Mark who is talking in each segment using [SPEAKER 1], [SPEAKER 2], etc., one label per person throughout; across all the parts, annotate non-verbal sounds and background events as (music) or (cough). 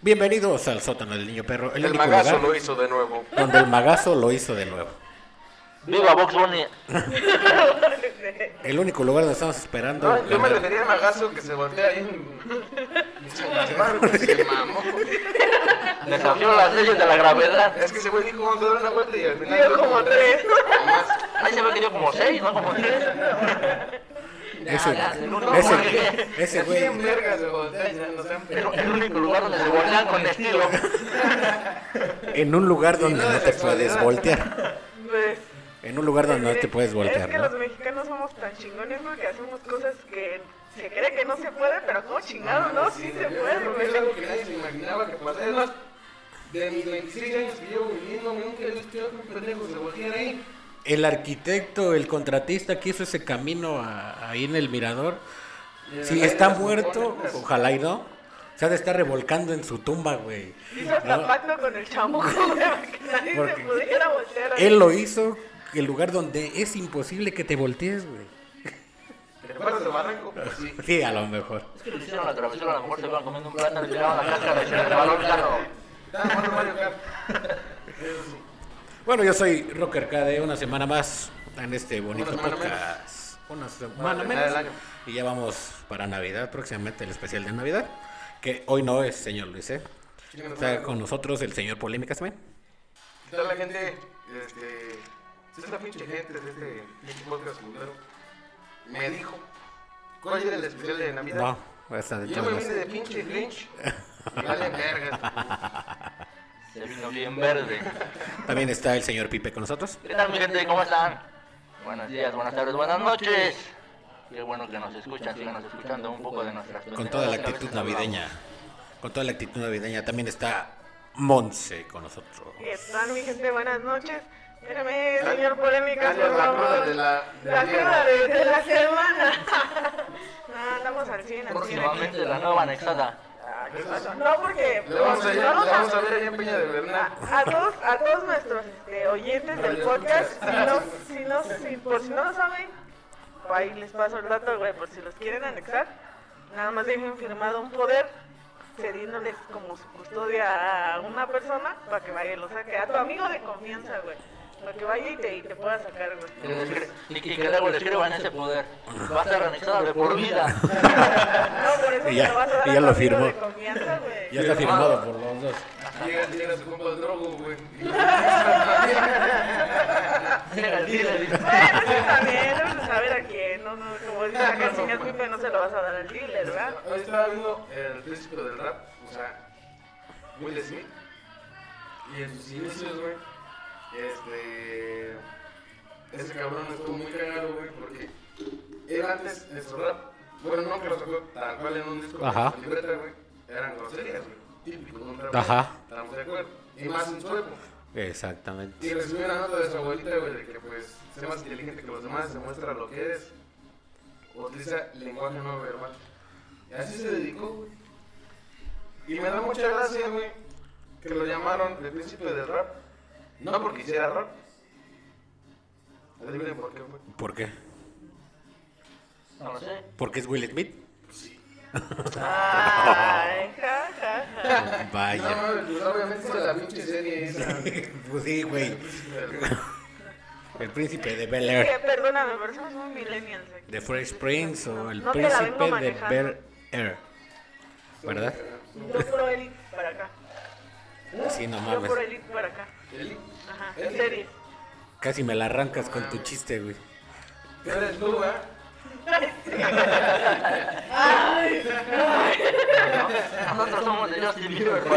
[SPEAKER 1] Bienvenidos al sótano del niño perro, el,
[SPEAKER 2] El
[SPEAKER 1] único
[SPEAKER 2] magazo
[SPEAKER 1] lugar
[SPEAKER 2] lo hizo de nuevo.
[SPEAKER 1] donde el magazo lo hizo de nuevo.
[SPEAKER 3] Viva Box Bunny.
[SPEAKER 1] El único lugar donde estamos esperando.
[SPEAKER 2] No, yo me
[SPEAKER 1] la-
[SPEAKER 2] refería al magazo que se voltea ahí. en- Se las manos, (laughs) se mamó.
[SPEAKER 3] Desafió las leyes de la gravedad.
[SPEAKER 2] Es que ese güey dijo, vamos a dar una vuelta y al final...
[SPEAKER 4] Dio como tres.
[SPEAKER 3] Ahí se ve que dio como seis, no como tres.
[SPEAKER 1] Ese,
[SPEAKER 3] Ya, ya, no, no,
[SPEAKER 1] ese,
[SPEAKER 3] porque-
[SPEAKER 1] ese
[SPEAKER 2] Aquí en
[SPEAKER 1] güey.
[SPEAKER 2] verga se voltea y ya nos dan
[SPEAKER 3] Es el único lugar donde se voltean con estilo.
[SPEAKER 1] En un lugar donde
[SPEAKER 2] no de
[SPEAKER 1] no te
[SPEAKER 2] sexualidad.
[SPEAKER 1] puedes voltear.
[SPEAKER 4] Pues,
[SPEAKER 1] En un lugar donde no te puedes voltear,
[SPEAKER 4] Eh, Es que
[SPEAKER 1] ¿no?
[SPEAKER 4] los mexicanos somos tan chingones, ¿no? Que hacemos cosas que se cree que no se puede, pero como chingado, ¿no? Sí se puede,
[SPEAKER 2] Porque es algo que nadie se imaginaba que pasara. Es más, de mis 26 años que llevo viviendo, nunca he visto a un pendejo se voltear ahí.
[SPEAKER 1] El arquitecto, el contratista que hizo ese camino a- ahí en el mirador, si está muerto, ojalá y no, se ha de estar revolcando en su tumba, güey.
[SPEAKER 4] Hizo hasta
[SPEAKER 1] ¿no?
[SPEAKER 4] pacto con el chamuco, güey, (laughs) para que nadie
[SPEAKER 1] Porque
[SPEAKER 4] se pudiera voltear. ahí.
[SPEAKER 1] Él lo hizo, el lugar donde es imposible que te voltees, güey.
[SPEAKER 2] ¿Te acuerdas del barranco? Pues sí.
[SPEAKER 1] Sí, a lo mejor.
[SPEAKER 3] Es que le hicieron la travesura, a lo mejor se iban comiendo un plátano y tiraban la cáscara y se les baló el carro.
[SPEAKER 2] Estaba jugando Mario Kart.
[SPEAKER 1] Bueno, yo soy Rocker KD, una semana más en este bonito
[SPEAKER 2] Una semana
[SPEAKER 1] podcast. Una semana
[SPEAKER 2] Para terminar el
[SPEAKER 1] menos.
[SPEAKER 2] año.
[SPEAKER 1] Y ya vamos para Navidad, próximamente el especial de Navidad, que hoy no es señor Luis, ¿eh?
[SPEAKER 2] Chinguen a su
[SPEAKER 1] Está
[SPEAKER 2] madre.
[SPEAKER 1] con nosotros el señor Polémicas también.
[SPEAKER 2] ¿Qué tal la gente? Este, esta pinche gente de este pinche podcast culero me dijo, ¿cuál era el especial de Navidad?
[SPEAKER 1] No, está de
[SPEAKER 2] Yo me
[SPEAKER 1] todos.
[SPEAKER 2] vine de pinche Grinch. y Vale verga.
[SPEAKER 3] Se vino bien verde.
[SPEAKER 1] También está el señor Pipe con nosotros.
[SPEAKER 3] ¿Qué tal mi gente? ¿Cómo están? Buenos días, buenas tardes, buenas noches. Qué bueno que nos escuchan, síganos escuchando un poco de nuestras
[SPEAKER 1] Con toda la
[SPEAKER 3] pendejadas que a veces
[SPEAKER 1] actitud navideña. Con toda la actitud navideña. También está Monse con nosotros.
[SPEAKER 4] ¿Qué tal, mi gente? Buenas noches. Espérame, señor Polémicas, por
[SPEAKER 2] la cruda
[SPEAKER 4] favor.
[SPEAKER 2] de la... de
[SPEAKER 4] La
[SPEAKER 2] Diego.
[SPEAKER 4] cruda de, de la semana. (laughs) no, andamos al 100, al 100 aquí.
[SPEAKER 3] Próximamente la nueva anexada.
[SPEAKER 4] No, porque...
[SPEAKER 2] Le vamos a,
[SPEAKER 4] porque
[SPEAKER 2] le
[SPEAKER 4] no nos
[SPEAKER 2] vamos a ver allá en Peña de Bernal.
[SPEAKER 4] A, a todos, a todos nuestros este, oyentes del podcast, si no, si no, si, por si no lo saben, ahí les paso el dato, güey, por si los quieren anexar, nada más dejen firmado un poder cediéndoles como su custodia a una persona para que vaya y lo saque, a tu amigo de confianza, güey, para que vaya y te, y te pueda sacar,
[SPEAKER 3] Y
[SPEAKER 4] güey.
[SPEAKER 3] que les cre- Y que luego les escriban ese poder. Va a ser anexada de por vida. (laughs)
[SPEAKER 4] No, por eso
[SPEAKER 1] Y ya-
[SPEAKER 4] te vas a dar
[SPEAKER 1] y ya
[SPEAKER 4] a tu
[SPEAKER 1] lo
[SPEAKER 4] amigo
[SPEAKER 1] firmó.
[SPEAKER 4] de confianza, güey.
[SPEAKER 1] Ya está firmado por los dos.
[SPEAKER 2] Llega, llega su compa drogo, güey. (laughs)
[SPEAKER 3] Llega el dealer.
[SPEAKER 4] Bueno, pues, eso también, vamos a saber a quién, no, no, como dice la canción, el Pipe no se lo vas a dar al dealer, ¿verdad?
[SPEAKER 2] Hoy estaba viendo el príncipe del rap, o sea, Will Smith. Y en sus inicios, güey, este. Ese cabrón estuvo muy cagado, güey, porque era antes en su rap. Bueno, no que lo sacó tal cual en un disco,
[SPEAKER 1] Ajá.
[SPEAKER 2] pero en su libreta, güey. Eran groserías, güey. Típico, de un rap.
[SPEAKER 1] Ajá.
[SPEAKER 2] Estamos de acuerdo. Y más en su época. Y
[SPEAKER 1] Exactamente.
[SPEAKER 2] recibió una nota de su abuelita, güey, de que pues sea más inteligente que los demás, se muestra lo que eres, utiliza lenguaje no verbal. Y así se dedicó, güey. Y me da mucha gracia, güey, que lo llamaron el príncipe del rap. No porque hiciera rap. Adivinen por qué, güey.
[SPEAKER 1] ¿Por qué?
[SPEAKER 3] No lo (laughs) sé.
[SPEAKER 1] ¿Porque es Will
[SPEAKER 2] (laughs)
[SPEAKER 1] Smith?
[SPEAKER 4] Ay, (laughs) ja, ja, ja.
[SPEAKER 1] Vaya.
[SPEAKER 2] No, pues, obviamente es la pinche serie esa.
[SPEAKER 1] (laughs) Pues sí, güey. El príncipe de Bel
[SPEAKER 4] Que,
[SPEAKER 1] Air.
[SPEAKER 4] perdóname, pero somos muy millennials. aquí.
[SPEAKER 1] De Fresh Prince o el
[SPEAKER 4] No te la
[SPEAKER 1] príncipe
[SPEAKER 4] vengo
[SPEAKER 1] de
[SPEAKER 4] manejando.
[SPEAKER 1] Bel Air. ¿Verdad?
[SPEAKER 4] Yo
[SPEAKER 1] (laughs)
[SPEAKER 4] puro elite para acá.
[SPEAKER 1] Sí, no
[SPEAKER 4] Yo
[SPEAKER 1] mames.
[SPEAKER 4] puro elite para acá.
[SPEAKER 2] Eli, (laughs)
[SPEAKER 4] Ajá, series.
[SPEAKER 1] Casi me la arrancas con tu chiste, güey.
[SPEAKER 2] ¿qué eres tú, güey?
[SPEAKER 3] Nosotros somos de Justin Bieber.
[SPEAKER 4] De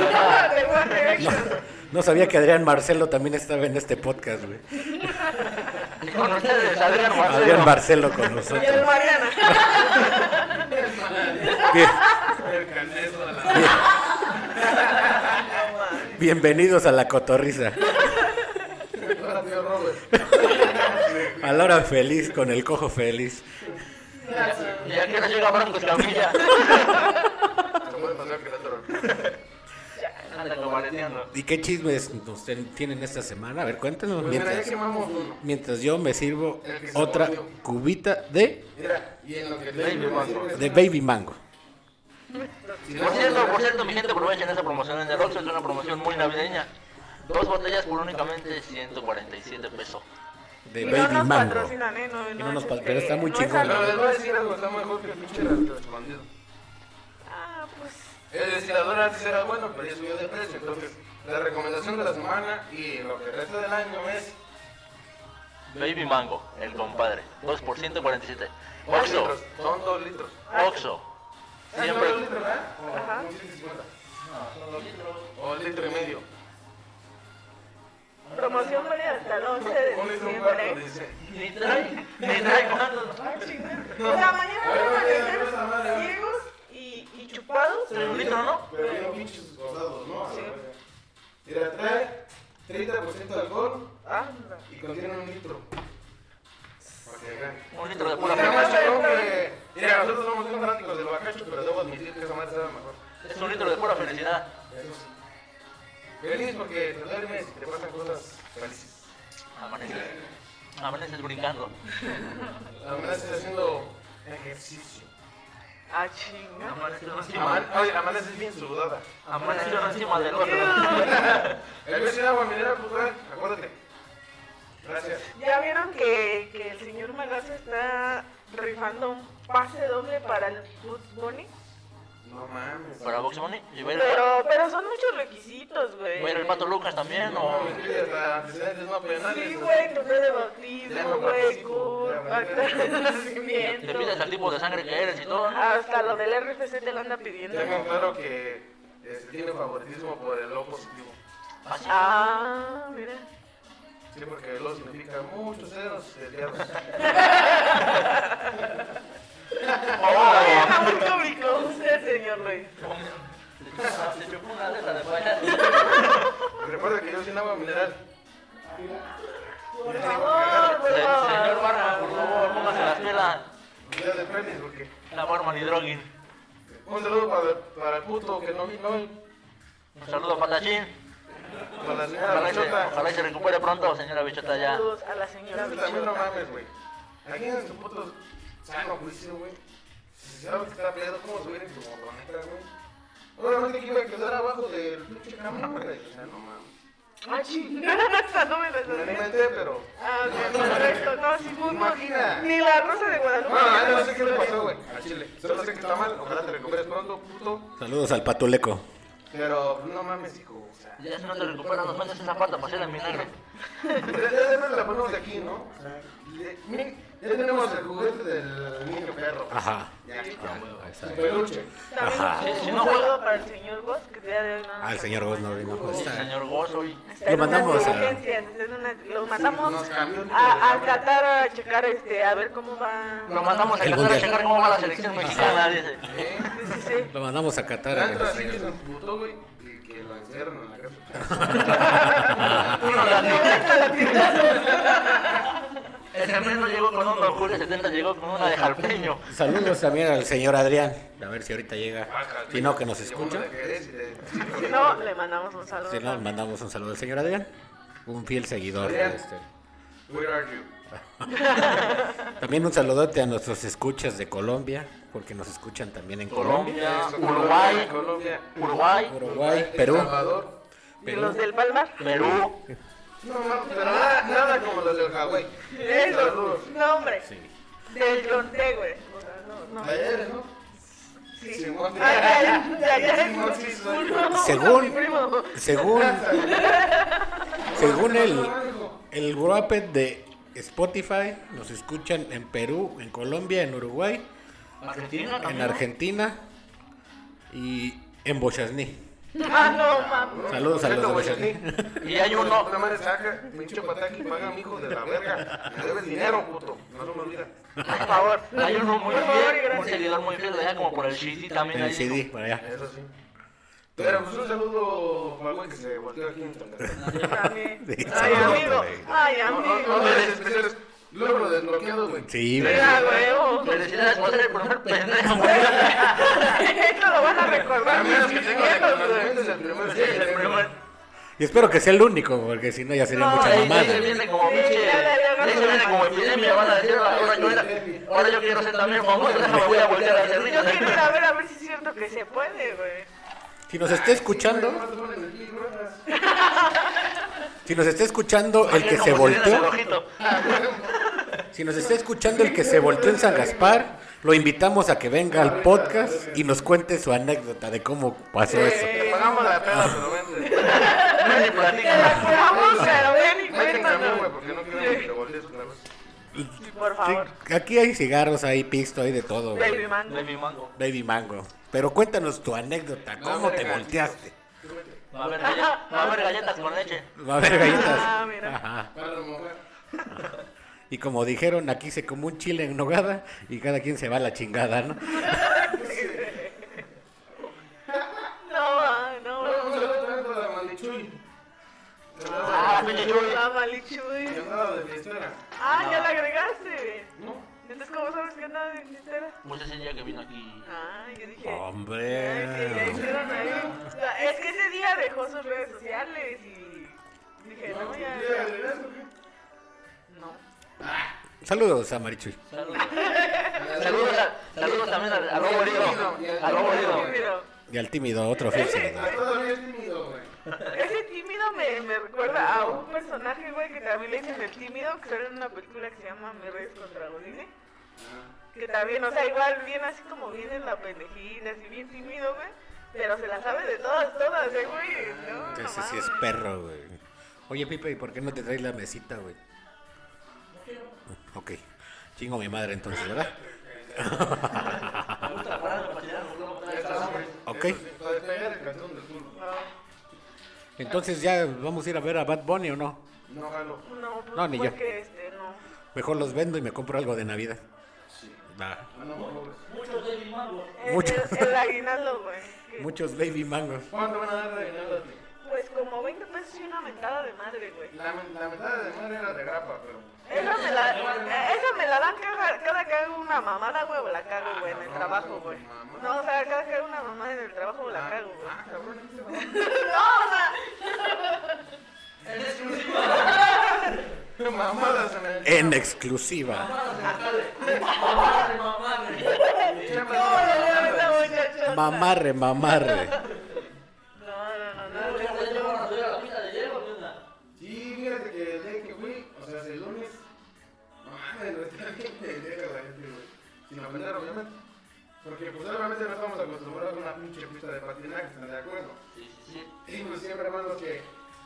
[SPEAKER 4] One Direction.
[SPEAKER 1] No sabía que Adrián Marcelo también estaba en este podcast, güey.
[SPEAKER 3] Y con ustedes, (laughs) Adrián Marcelo.
[SPEAKER 1] Adrián Marcelo con
[SPEAKER 4] Y el
[SPEAKER 1] nosotros.
[SPEAKER 4] Mariana.
[SPEAKER 1] Bien-
[SPEAKER 2] El caneso de la... (laughs)
[SPEAKER 1] bienvenidos a la cotorriza.
[SPEAKER 2] Hola, tío Robert.
[SPEAKER 1] A la hora feliz con el cojo feliz.
[SPEAKER 3] Y aquí nos llega pues Franco (laughs) Escamilla.
[SPEAKER 2] Se puede pasar que la otro.
[SPEAKER 3] Anda como aleteando.
[SPEAKER 1] ¿Y qué chismes nos ten- tienen esta semana? A ver, cuéntanos.
[SPEAKER 2] Pues mira, ya
[SPEAKER 1] Mientras,
[SPEAKER 2] quemamos uno.
[SPEAKER 1] mientras yo me sirvo
[SPEAKER 2] El que se
[SPEAKER 1] otra
[SPEAKER 2] volvió.
[SPEAKER 1] cubita de,
[SPEAKER 2] Mira, y en lo que te digo,
[SPEAKER 1] de Baby Mango.
[SPEAKER 2] Si Si no
[SPEAKER 3] Por
[SPEAKER 2] es-
[SPEAKER 3] cierto, por cierto, mi gente, aprovechen esa promoción en el Oxxo, es una promoción muy navideña. Dos botellas por únicamente 147 pesos.
[SPEAKER 1] De
[SPEAKER 4] Y no
[SPEAKER 1] Baby
[SPEAKER 4] nos
[SPEAKER 1] Mango.
[SPEAKER 4] patrocinan, ¿eh? No,
[SPEAKER 1] no nos
[SPEAKER 4] es,
[SPEAKER 1] pa- pero está muy
[SPEAKER 4] no es
[SPEAKER 1] chingón.
[SPEAKER 4] algo-
[SPEAKER 2] Pero les voy a decir algo, está mejor que el pinche rastro escondido.
[SPEAKER 4] Ah, pues.
[SPEAKER 2] El destilador antes era bueno, pero ya subió de precio. Entonces, la recomendación de la semana y lo que resta del año es
[SPEAKER 3] Baby Mango, el compadre. 2 por 147.
[SPEAKER 2] 2
[SPEAKER 3] Oxxo,
[SPEAKER 2] litros. Son 2 litros.
[SPEAKER 3] Oxxo. Siempre.
[SPEAKER 2] 2 litros, ¿verdad? O
[SPEAKER 4] Ajá.
[SPEAKER 2] 150. O litro y medio.
[SPEAKER 4] Promoción válida hasta el 11 de
[SPEAKER 2] Un litro y un cuarto,
[SPEAKER 4] diciembre. Ah,
[SPEAKER 2] dice.
[SPEAKER 3] Ni trae, ni trae cuántos.
[SPEAKER 4] O sea, mañana van a
[SPEAKER 2] Bueno, ya, ya,
[SPEAKER 4] amanecer
[SPEAKER 2] ya.
[SPEAKER 4] ciegos y, y chupados.
[SPEAKER 3] Un litro, ¿no?
[SPEAKER 2] Pero vino pinches gozados, ¿no? Mira, trae 30% de alcohol
[SPEAKER 4] Ah,
[SPEAKER 2] y contiene un litro. Para que vean.
[SPEAKER 3] Un litro de pura
[SPEAKER 2] Está más
[SPEAKER 3] piña.
[SPEAKER 2] chingón que- Mira, nosotros somos bien fanáticos del bacacho, pero debo admitir que esa madre sabe mejor.
[SPEAKER 3] Es un litro de pura felicidad.
[SPEAKER 2] Eso sí. Feliz porque te duermes y te pasan cosas felices.
[SPEAKER 3] Amaneces. Amaneces brincando.
[SPEAKER 2] Amaneces haciendo ejercicio.
[SPEAKER 4] ah, chinga.
[SPEAKER 3] Amaneces encima.
[SPEAKER 2] Ama- Oye, amaneces bien sudada.
[SPEAKER 3] Amaneces encima del otro.
[SPEAKER 2] El beso de agua mineral, pues, güey, acuérdate. Gracias.
[SPEAKER 4] Ya vieron que, que el señor Magazo está rifando un pase doble para el Bugs Bunny.
[SPEAKER 2] No mames.
[SPEAKER 3] Para Box Money. Y ver
[SPEAKER 4] Pero, pero son muchos requisitos, güey.
[SPEAKER 3] ver el pato Lucas también.
[SPEAKER 2] No,
[SPEAKER 3] O
[SPEAKER 2] mis vidas, hasta antecedentes no penales.
[SPEAKER 4] Sí, güey, tu fe de
[SPEAKER 2] Ya
[SPEAKER 4] bautismo,
[SPEAKER 2] no
[SPEAKER 4] güey,
[SPEAKER 2] participo,
[SPEAKER 4] CUR,
[SPEAKER 2] ya,
[SPEAKER 4] acta de
[SPEAKER 3] te
[SPEAKER 4] nacimiento.
[SPEAKER 3] pides el tipo de sangre que eres y todo, ¿no?
[SPEAKER 4] Hasta lo del RFC te lo anda pidiendo.
[SPEAKER 2] Tengo claro que este, tiene favoritismo por el O positivo.
[SPEAKER 3] Así.
[SPEAKER 4] Ah, mira.
[SPEAKER 2] Sí, porque el O significa muchos ceros desviados.
[SPEAKER 3] Ah,
[SPEAKER 4] Todavía está (laughs) muy cómico usted, señor Luis.
[SPEAKER 3] Se chupó una letra de payaso.
[SPEAKER 2] Recuerda que yo sin agua mineral.
[SPEAKER 4] Por favor, por
[SPEAKER 3] Ah, Señor Barba, por
[SPEAKER 4] favor.
[SPEAKER 3] favor, póngase las pilas.
[SPEAKER 2] Ya de perdiz, porque.
[SPEAKER 3] La Barman y Drogin.
[SPEAKER 2] Un saludo para, para el puto que no vino hoy.
[SPEAKER 3] Un saludo a Patachín.
[SPEAKER 2] Para la señora
[SPEAKER 3] Ojalá y, se,
[SPEAKER 2] Bichota.
[SPEAKER 3] ojalá y se recupere pronto, señora Bichota, ya.
[SPEAKER 4] Saludos a la señora
[SPEAKER 2] Eso Este también no
[SPEAKER 4] Bichota.
[SPEAKER 2] mames, güey. Aquí en su puto sano juicio, güey. Si sabes que está peleado, ¿cómo subir en su motoneta, güey? Obviamente que iba a quedar abajo del pinche cama, güey. O sea, no mames.
[SPEAKER 4] Ah, chingada, hasta (laughs) no me la
[SPEAKER 2] Me
[SPEAKER 4] sabía.
[SPEAKER 2] alimenté, pero.
[SPEAKER 4] Ah, ok, correcto. No, sí, muy
[SPEAKER 2] Imagina.
[SPEAKER 4] Ni la rosa de
[SPEAKER 2] No,
[SPEAKER 4] Guadalupe.
[SPEAKER 2] no, no sé qué le pasó, güey. A Chile. Solo sé que está mal. Ojalá te recuperes pronto, puto.
[SPEAKER 1] Saludos al Patuleco.
[SPEAKER 2] Pero no mames, hijo. O (laughs) sea.
[SPEAKER 3] Ya si no te recuperas, nos mandas esa pata para hacer el vinagre.
[SPEAKER 2] Ya la ponemos aquí, ¿no? O sea, le- mi- ya tenemos el juguete del niño perro.
[SPEAKER 1] Ajá.
[SPEAKER 2] Ya,
[SPEAKER 1] Ah, esa
[SPEAKER 2] su
[SPEAKER 1] es.
[SPEAKER 2] peluche.
[SPEAKER 1] Ajá.
[SPEAKER 4] También un saludo para el señor Vos, que el día de hoy no nos
[SPEAKER 1] Al señor Goz no Pues, vino.
[SPEAKER 3] Sí, señor Gozo y...
[SPEAKER 4] Está
[SPEAKER 1] Lo
[SPEAKER 4] en unas
[SPEAKER 1] mandamos a-
[SPEAKER 4] diligencias, está en una- Lo mandamos
[SPEAKER 2] nos cambió el
[SPEAKER 4] a, a Qatar a checar este, a ver cómo va.
[SPEAKER 3] Nos mandamos a
[SPEAKER 1] El
[SPEAKER 3] Qatar a
[SPEAKER 1] mundial.
[SPEAKER 3] checar cómo va la selección mexicana, dice.
[SPEAKER 2] ¿Eh?
[SPEAKER 4] Sí, sí, sí.
[SPEAKER 1] Lo mandamos a Qatar. a
[SPEAKER 2] Tanto
[SPEAKER 1] ver,
[SPEAKER 2] así que
[SPEAKER 1] señor.
[SPEAKER 2] se emputó, güey, y que lo encierran en la
[SPEAKER 1] (laughs)
[SPEAKER 2] casa. (laughs)
[SPEAKER 3] Uno latino. El Jiménez no llegó con un Don de 70, llegó con una de jalapeño.
[SPEAKER 1] Saludos también al señor Adrián. A ver si ahorita llega.
[SPEAKER 4] Ah,
[SPEAKER 1] Si no, que nos escucha.
[SPEAKER 2] eh,
[SPEAKER 4] Si no, le mandamos un saludo.
[SPEAKER 1] Si no, mandamos un saludo al señor Adrián. Un fiel seguidor. de
[SPEAKER 2] Adrián.
[SPEAKER 1] este.
[SPEAKER 2] Where are you?
[SPEAKER 1] También un saludote a nuestros escuchas de Colombia, porque nos escuchan también en Colombia,
[SPEAKER 3] Colombia,
[SPEAKER 2] Eso,
[SPEAKER 3] Uruguay,
[SPEAKER 2] Colombia,
[SPEAKER 3] Uruguay,
[SPEAKER 1] Uruguay, Perú.
[SPEAKER 2] El Salvador.
[SPEAKER 4] Y
[SPEAKER 1] Perú.
[SPEAKER 4] los del Palmar.
[SPEAKER 3] Perú.
[SPEAKER 2] No, no, pero nada, nada como los del Hawái.
[SPEAKER 4] Eso. No, hombre.
[SPEAKER 1] Sí.
[SPEAKER 4] Del Yonté, güey. O sea, no, no.
[SPEAKER 2] Ayer, ¿no?
[SPEAKER 4] Sí.
[SPEAKER 2] Simón.
[SPEAKER 4] Ah, ya, ya, ya, ya.
[SPEAKER 2] Simón, sí, soy.
[SPEAKER 4] No,
[SPEAKER 1] Según-
[SPEAKER 4] mi primo.
[SPEAKER 1] Según, según el,
[SPEAKER 2] No, hijo.
[SPEAKER 1] el Wrapped de Spotify, nos escuchan en Perú, en Colombia, en Uruguay,
[SPEAKER 3] Argentina
[SPEAKER 1] en
[SPEAKER 3] también.
[SPEAKER 1] Argentina y en Bochasní.
[SPEAKER 4] Ah, no, mames.
[SPEAKER 1] Saludos a los de
[SPEAKER 2] Cierto,
[SPEAKER 1] Bochasní.
[SPEAKER 2] güey.
[SPEAKER 3] Y hay uno-
[SPEAKER 2] Una madre saca, pinche pataki, paga mi hijo de la verga. Me debes dinero, puto. No se me olvida.
[SPEAKER 4] Por favor.
[SPEAKER 3] Hay uno muy
[SPEAKER 4] Por favor y
[SPEAKER 3] fiel, un
[SPEAKER 4] gracias.
[SPEAKER 3] seguidor muy fiel de allá, como por el CD también.
[SPEAKER 1] En el
[SPEAKER 3] ahí.
[SPEAKER 1] CD, para allá.
[SPEAKER 2] Eso sí. Pero pues un saludo para el güey que se volteó aquí en Tlaxcala.
[SPEAKER 4] También.
[SPEAKER 1] Sí,
[SPEAKER 4] Ay,
[SPEAKER 1] saludos,
[SPEAKER 4] amigo.
[SPEAKER 1] güey.
[SPEAKER 4] Ay,
[SPEAKER 2] No,
[SPEAKER 4] amigo.
[SPEAKER 2] no, especiales. Logro desbloqueado, güey.
[SPEAKER 1] Sí, güey.
[SPEAKER 4] Mira, huevo.
[SPEAKER 3] Felicidades por ser el primer pendejo.
[SPEAKER 4] Esto lo van a
[SPEAKER 2] A
[SPEAKER 4] recordar.
[SPEAKER 2] menos
[SPEAKER 4] mis
[SPEAKER 2] que tenga
[SPEAKER 4] nietos,
[SPEAKER 3] (laughs)
[SPEAKER 4] güey.
[SPEAKER 2] reconocimientos el primero.
[SPEAKER 3] Sí, el primer.
[SPEAKER 1] Y espero que sea el único, porque si no ya sería
[SPEAKER 3] No,
[SPEAKER 1] mucha
[SPEAKER 3] ahí- ahí
[SPEAKER 1] mamada.
[SPEAKER 3] se
[SPEAKER 1] güey.
[SPEAKER 3] viene como pinche. Ahí se viene como epidemia. Van a decir, ahora yo, era, ahora yo quiero ser también famoso. Déjame, voy a voltear a hacer
[SPEAKER 4] Yo
[SPEAKER 3] niños.
[SPEAKER 4] quiero ir a ver a ver si es cierto que se puede, güey.
[SPEAKER 1] Si nos está escuchando, si nos está escuchando el que se
[SPEAKER 3] Como si vieras el
[SPEAKER 1] volteó,
[SPEAKER 3] ojito.
[SPEAKER 1] si nos está escuchando el que se volteó en San Gaspar, lo invitamos a que venga al podcast y nos cuente su anécdota de cómo pasó eso.
[SPEAKER 2] Te pagamos la peda, pero vente.
[SPEAKER 3] Ven y
[SPEAKER 4] Te la
[SPEAKER 3] platica.
[SPEAKER 4] curamos, pero ven y
[SPEAKER 2] Vete en camión,
[SPEAKER 4] cuéntanos.
[SPEAKER 2] güey, porque no quiero que te voltees otra vez.
[SPEAKER 4] Sí, Por favor.
[SPEAKER 1] Sí, aquí hay cigarros, hay pisto, hay de todo. güey.
[SPEAKER 4] Baby man.
[SPEAKER 3] De mi mango.
[SPEAKER 1] Baby mango. Pero cuéntanos tu anécdota, cómo te volteaste.
[SPEAKER 3] Va a haber galletas, va a haber galletas con leche.
[SPEAKER 1] Va a haber galletas.
[SPEAKER 4] Ah, mira.
[SPEAKER 1] Ajá.
[SPEAKER 2] Para remover.
[SPEAKER 1] Y como dijeron, aquí se come un chile en nogada y cada quien se va a la chingada, ¿no?
[SPEAKER 4] No, ah, no.
[SPEAKER 2] Vamos a ver también para la Manichuy.
[SPEAKER 3] Ah, pinche chuy.
[SPEAKER 4] La Malichuy.
[SPEAKER 2] Que andaba de fiestera.
[SPEAKER 4] Ah, ya la agregaste.
[SPEAKER 2] ¿No?
[SPEAKER 4] Entonces, ¿cómo sabes que andaba de fiestera?
[SPEAKER 3] Pues ese día que vino aquí.
[SPEAKER 4] Ah, yo dije. ay, que ya
[SPEAKER 1] Hombre.
[SPEAKER 4] hicieron ahí. Es que ese día dejó sus redes sociales y. Dije, Eh, no, ya. ya. No.
[SPEAKER 1] Saludos a Marichuy.
[SPEAKER 3] Saludos, a- saludos también al al lobo herido. Al lobo herido.
[SPEAKER 4] Tímido.
[SPEAKER 1] Y al tímido, otro fiel seguidor.
[SPEAKER 2] Todavía es tímido, güey.
[SPEAKER 4] Ese tímido me, me recuerda a un personaje, güey, que también le dicen el tímido, que sale en una película que se llama Me Reyes contra Godine. Que también, o sea, igual bien así como viene la pendejita, así bien tímido, güey. Pero se la sabe de todas, todas, eh, güey. No, no
[SPEAKER 1] Entonces Ah, sí
[SPEAKER 4] mames.
[SPEAKER 1] es perro, güey. Oye, Pipe, ¿y por qué no te traes la mesita, güey? Ok. Chingo mi madre entonces, ¿verdad? ok.
[SPEAKER 2] Para despegar el cantón del culo.
[SPEAKER 1] Entonces ya vamos a ir a ver a Bad Bunny o no.
[SPEAKER 2] No jalo.
[SPEAKER 4] No, pues
[SPEAKER 1] No, ni yo.
[SPEAKER 4] porque este, no.
[SPEAKER 1] Mejor los vendo y me compro algo de Navidad. Ah,
[SPEAKER 2] No, no, no.
[SPEAKER 4] El-
[SPEAKER 1] Mucho.
[SPEAKER 4] El, el aguinaldo, güey. que-
[SPEAKER 1] Muchos baby mangos.
[SPEAKER 2] ¿Cuánto van a dar de dinero a ti?
[SPEAKER 4] Pues como 20 pesos y una mentada de madre, güey.
[SPEAKER 2] La, la mitad de madre era de grapa, pero.
[SPEAKER 4] Esa me la, esa me la dan cada, cada que hago una mamada, güey, o la cago, güey, en el trabajo, güey. No, o sea, cada que hago una mamada en el trabajo, la cago, güey.
[SPEAKER 2] Ah, cabrón,
[SPEAKER 4] (laughs)
[SPEAKER 2] ¿qué se va? (laughs)
[SPEAKER 4] (laughs)
[SPEAKER 2] ¡Qué mamadas en el.
[SPEAKER 1] En exclusiva.
[SPEAKER 4] ¿Cómo le veo a esa muchachota?
[SPEAKER 1] Mamarre, mamarre.
[SPEAKER 4] No, no, no, no.
[SPEAKER 2] Sí, fíjate que el día que fui, o sea, el lunes. No mames, no está bien pendeja la gente, güey. Sin aprender, obviamente. Porque, pues, obviamente no estamos acostumbrados a una pinche pista de patinaje, ¿están de acuerdo?
[SPEAKER 3] Sí, sí, sí.
[SPEAKER 2] Y pues siempre hermanos que,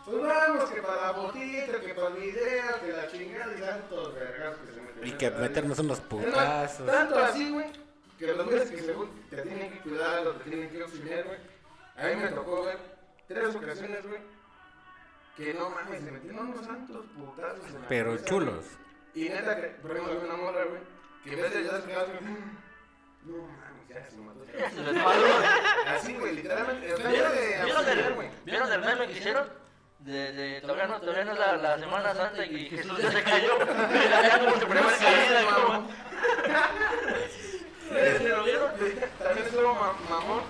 [SPEAKER 2] pues vamos, que para la botita, que para el video, que la chingada y tantos vergas que se meten.
[SPEAKER 1] Y que meternos unos
[SPEAKER 2] Es más,
[SPEAKER 1] putazos.
[SPEAKER 2] Tanto así, güey, que los güeyes que según te tienen que cuidar o te tienen que auxiliar, güey. A mí me tocó ver tres ocasiones, güey, que no mames, se metieron unos santos putazos. en la
[SPEAKER 1] Pero
[SPEAKER 2] cabeza,
[SPEAKER 1] chulos.
[SPEAKER 2] y neta, que, por ejemplo, había una morra, güey, que en vez de ayudar, se quedaba así, güey, "Mm, no mames, ya se mató.
[SPEAKER 3] Se les paró.
[SPEAKER 2] Así, güey, literalmente. O sea, era de
[SPEAKER 3] ¿Vieron
[SPEAKER 2] auxiliar, güey.
[SPEAKER 3] el, ¿Vieron el meme que hicieron? De, de, todavía no, todavía no es la, la Semana Santa y Jesús ya se cayó. Ya como su primera caída. como-
[SPEAKER 2] Este, ¿lo vieron? También estuvo ma- mamón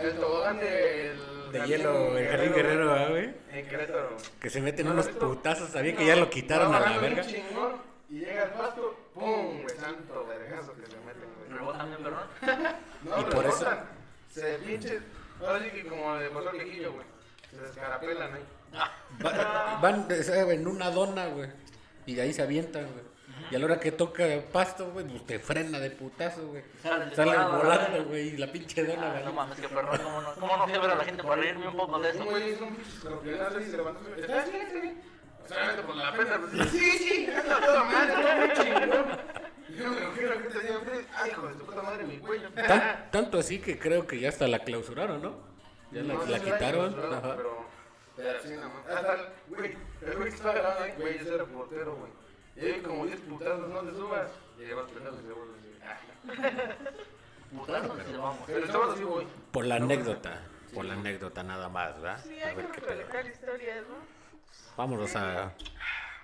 [SPEAKER 2] el tobogán del...
[SPEAKER 1] De hielo, el jardín guerrero, ah, güey.
[SPEAKER 2] En Querétaro.
[SPEAKER 1] Que se meten unos putazos. Sabía que ya lo quitaron a la
[SPEAKER 2] Va bajando un
[SPEAKER 1] verga.
[SPEAKER 2] chingón Y llega el pasto, ¡pum! güey, santo vergazo que se meten, güey.
[SPEAKER 3] Rebotan bien, perdón.
[SPEAKER 2] No,
[SPEAKER 1] Y por eso-
[SPEAKER 2] rebotan. Se pinche... Ahora sí que como le pasó al viejillo, güey. Se escarapelan ahí.
[SPEAKER 1] Va- van eh, en una dona, güey. Y de ahí se avientan, güey. Y a la hora que toca pasto, güey, pues te frena de putazo, güey.
[SPEAKER 3] Salen
[SPEAKER 1] Salen
[SPEAKER 3] disparados,
[SPEAKER 1] volando, güey, y la pinche dona,
[SPEAKER 3] Ah,
[SPEAKER 1] güey.
[SPEAKER 3] no mames, que perdón. ¿Cómo no, cómo no fui a ver a la gente para reírme un poco de eso?
[SPEAKER 2] Un güey hizo un pinche escorpión, así se levantó. ¿Estás bien? ¿Estás bien? Solamente por la pena. pues, Sí, sí, anda toda madre, anda muy chingón. Y Yo me imagino que tenía frente. Ay, hijo de tu puta madre, mi cuello.
[SPEAKER 1] Tan- tanto así que creo que ya hasta la clausuraron, ¿no? Ya la,
[SPEAKER 2] No,
[SPEAKER 1] la
[SPEAKER 2] sí,
[SPEAKER 1] quitaron.
[SPEAKER 2] clausuraron,
[SPEAKER 1] ajá.
[SPEAKER 2] Pero, pero sí, nada más. Hasta el güey, el güey que estaba grabando ahí, güey, ese era portero, güey. Y ahí como 10 putazos, no te subas. Y ahí vas prendiendo y se vuelve. así. Ah,
[SPEAKER 3] Putazos y se vamos.
[SPEAKER 2] Pero estaba así, güey.
[SPEAKER 1] Por la anécdota. Por la anécdota nada más, ¿verdad?
[SPEAKER 4] Sí,
[SPEAKER 1] A
[SPEAKER 4] hay que
[SPEAKER 1] ver qué pedo.
[SPEAKER 4] recolectar historias, ¿no?
[SPEAKER 1] Vámonos a,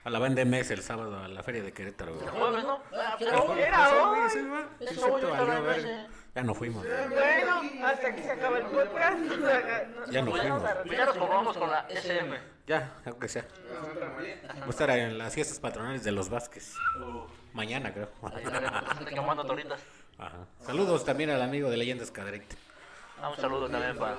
[SPEAKER 1] a la banda MS el sábado a la feria de Querétaro, güey.
[SPEAKER 3] El jueves, ¿no? Ah,
[SPEAKER 1] El
[SPEAKER 3] pero-
[SPEAKER 1] jueves,
[SPEAKER 4] era
[SPEAKER 1] sí,
[SPEAKER 4] hoy.
[SPEAKER 1] güey, sí, güey. Sí,
[SPEAKER 3] Eso
[SPEAKER 1] se
[SPEAKER 3] voy
[SPEAKER 1] te
[SPEAKER 3] yo
[SPEAKER 1] valió,
[SPEAKER 3] también,
[SPEAKER 1] verga.
[SPEAKER 3] ese.
[SPEAKER 1] Ya no fuimos.
[SPEAKER 4] Bueno, hasta aquí se acaba el podcast. Nos
[SPEAKER 1] Ya nos
[SPEAKER 4] vamos a
[SPEAKER 1] fuimos.
[SPEAKER 3] Pues ya nos formamos con la SM.
[SPEAKER 1] Ya, aunque sea.
[SPEAKER 2] La Santa María.
[SPEAKER 1] Voy a estar en las fiestas patronales de los Vázquez. Mañana,
[SPEAKER 3] (laughs)
[SPEAKER 1] creo.
[SPEAKER 3] Ahí estaremos quemando torritas.
[SPEAKER 1] Ajá. Saludos también al amigo de Leyendas Cadrecta.
[SPEAKER 3] Ah, un saludo también para.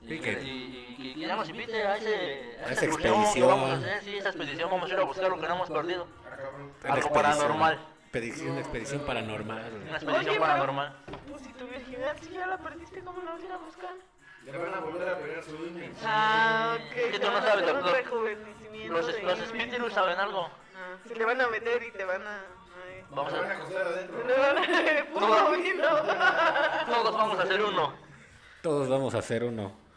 [SPEAKER 3] Y
[SPEAKER 1] ¿Y
[SPEAKER 3] que,
[SPEAKER 1] qué?
[SPEAKER 3] y- y- y que ya nos invite a, ese,
[SPEAKER 1] A
[SPEAKER 3] esa
[SPEAKER 1] esa
[SPEAKER 3] excursión que
[SPEAKER 1] expedición.
[SPEAKER 3] vamos a hacer. Sí, esa expedición vamos a ir a buscar lo que no hemos perdido.
[SPEAKER 2] Ah, cabrón.
[SPEAKER 3] Algo paranormal.
[SPEAKER 1] Expedición, una expedición
[SPEAKER 3] Una
[SPEAKER 1] paranormal.
[SPEAKER 3] expedición
[SPEAKER 4] Oye, pero-
[SPEAKER 3] paranormal.
[SPEAKER 4] Pues si tu virginidad si ya la perdiste, ¿cómo la vas a ir a buscar?
[SPEAKER 2] Le van a volver a pegar su INE.
[SPEAKER 4] Ah, ok.
[SPEAKER 3] Es que tú
[SPEAKER 4] te
[SPEAKER 3] no
[SPEAKER 4] van a
[SPEAKER 3] sabes,
[SPEAKER 4] hacer
[SPEAKER 3] los-
[SPEAKER 4] un
[SPEAKER 3] los-
[SPEAKER 4] rejuvenecimiento
[SPEAKER 3] Los,
[SPEAKER 4] de
[SPEAKER 3] los
[SPEAKER 4] Irving.
[SPEAKER 3] espíritus saben algo.
[SPEAKER 4] Ah, se le van a meter y te van a... ay.
[SPEAKER 3] Vamos
[SPEAKER 2] Le van a
[SPEAKER 3] a,
[SPEAKER 2] acostar adentro.
[SPEAKER 4] Le van a- (laughs) Puro vino.
[SPEAKER 3] todos vamos a hacer uno.
[SPEAKER 1] Todos vamos a hacer uno.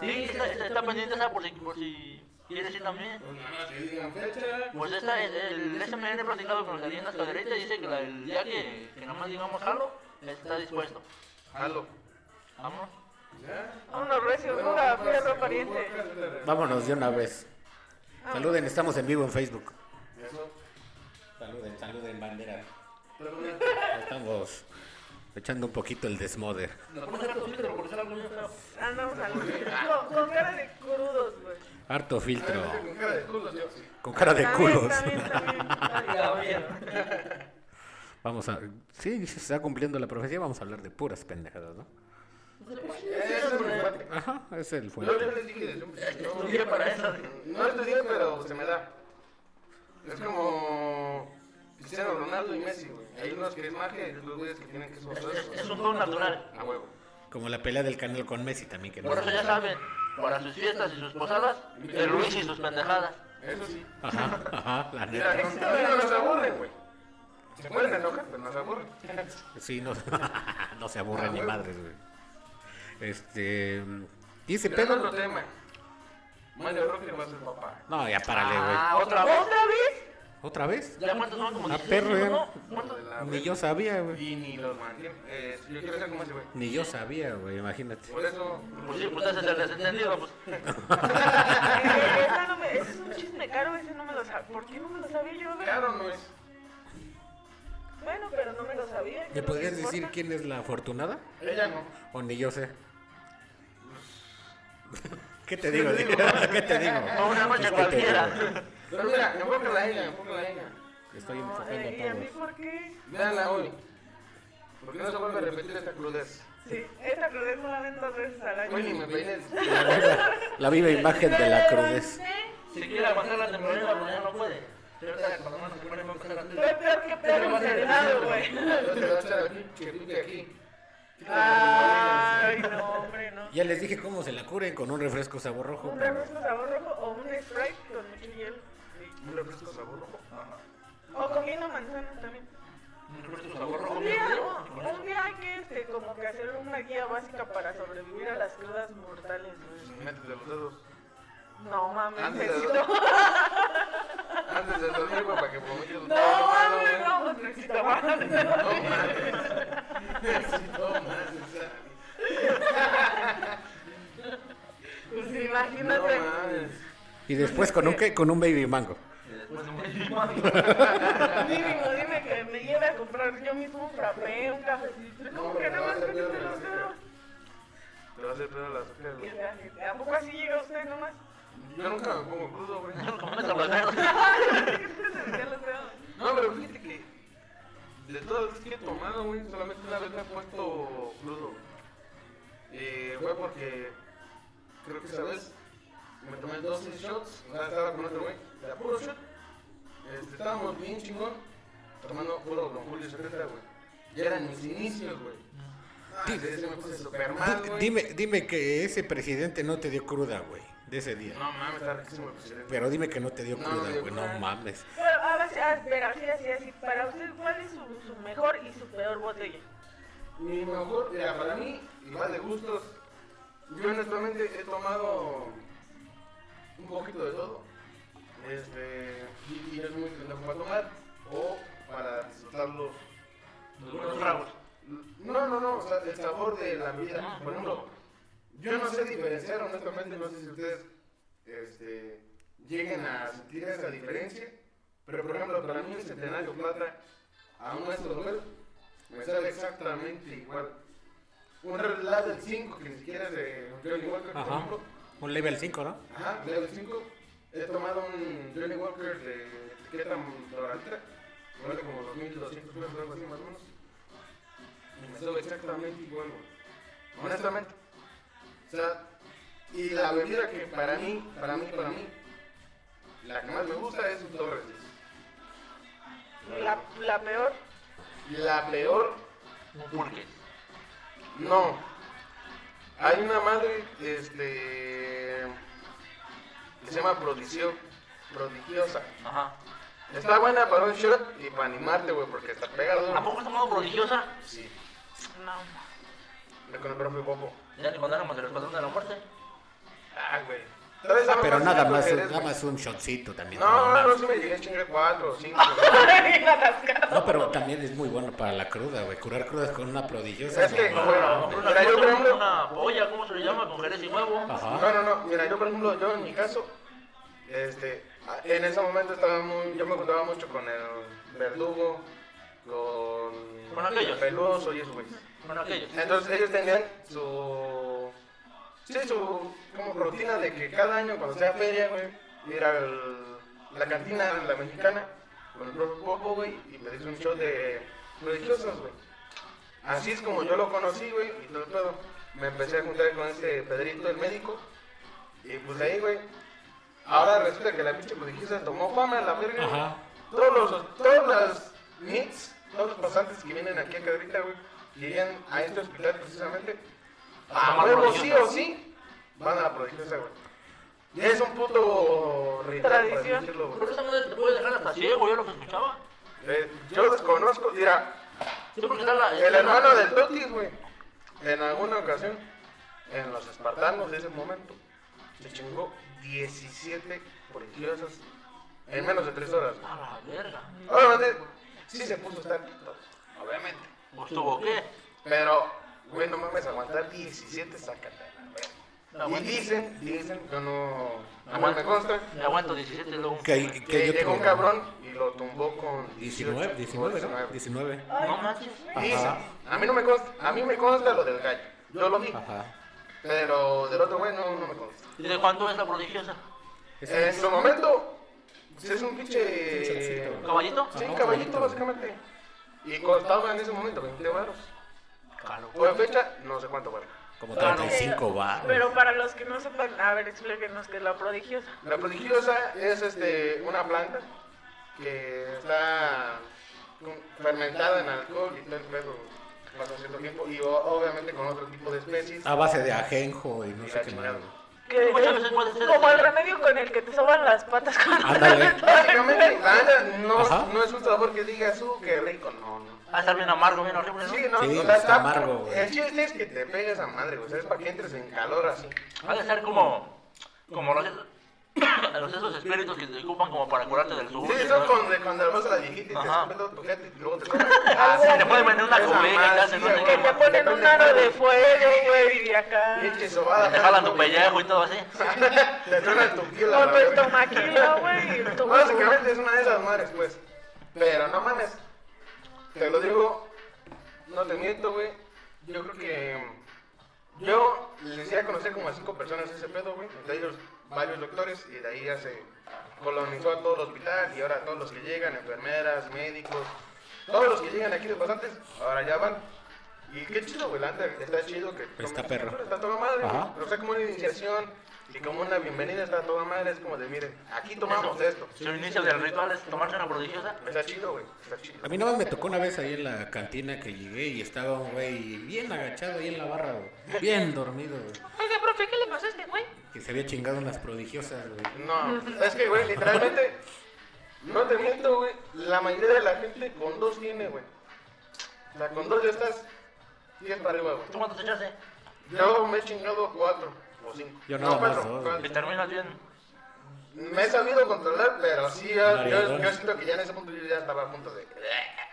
[SPEAKER 3] Sí, está, está- está pendiente esa por si, por si quieres ir también.
[SPEAKER 2] Pues nada más que digan fecha.
[SPEAKER 3] Pues esta, el, el SMN platicado con las leyendas caderetas dice que la- el día que, que nada más digamos algo, está dispuesto.
[SPEAKER 2] Jalo.
[SPEAKER 3] Vámonos.
[SPEAKER 2] ¿Ya?
[SPEAKER 4] Uno recio,
[SPEAKER 2] Bueno,
[SPEAKER 4] pura,
[SPEAKER 2] pues,
[SPEAKER 4] fierro
[SPEAKER 2] un
[SPEAKER 4] pariente.
[SPEAKER 2] podcast de-
[SPEAKER 1] Vámonos de una vez. Saluden, estamos en vivo en Facebook.
[SPEAKER 2] Eso.
[SPEAKER 1] Saluden, saluden, bandera.
[SPEAKER 2] Pero bueno,
[SPEAKER 1] Estamos echando un poquito el desmoder.
[SPEAKER 3] Nos vamos a hacer posible, pero por ser algo muy feo.
[SPEAKER 4] Andamos al... Con, con cara de crudos, güey.
[SPEAKER 1] Harto filtro.
[SPEAKER 2] con cara de culo, yo sí.
[SPEAKER 1] Con cara de
[SPEAKER 4] También,
[SPEAKER 1] culos.
[SPEAKER 3] (laughs)
[SPEAKER 4] también, también. Ay, cabrón.
[SPEAKER 1] Vamos a. Sí, se está cumpliendo la profecía. Vamos a hablar de puras pendejadas, ¿no?
[SPEAKER 2] Ese es mi fuerte.
[SPEAKER 1] Ajá, es el
[SPEAKER 2] Yo yo
[SPEAKER 1] fuerte.
[SPEAKER 2] les dije desde un principio.
[SPEAKER 3] Estudié para eso.
[SPEAKER 2] No estudié, pero se me da. Es como Cristiano Ronaldo y Messi, güey. Hay unos que es magia y otros güeyes que tienen que
[SPEAKER 3] Es, es
[SPEAKER 2] esforzarse.
[SPEAKER 3] un don natural.
[SPEAKER 2] A huevo.
[SPEAKER 1] Como la pelea del canal con Messi también, que no.
[SPEAKER 3] Por eso ya saben, para sus fiestas y sus posadas, el Luis y sus pendejadas.
[SPEAKER 2] Eso sí.
[SPEAKER 1] Ajá, ajá, la
[SPEAKER 2] Mira,
[SPEAKER 1] neta.
[SPEAKER 2] no, a mí no nos aburren, güey. Se pueden enojar, pero nos aburren.
[SPEAKER 1] Sí, no, (laughs) no se aburren ni madres, güey. Este. ¿Y ese
[SPEAKER 2] Pero
[SPEAKER 1] pedo?
[SPEAKER 2] otro tema. Mario Roque va a ser papá.
[SPEAKER 1] No, ya párale, güey.
[SPEAKER 3] Ah, otra vez.
[SPEAKER 4] ¿Otra vez?
[SPEAKER 1] ¿Otra vez?
[SPEAKER 3] ¿Ya cuántos son? Como
[SPEAKER 1] Ah,
[SPEAKER 3] 16,
[SPEAKER 1] perro,
[SPEAKER 3] ¿no?
[SPEAKER 1] eh.
[SPEAKER 3] ¿Cuántos?
[SPEAKER 2] De la
[SPEAKER 1] Ni yo sabía, güey.
[SPEAKER 2] Y ni los mantiene. Eh, yo quiero ser como ese güey.
[SPEAKER 1] Ni yo sabía, güey, imagínate.
[SPEAKER 2] Por eso.
[SPEAKER 3] Pues sí, pues ese es el desentendido, pues.
[SPEAKER 4] Eh, esa no me- Ese es un chisme caro, ese no me lo sabía. ¿Por qué no me lo sabía yo, güey?
[SPEAKER 2] Claro, no es.
[SPEAKER 4] Bueno, pero no me lo sabía.
[SPEAKER 1] ¿Me
[SPEAKER 4] ¿qué
[SPEAKER 1] podrías
[SPEAKER 4] importa?
[SPEAKER 1] decir quién es la afortunada?
[SPEAKER 2] Ella no.
[SPEAKER 1] ¿O ni yo sé? (laughs) ¿Qué te digo? (laughs) tío? ¿Qué te digo?
[SPEAKER 3] A una noche
[SPEAKER 1] Es que te digo,
[SPEAKER 3] cualquiera.
[SPEAKER 2] Pero mira, enfócala a ella, enfócala a ella.
[SPEAKER 1] Estoy
[SPEAKER 4] No,
[SPEAKER 1] enfocando
[SPEAKER 4] eh, ¿Y a
[SPEAKER 1] a
[SPEAKER 4] mí
[SPEAKER 1] todos.
[SPEAKER 4] por qué?
[SPEAKER 2] Véanla hoy. Porque no se vuelve a repetir esta crudez.
[SPEAKER 4] Sí, esta crudez no la ven dos veces al año.
[SPEAKER 2] Hoy ni me peiné.
[SPEAKER 1] La viva imagen de la crudez.
[SPEAKER 3] Si quiere aguantar la temporada, pues ya no puede. Pero ahorita cuando uno se pone muy
[SPEAKER 4] Fue
[SPEAKER 3] grande,
[SPEAKER 4] peor que peor congelado, güey.
[SPEAKER 2] Yo te voy a echar aquí, que pique aquí.
[SPEAKER 4] Ay, no, hombre, no.
[SPEAKER 1] Ya les dije cómo se la curen con un refresco sabor rojo.
[SPEAKER 4] Un
[SPEAKER 1] pero-
[SPEAKER 4] refresco sabor rojo o un Sprite con mucho hielo.
[SPEAKER 2] Un refresco sabor rojo. Ajá.
[SPEAKER 4] O comiendo manzana también.
[SPEAKER 3] un refresco sabor rojo,
[SPEAKER 4] Un
[SPEAKER 3] bien
[SPEAKER 4] día,
[SPEAKER 3] frío, y con eso.
[SPEAKER 4] un día hay que este, como que hacer una guía básica para sobrevivir a las crudas mortales, güey.
[SPEAKER 2] Métete los dedos.
[SPEAKER 4] No mames,
[SPEAKER 2] Antes de
[SPEAKER 4] necesito.
[SPEAKER 2] Antes de dormir, güey, para que vomites
[SPEAKER 4] No
[SPEAKER 2] un trago
[SPEAKER 4] mames,
[SPEAKER 2] malo,
[SPEAKER 4] no, pues necesito más.
[SPEAKER 2] güey. No mames. (laughs) Sí, no mames, o sea,
[SPEAKER 4] Pues
[SPEAKER 2] No
[SPEAKER 4] imagínate.
[SPEAKER 2] mames.
[SPEAKER 1] Y después con un qué? Con un baby mango.
[SPEAKER 3] Y después de un-
[SPEAKER 4] Mínimo, dime que me lleve a comprar yo mismo un frappé, un cafecito. ¿Cómo que no más que te lo espero?
[SPEAKER 2] Te va a hacer pedo la azúcar, güey.
[SPEAKER 4] ¿A poco así llega usted nomás?
[SPEAKER 2] Yo nunca me pongo crudo, güey.
[SPEAKER 3] Como esa palabra.
[SPEAKER 2] No, pero fíjate que de todas las veces que he tomado, güey, solamente una vez me he puesto crudo. Eh, fue porque creo que esa vez me tomé 12 shots, o sea, estaba con otro güey, de a puro shot. Este, estábamos bien chingón, tomando puro Don Julio 70, güey. Ya eran mis inicios, güey. Ah,
[SPEAKER 1] Di-
[SPEAKER 2] sí, sí, me puse super mal, Ah, güey.
[SPEAKER 1] Dime, dime que ese presidente no te dio cruda, güey, de ese día.
[SPEAKER 2] No mames, está riquísimo el presidente.
[SPEAKER 1] Pero dime que no te dio
[SPEAKER 2] No,
[SPEAKER 1] cruda,
[SPEAKER 2] no,
[SPEAKER 1] güey,
[SPEAKER 2] no.
[SPEAKER 1] no mames.
[SPEAKER 4] Pero, a ver, ah, espera, así, así, así. Para usted, ¿cuál es su, su mejor y su peor botella?
[SPEAKER 2] Mi mejor, mira, para mí, igual de gustos. Yo honestamente he tomado un poquito de todo. Este, y, y es muy pendejo para tomar o para disfrutarlo.
[SPEAKER 3] Unos tragos.
[SPEAKER 2] No, no, no, o sea, el sabor de la vida. Por ejemplo, yo no sé diferenciar, honestamente, no sé si ustedes este, lleguen a sentir esa diferencia. Pero, por ejemplo, para mí el centenario plata a un maestro Robert Me sale exactamente igual. Un Red Level 5 que ni siquiera es de Johnny Walker, por
[SPEAKER 1] Ajá.
[SPEAKER 2] ejemplo.
[SPEAKER 1] Un level 5, ¿no?
[SPEAKER 2] Ajá, level 5. He tomado un Johnny Walker de etiqueta doradita. Me vale como 2200 pesos, algo así más o menos. Y me sabe exactamente igual, güey. Honestamente. O sea, y la bebida que para mí, para mí, para mí, la que más me gusta es un doble
[SPEAKER 4] La, la peor.
[SPEAKER 2] Y la peor,
[SPEAKER 3] ¿Por qué?
[SPEAKER 2] no. Hay una madre, este. que se llama prodigio, prodigiosa.
[SPEAKER 3] Ajá.
[SPEAKER 2] Está buena para un shot y para animarte, güey, porque está pegado.
[SPEAKER 3] ¿A poco has tomado prodigiosa?
[SPEAKER 2] Sí,
[SPEAKER 4] No.
[SPEAKER 2] me con el profe Bobo.
[SPEAKER 3] Ya le contaron de los patrones de la muerte.
[SPEAKER 2] Ah, güey. Todavía sabe
[SPEAKER 1] Pero nada
[SPEAKER 2] chico
[SPEAKER 1] más,
[SPEAKER 2] que eres,
[SPEAKER 1] nada
[SPEAKER 2] güey.
[SPEAKER 1] más un shotcito también.
[SPEAKER 2] No, no, no, sí me llegué a chingar cuatro o cinco.
[SPEAKER 1] No, pero también es muy bueno para la cruda, güey. Curar crudas con una prodigiosa.
[SPEAKER 2] Es que,
[SPEAKER 1] güey.
[SPEAKER 2] bueno,
[SPEAKER 3] Una,
[SPEAKER 2] mira, yo por ejemplo,
[SPEAKER 3] una polla, ¿cómo se le llama? Con jerez y huevo.
[SPEAKER 1] Ajá.
[SPEAKER 2] No, no, no. Mira, yo por ejemplo, yo en mi caso, este, a- en ese momento estaba muy, yo me juntaba mucho con el verdugo, con,
[SPEAKER 3] Con aquellos.
[SPEAKER 2] el peluso y eso, güey.
[SPEAKER 3] Con aquello.
[SPEAKER 2] Entonces ellos tenían su, sí, su como rutina de que cada año cuando sea feria, güey, ir a la cantina la mexicana con el propio Popo, güey, y pedirse un show de religiosas, güey. Así es como yo lo conocí, güey, y todo el pedo. Me empecé a juntar con ese Pedrito, el médico, y pues ahí, güey. Ahora resulta que la pinche prodigiosa tomó fama, la verga. güey.
[SPEAKER 1] Ajá.
[SPEAKER 2] Todos los, todas las meets, todos los pasantes que vienen aquí a Cadrita, güey, que llegan a este hospital precisamente, a
[SPEAKER 3] tomar
[SPEAKER 2] huevo
[SPEAKER 3] prodigiosa.
[SPEAKER 2] sí o sí, van a la prodigiosa, güey. Y es un puto ritual, por así
[SPEAKER 4] Tradición.
[SPEAKER 2] decirlo, güey.
[SPEAKER 3] Pero esa madre te puede dejar hasta ciego, yo lo que escuchaba.
[SPEAKER 2] Eh, yo desconozco, mira,
[SPEAKER 3] Sí, porque está la.
[SPEAKER 2] El hermano del Totis, güey. En alguna ocasión, en los espartanos de ese momento, se chingó 17 religiosas en menos de 3 horas. güey.
[SPEAKER 3] A la verga.
[SPEAKER 2] Obviamente, sí se puso estar obviamente.
[SPEAKER 3] ¿O estuvo qué?
[SPEAKER 2] Pero, güey, no mames, aguantar 17 sácate. a la verga.
[SPEAKER 3] No,
[SPEAKER 2] Y
[SPEAKER 3] bueno.
[SPEAKER 2] dicen, dicen, yo no, a mí
[SPEAKER 3] Aguanta.
[SPEAKER 2] me consta,
[SPEAKER 3] Le aguanto 17 luego.
[SPEAKER 1] Que, que
[SPEAKER 2] que
[SPEAKER 1] yo
[SPEAKER 2] llegó un
[SPEAKER 1] tuve-
[SPEAKER 2] cabrón y lo tumbó con
[SPEAKER 1] 19, 19, ¿no? 19.
[SPEAKER 3] No manches.
[SPEAKER 2] Dicen,
[SPEAKER 1] Ajá.
[SPEAKER 2] a mí no me consta, a mí me consta lo del gallo. Yo lo vi.
[SPEAKER 1] Ajá.
[SPEAKER 2] Pero del otro güey no, no me consta.
[SPEAKER 3] ¿Y de cuándo es la prodigiosa?
[SPEAKER 2] En su momento, pues, es un pinche.
[SPEAKER 1] Pinchecito.
[SPEAKER 3] ¿Caballito?
[SPEAKER 2] Sí, caballito, básicamente. Y costaba en ese momento 20 baros.
[SPEAKER 3] Claro.
[SPEAKER 2] O en fecha, no sé cuánto vale.
[SPEAKER 1] Como
[SPEAKER 3] Claro.
[SPEAKER 1] 35 bar.
[SPEAKER 4] Pero para los que no sepan, a ver, explíquenos qué es la prodigiosa.
[SPEAKER 2] La prodigiosa es este, una planta que está con- fermentada en alcohol y todo el pedo. Pasa cierto tiempo y o- obviamente con otro tipo de especies.
[SPEAKER 1] A base de ajenjo y Ah, no sé qué más.
[SPEAKER 2] chingada.
[SPEAKER 1] güey.
[SPEAKER 4] Que-
[SPEAKER 3] Muchas veces puede ser
[SPEAKER 4] como el
[SPEAKER 3] así.
[SPEAKER 4] remedio con el que te soban las patas cuando
[SPEAKER 1] Ándale.
[SPEAKER 2] Básicamente,
[SPEAKER 3] (laughs)
[SPEAKER 2] la neta,
[SPEAKER 1] Ajá.
[SPEAKER 2] no, no es un sabor que digas, uh, qué rico, no, no.
[SPEAKER 3] Va a estar bien amargo, bien horrible, ¿no?
[SPEAKER 2] Sí, no,
[SPEAKER 1] Sí,
[SPEAKER 2] o
[SPEAKER 1] está
[SPEAKER 2] sea,
[SPEAKER 1] amargo, güey.
[SPEAKER 2] El chiste es que te pegues a madre, güey. O sea, es para que entres en calor así.
[SPEAKER 3] Ha de ser como. Como los. (coughs) los esos espíritus que te ocupan como para curarte del sur.
[SPEAKER 2] Sí, eso cuando, cuando le vas a la viejita y te
[SPEAKER 3] Ajá. Ah,
[SPEAKER 2] escupe todo tu gente y luego te comes. Así
[SPEAKER 3] te ponen en una
[SPEAKER 2] Esa
[SPEAKER 3] cobija y te
[SPEAKER 2] madre,
[SPEAKER 3] hacen un-
[SPEAKER 2] sí,
[SPEAKER 4] (laughs) que
[SPEAKER 2] güey,
[SPEAKER 4] te ponen un aro de fuego, güey, y acá.
[SPEAKER 2] Pinche sobada.
[SPEAKER 3] Te jalan tu pellejo y todo así.
[SPEAKER 2] Te truenan tu piel. a la
[SPEAKER 4] Con tu
[SPEAKER 2] verga.
[SPEAKER 4] estomaquilo, pues, güey. y
[SPEAKER 2] (laughs)
[SPEAKER 4] tu-
[SPEAKER 2] Básicamente es una de esas madres, pues. Pero no mames. Te lo digo, no te miento, güey. Yo creo que. Yo les di a conocer como a cinco personas ese pedo, güey. Entre ellos varios doctores y de ahí ya se colonizó a todo el hospital y ahora todos los que llegan, enfermeras, médicos, todos los que llegan aquí de pasantes, ahora ya van. Y qué chido, güey, la neta, está chido que...
[SPEAKER 1] Está perro.
[SPEAKER 2] Está toda madre, güey.
[SPEAKER 1] Ajá.
[SPEAKER 2] pero está como una iniciación y como una bienvenida está toda madre, es como de, miren, aquí tomamos esto.
[SPEAKER 3] Su inicio del ritual es tomarse una prodigiosa.
[SPEAKER 2] Está chido, güey, está chido.
[SPEAKER 1] A mí nada más me tocó una vez ahí en la cantina que llegué y estaba un güey bien agachado ahí en la barra, güey. Bien dormido, güey.
[SPEAKER 4] Oiga, profe, ¿qué le pasó a este güey?
[SPEAKER 1] Que se había chingado unas prodigiosas, güey.
[SPEAKER 2] No, es que, güey, literalmente, no te miento, güey, la mayoría de la gente con dos tiene, güey. O sea, con dos ya estás 10 para arriba, güey.
[SPEAKER 3] ¿Tú cuánto te echaste?
[SPEAKER 2] Yo me he chingado cuatro o cinco.
[SPEAKER 1] Yo nada
[SPEAKER 2] no,
[SPEAKER 1] más
[SPEAKER 2] cuatro,
[SPEAKER 1] dos,
[SPEAKER 2] cuatro.
[SPEAKER 3] Y terminas bien.
[SPEAKER 2] Me he sabido controlar, pero sí, yo, yo,
[SPEAKER 1] Mareador.
[SPEAKER 2] yo siento que ya en ese punto yo ya estaba a punto de...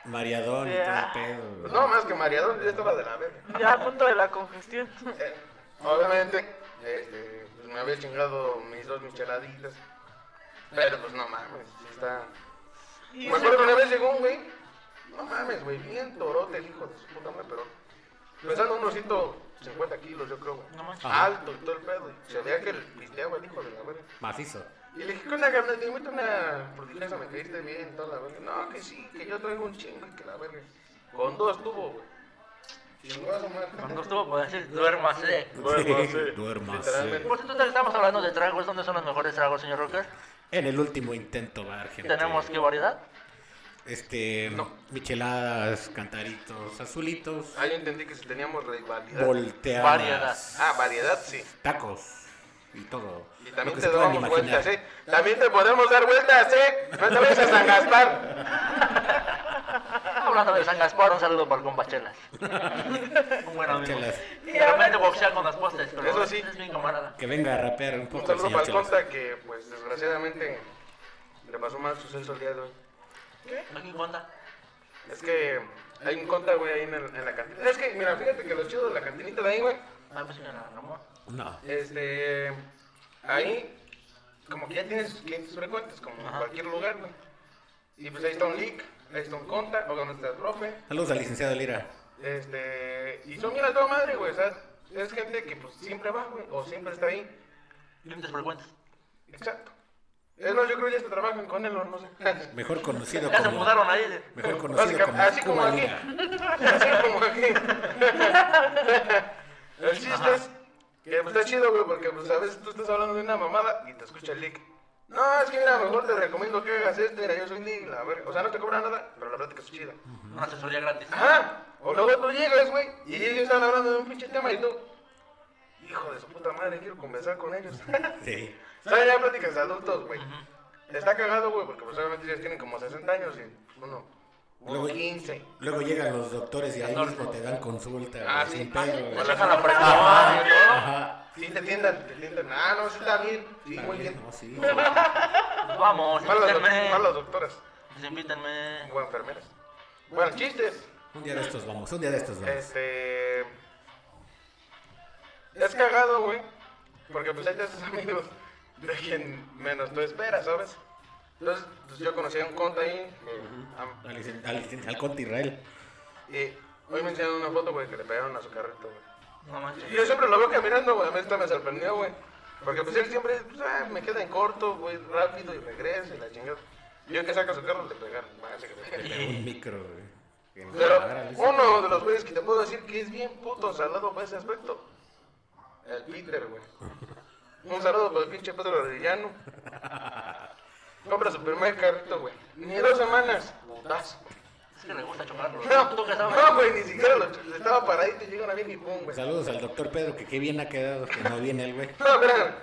[SPEAKER 1] Mariadón y todo el pedo, güey.
[SPEAKER 2] No, más que mareador, yo estaba de la verga.
[SPEAKER 4] Ya a punto de la congestión.
[SPEAKER 2] Eh, obviamente, este, pues, me había chingado mis dos micheladitas. Pero pues no mames, sí está...
[SPEAKER 4] Y
[SPEAKER 2] Me acuerdo que
[SPEAKER 4] se-
[SPEAKER 2] una vez llegó un güey No mames, güey, bien torote el hijo de su puta madre, pero. Pesando unos 150 kilos, yo creo, güey.
[SPEAKER 3] No manches.
[SPEAKER 2] Alto y todo el pedo. y se veía que le pisteaba el hijo de la verga.
[SPEAKER 1] Macizo.
[SPEAKER 2] Y le dije, ¿qué onda, carnal? Dime una proteína, me caíste bien, toda la verga. No, que sí, que yo traigo un chingo y que la verga. Con dos tuvo, güey. Chingó a su madre.
[SPEAKER 3] Cuando estuvo por decir, duérmase.
[SPEAKER 1] Duérmase. Duérmase.
[SPEAKER 2] Literalmente.
[SPEAKER 3] Por cierto, estamos hablando de tragos. ¿Dónde son los mejores tragos, señor Rocker?
[SPEAKER 1] En el último intento bar, gente.
[SPEAKER 3] ¿Tenemos qué variedad?
[SPEAKER 1] Este, micheladas, cantaritos, azulitos,
[SPEAKER 2] Ah, yo entendí que si teníamos rivalidad.
[SPEAKER 1] volteadas,
[SPEAKER 3] Variedad.
[SPEAKER 2] Ah, variedad, sí.
[SPEAKER 1] tacos y todo.
[SPEAKER 2] Y
[SPEAKER 1] lo
[SPEAKER 2] también
[SPEAKER 1] que
[SPEAKER 2] te
[SPEAKER 1] se puedan
[SPEAKER 2] damos
[SPEAKER 1] imaginar.
[SPEAKER 2] vueltas, ¿eh? También te podemos dar vueltas, ¿eh? No te vayas a San Gaspar.
[SPEAKER 1] (laughs)
[SPEAKER 3] Hablando de San Gaspar, un saludo para el compa Chelas. Un buen amigo.
[SPEAKER 1] Chelas.
[SPEAKER 3] De repente boxea con las postes, pero
[SPEAKER 2] Eso sí.
[SPEAKER 3] es mi camarada.
[SPEAKER 1] Que venga a rapear un
[SPEAKER 2] Un
[SPEAKER 1] poco el
[SPEAKER 2] saludo para
[SPEAKER 1] señor
[SPEAKER 2] el
[SPEAKER 1] Chelas.
[SPEAKER 2] Conta que, pues, desgraciadamente le pasó mal suceso el día de hoy.
[SPEAKER 3] Aquí cuenta.
[SPEAKER 2] Es que hay un Conta, güey, ahí en, el- en la cantina. Es que, mira, fíjate que los chidos de la cantinita de ahí, güey,
[SPEAKER 3] Ah, pues, señora Ramón.
[SPEAKER 1] No,
[SPEAKER 2] este. Ahí, como que ya tienen sus clientes frecuentes, como en
[SPEAKER 3] Ajá.
[SPEAKER 2] cualquier lugar, güey. Y pues ahí está un leak, ahí está un Conta, o donde está el profe.
[SPEAKER 1] saludos al licenciado Lira.
[SPEAKER 2] Este, y son bien a toda madre, güey. O sea, es gente que pues siempre va, güey, o siempre está ahí.
[SPEAKER 3] Límites frecuentes.
[SPEAKER 2] Exacto. Es más, yo creo que ya se trabajan con él o no sé.
[SPEAKER 1] Mejor conocido
[SPEAKER 3] Ya se
[SPEAKER 1] como.
[SPEAKER 3] mudaron ahí.
[SPEAKER 1] Mejor conocido como.
[SPEAKER 2] Básica- así como
[SPEAKER 1] Cuba
[SPEAKER 2] aquí.
[SPEAKER 1] Lira.
[SPEAKER 2] Así como aquí. (laughs) El chiste es que pues, está chido, güey, porque pues a veces tú estás hablando de una mamada y te escucha el leak. No, es que mira, mejor te recomiendo que hagas esto, mira, yo soy leak, la verga. O sea, no te cobran nada, pero la verdad es que es chida.
[SPEAKER 3] Una asesoría gratis.
[SPEAKER 2] Ajá. O luego tú llegas, güey, y ellos están hablando de un pinche tema y tú... Hijo de su puta madre, quiero conversar con ellos. (laughs)
[SPEAKER 1] Sí.
[SPEAKER 2] Son ya pláticas de adultos, güey. Está cagado, güey, porque pues obviamente ellos tienen como 60 años y uno, uno
[SPEAKER 1] Luego-
[SPEAKER 2] 15.
[SPEAKER 1] Luego llegan los doctores y ahí mismo te dan consulta. güey,
[SPEAKER 2] Ah, sí.
[SPEAKER 1] sin pedo.
[SPEAKER 3] Le
[SPEAKER 1] güey.
[SPEAKER 3] sacan la presión.
[SPEAKER 2] Ajá.
[SPEAKER 1] Ajá.
[SPEAKER 2] Sí, te tiendan, te tiendan. Ah, no, sí está bien. Sí, muy bien.
[SPEAKER 1] No, sí.
[SPEAKER 3] Vamos,
[SPEAKER 2] Malas, doc- malas
[SPEAKER 3] invítenme.
[SPEAKER 2] doctoras
[SPEAKER 3] Pues, Invítenme.
[SPEAKER 2] o enfermeras. Bueno, chistes.
[SPEAKER 1] Un día de estos vamos, un día de estos vamos.
[SPEAKER 2] Este. Es cagado, güey. Porque pues ahí te haces amigos de quien menos tú esperas, ¿sabes? Entonces, pues, yo conocí a un conta ahí. eh, am-
[SPEAKER 1] Al, licen- al, licen- al Conte Israel.
[SPEAKER 2] Y hoy me enseñaron una foto, güey, que le pegaron a su carrito, güey.
[SPEAKER 3] No
[SPEAKER 2] Y
[SPEAKER 3] manches.
[SPEAKER 2] Yo siempre lo veo caminando, güey, a mí esta me sorprendió, güey. Porque pues él siempre, pues, ah, me queda en corto, güey, rápido y regresa y la chingada. Y yo que saca su carro le pegaron. madre, que
[SPEAKER 1] (laughs)
[SPEAKER 2] le pegaron.
[SPEAKER 1] Pero un micro, güey. Que nos
[SPEAKER 2] Pero
[SPEAKER 1] agarra, le dice,
[SPEAKER 2] uno de los güeyes que te puedo decir que es bien puto salado para ese aspecto. El Peter, güey. Un saludo para el pinche Pedro Arellano. Compra su primer carrito, güey. Ni dos semanas. Putazo.
[SPEAKER 3] Es que le gusta chocarlo.
[SPEAKER 2] No,
[SPEAKER 3] ¿Tú qué sabes?
[SPEAKER 2] no, güey, ni siquiera lo, estaba paradito y llega una vieja y pum, güey.
[SPEAKER 1] Saludos al doctor Pedro, que qué bien ha quedado, que no viene el güey.
[SPEAKER 2] No, espera.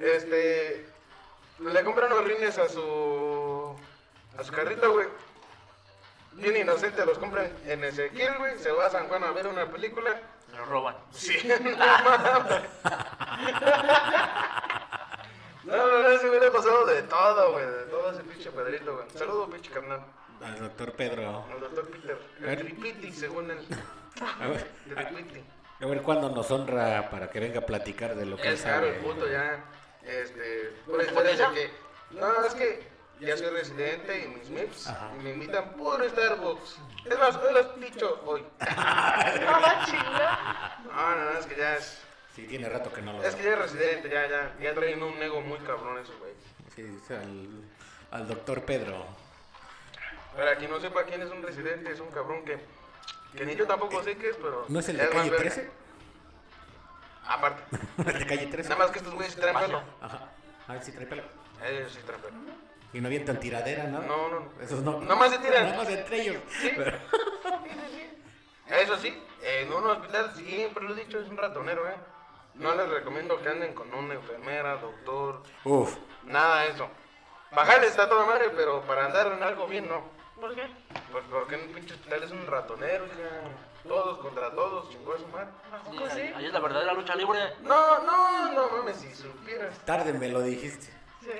[SPEAKER 2] Este. Le compran unos rines a su. a su carrito, güey. Bien inocente, los compran en Ezequiel, güey. Se va a San Juan a ver una película.
[SPEAKER 3] Se lo roban.
[SPEAKER 2] Sí, (laughs) no mames. No, no, no, se hubiera pasado de todo, güey. De todo ese pinche pedrito, güey. Saludos, pinche carnal.
[SPEAKER 1] Al doctor Pedro.
[SPEAKER 2] Al doctor Peter. El Tripiti, según él.
[SPEAKER 1] A ver,
[SPEAKER 2] El Tripiti.
[SPEAKER 1] a ver cuándo nos honra para que venga a platicar de lo que él
[SPEAKER 2] Es caro el
[SPEAKER 1] sabe.
[SPEAKER 2] punto ya. Este, por
[SPEAKER 3] ¿Por
[SPEAKER 2] eso dice
[SPEAKER 3] eso?
[SPEAKER 2] que. No, es que ya soy residente y mis MIPS y me invitan por Starbucks. Es más, hoy los dicho
[SPEAKER 1] (laughs)
[SPEAKER 2] hoy.
[SPEAKER 4] No va chinga.
[SPEAKER 2] No, no, no, es que ya es.
[SPEAKER 1] Sí, tiene rato que no lo
[SPEAKER 2] Es que
[SPEAKER 1] veo.
[SPEAKER 2] ya es residente, ya, ya. Ya traen un ego muy cabrón eso, güey.
[SPEAKER 1] Sí, es al, al doctor Pedro.
[SPEAKER 2] Para quien no sepa quién es un residente, es un cabrón que. Que ni yo tampoco sé qué es, pero.
[SPEAKER 1] ¿No es el
[SPEAKER 2] ya
[SPEAKER 1] de
[SPEAKER 2] más
[SPEAKER 1] calle
[SPEAKER 2] verga.
[SPEAKER 1] 13?
[SPEAKER 2] Aparte.
[SPEAKER 1] (laughs) ¿El de calle 13?
[SPEAKER 2] Nada más que estos güeyes sí traen pelo.
[SPEAKER 1] Ajá. A ver si trae pelo.
[SPEAKER 2] Ellos sí traen pelo.
[SPEAKER 1] Y no avientan tiradera, ¿no?
[SPEAKER 2] No, no, no.
[SPEAKER 1] Esos no.
[SPEAKER 2] Nomás se tiran.
[SPEAKER 1] Nomás entre ellos. Pero-
[SPEAKER 2] Eso sí, en un hospital siempre lo he dicho, es un ratonero, ¿eh? No les recomiendo que anden con una enfermera, doctor,
[SPEAKER 1] Uf.
[SPEAKER 2] nada de eso. Bajarle está toda madre, pero para andar en algo bien no.
[SPEAKER 4] ¿Por qué?
[SPEAKER 2] Pues porque en un pinche hospital es un ratonero, ya. Todos contra todos, chingó a su madre.
[SPEAKER 4] ¿Tampoco Pues sí?
[SPEAKER 3] Ahí es la verdadera lucha libre.
[SPEAKER 2] No, no, no mames, si supieras.
[SPEAKER 1] Tarde me lo dijiste.
[SPEAKER 4] Sí.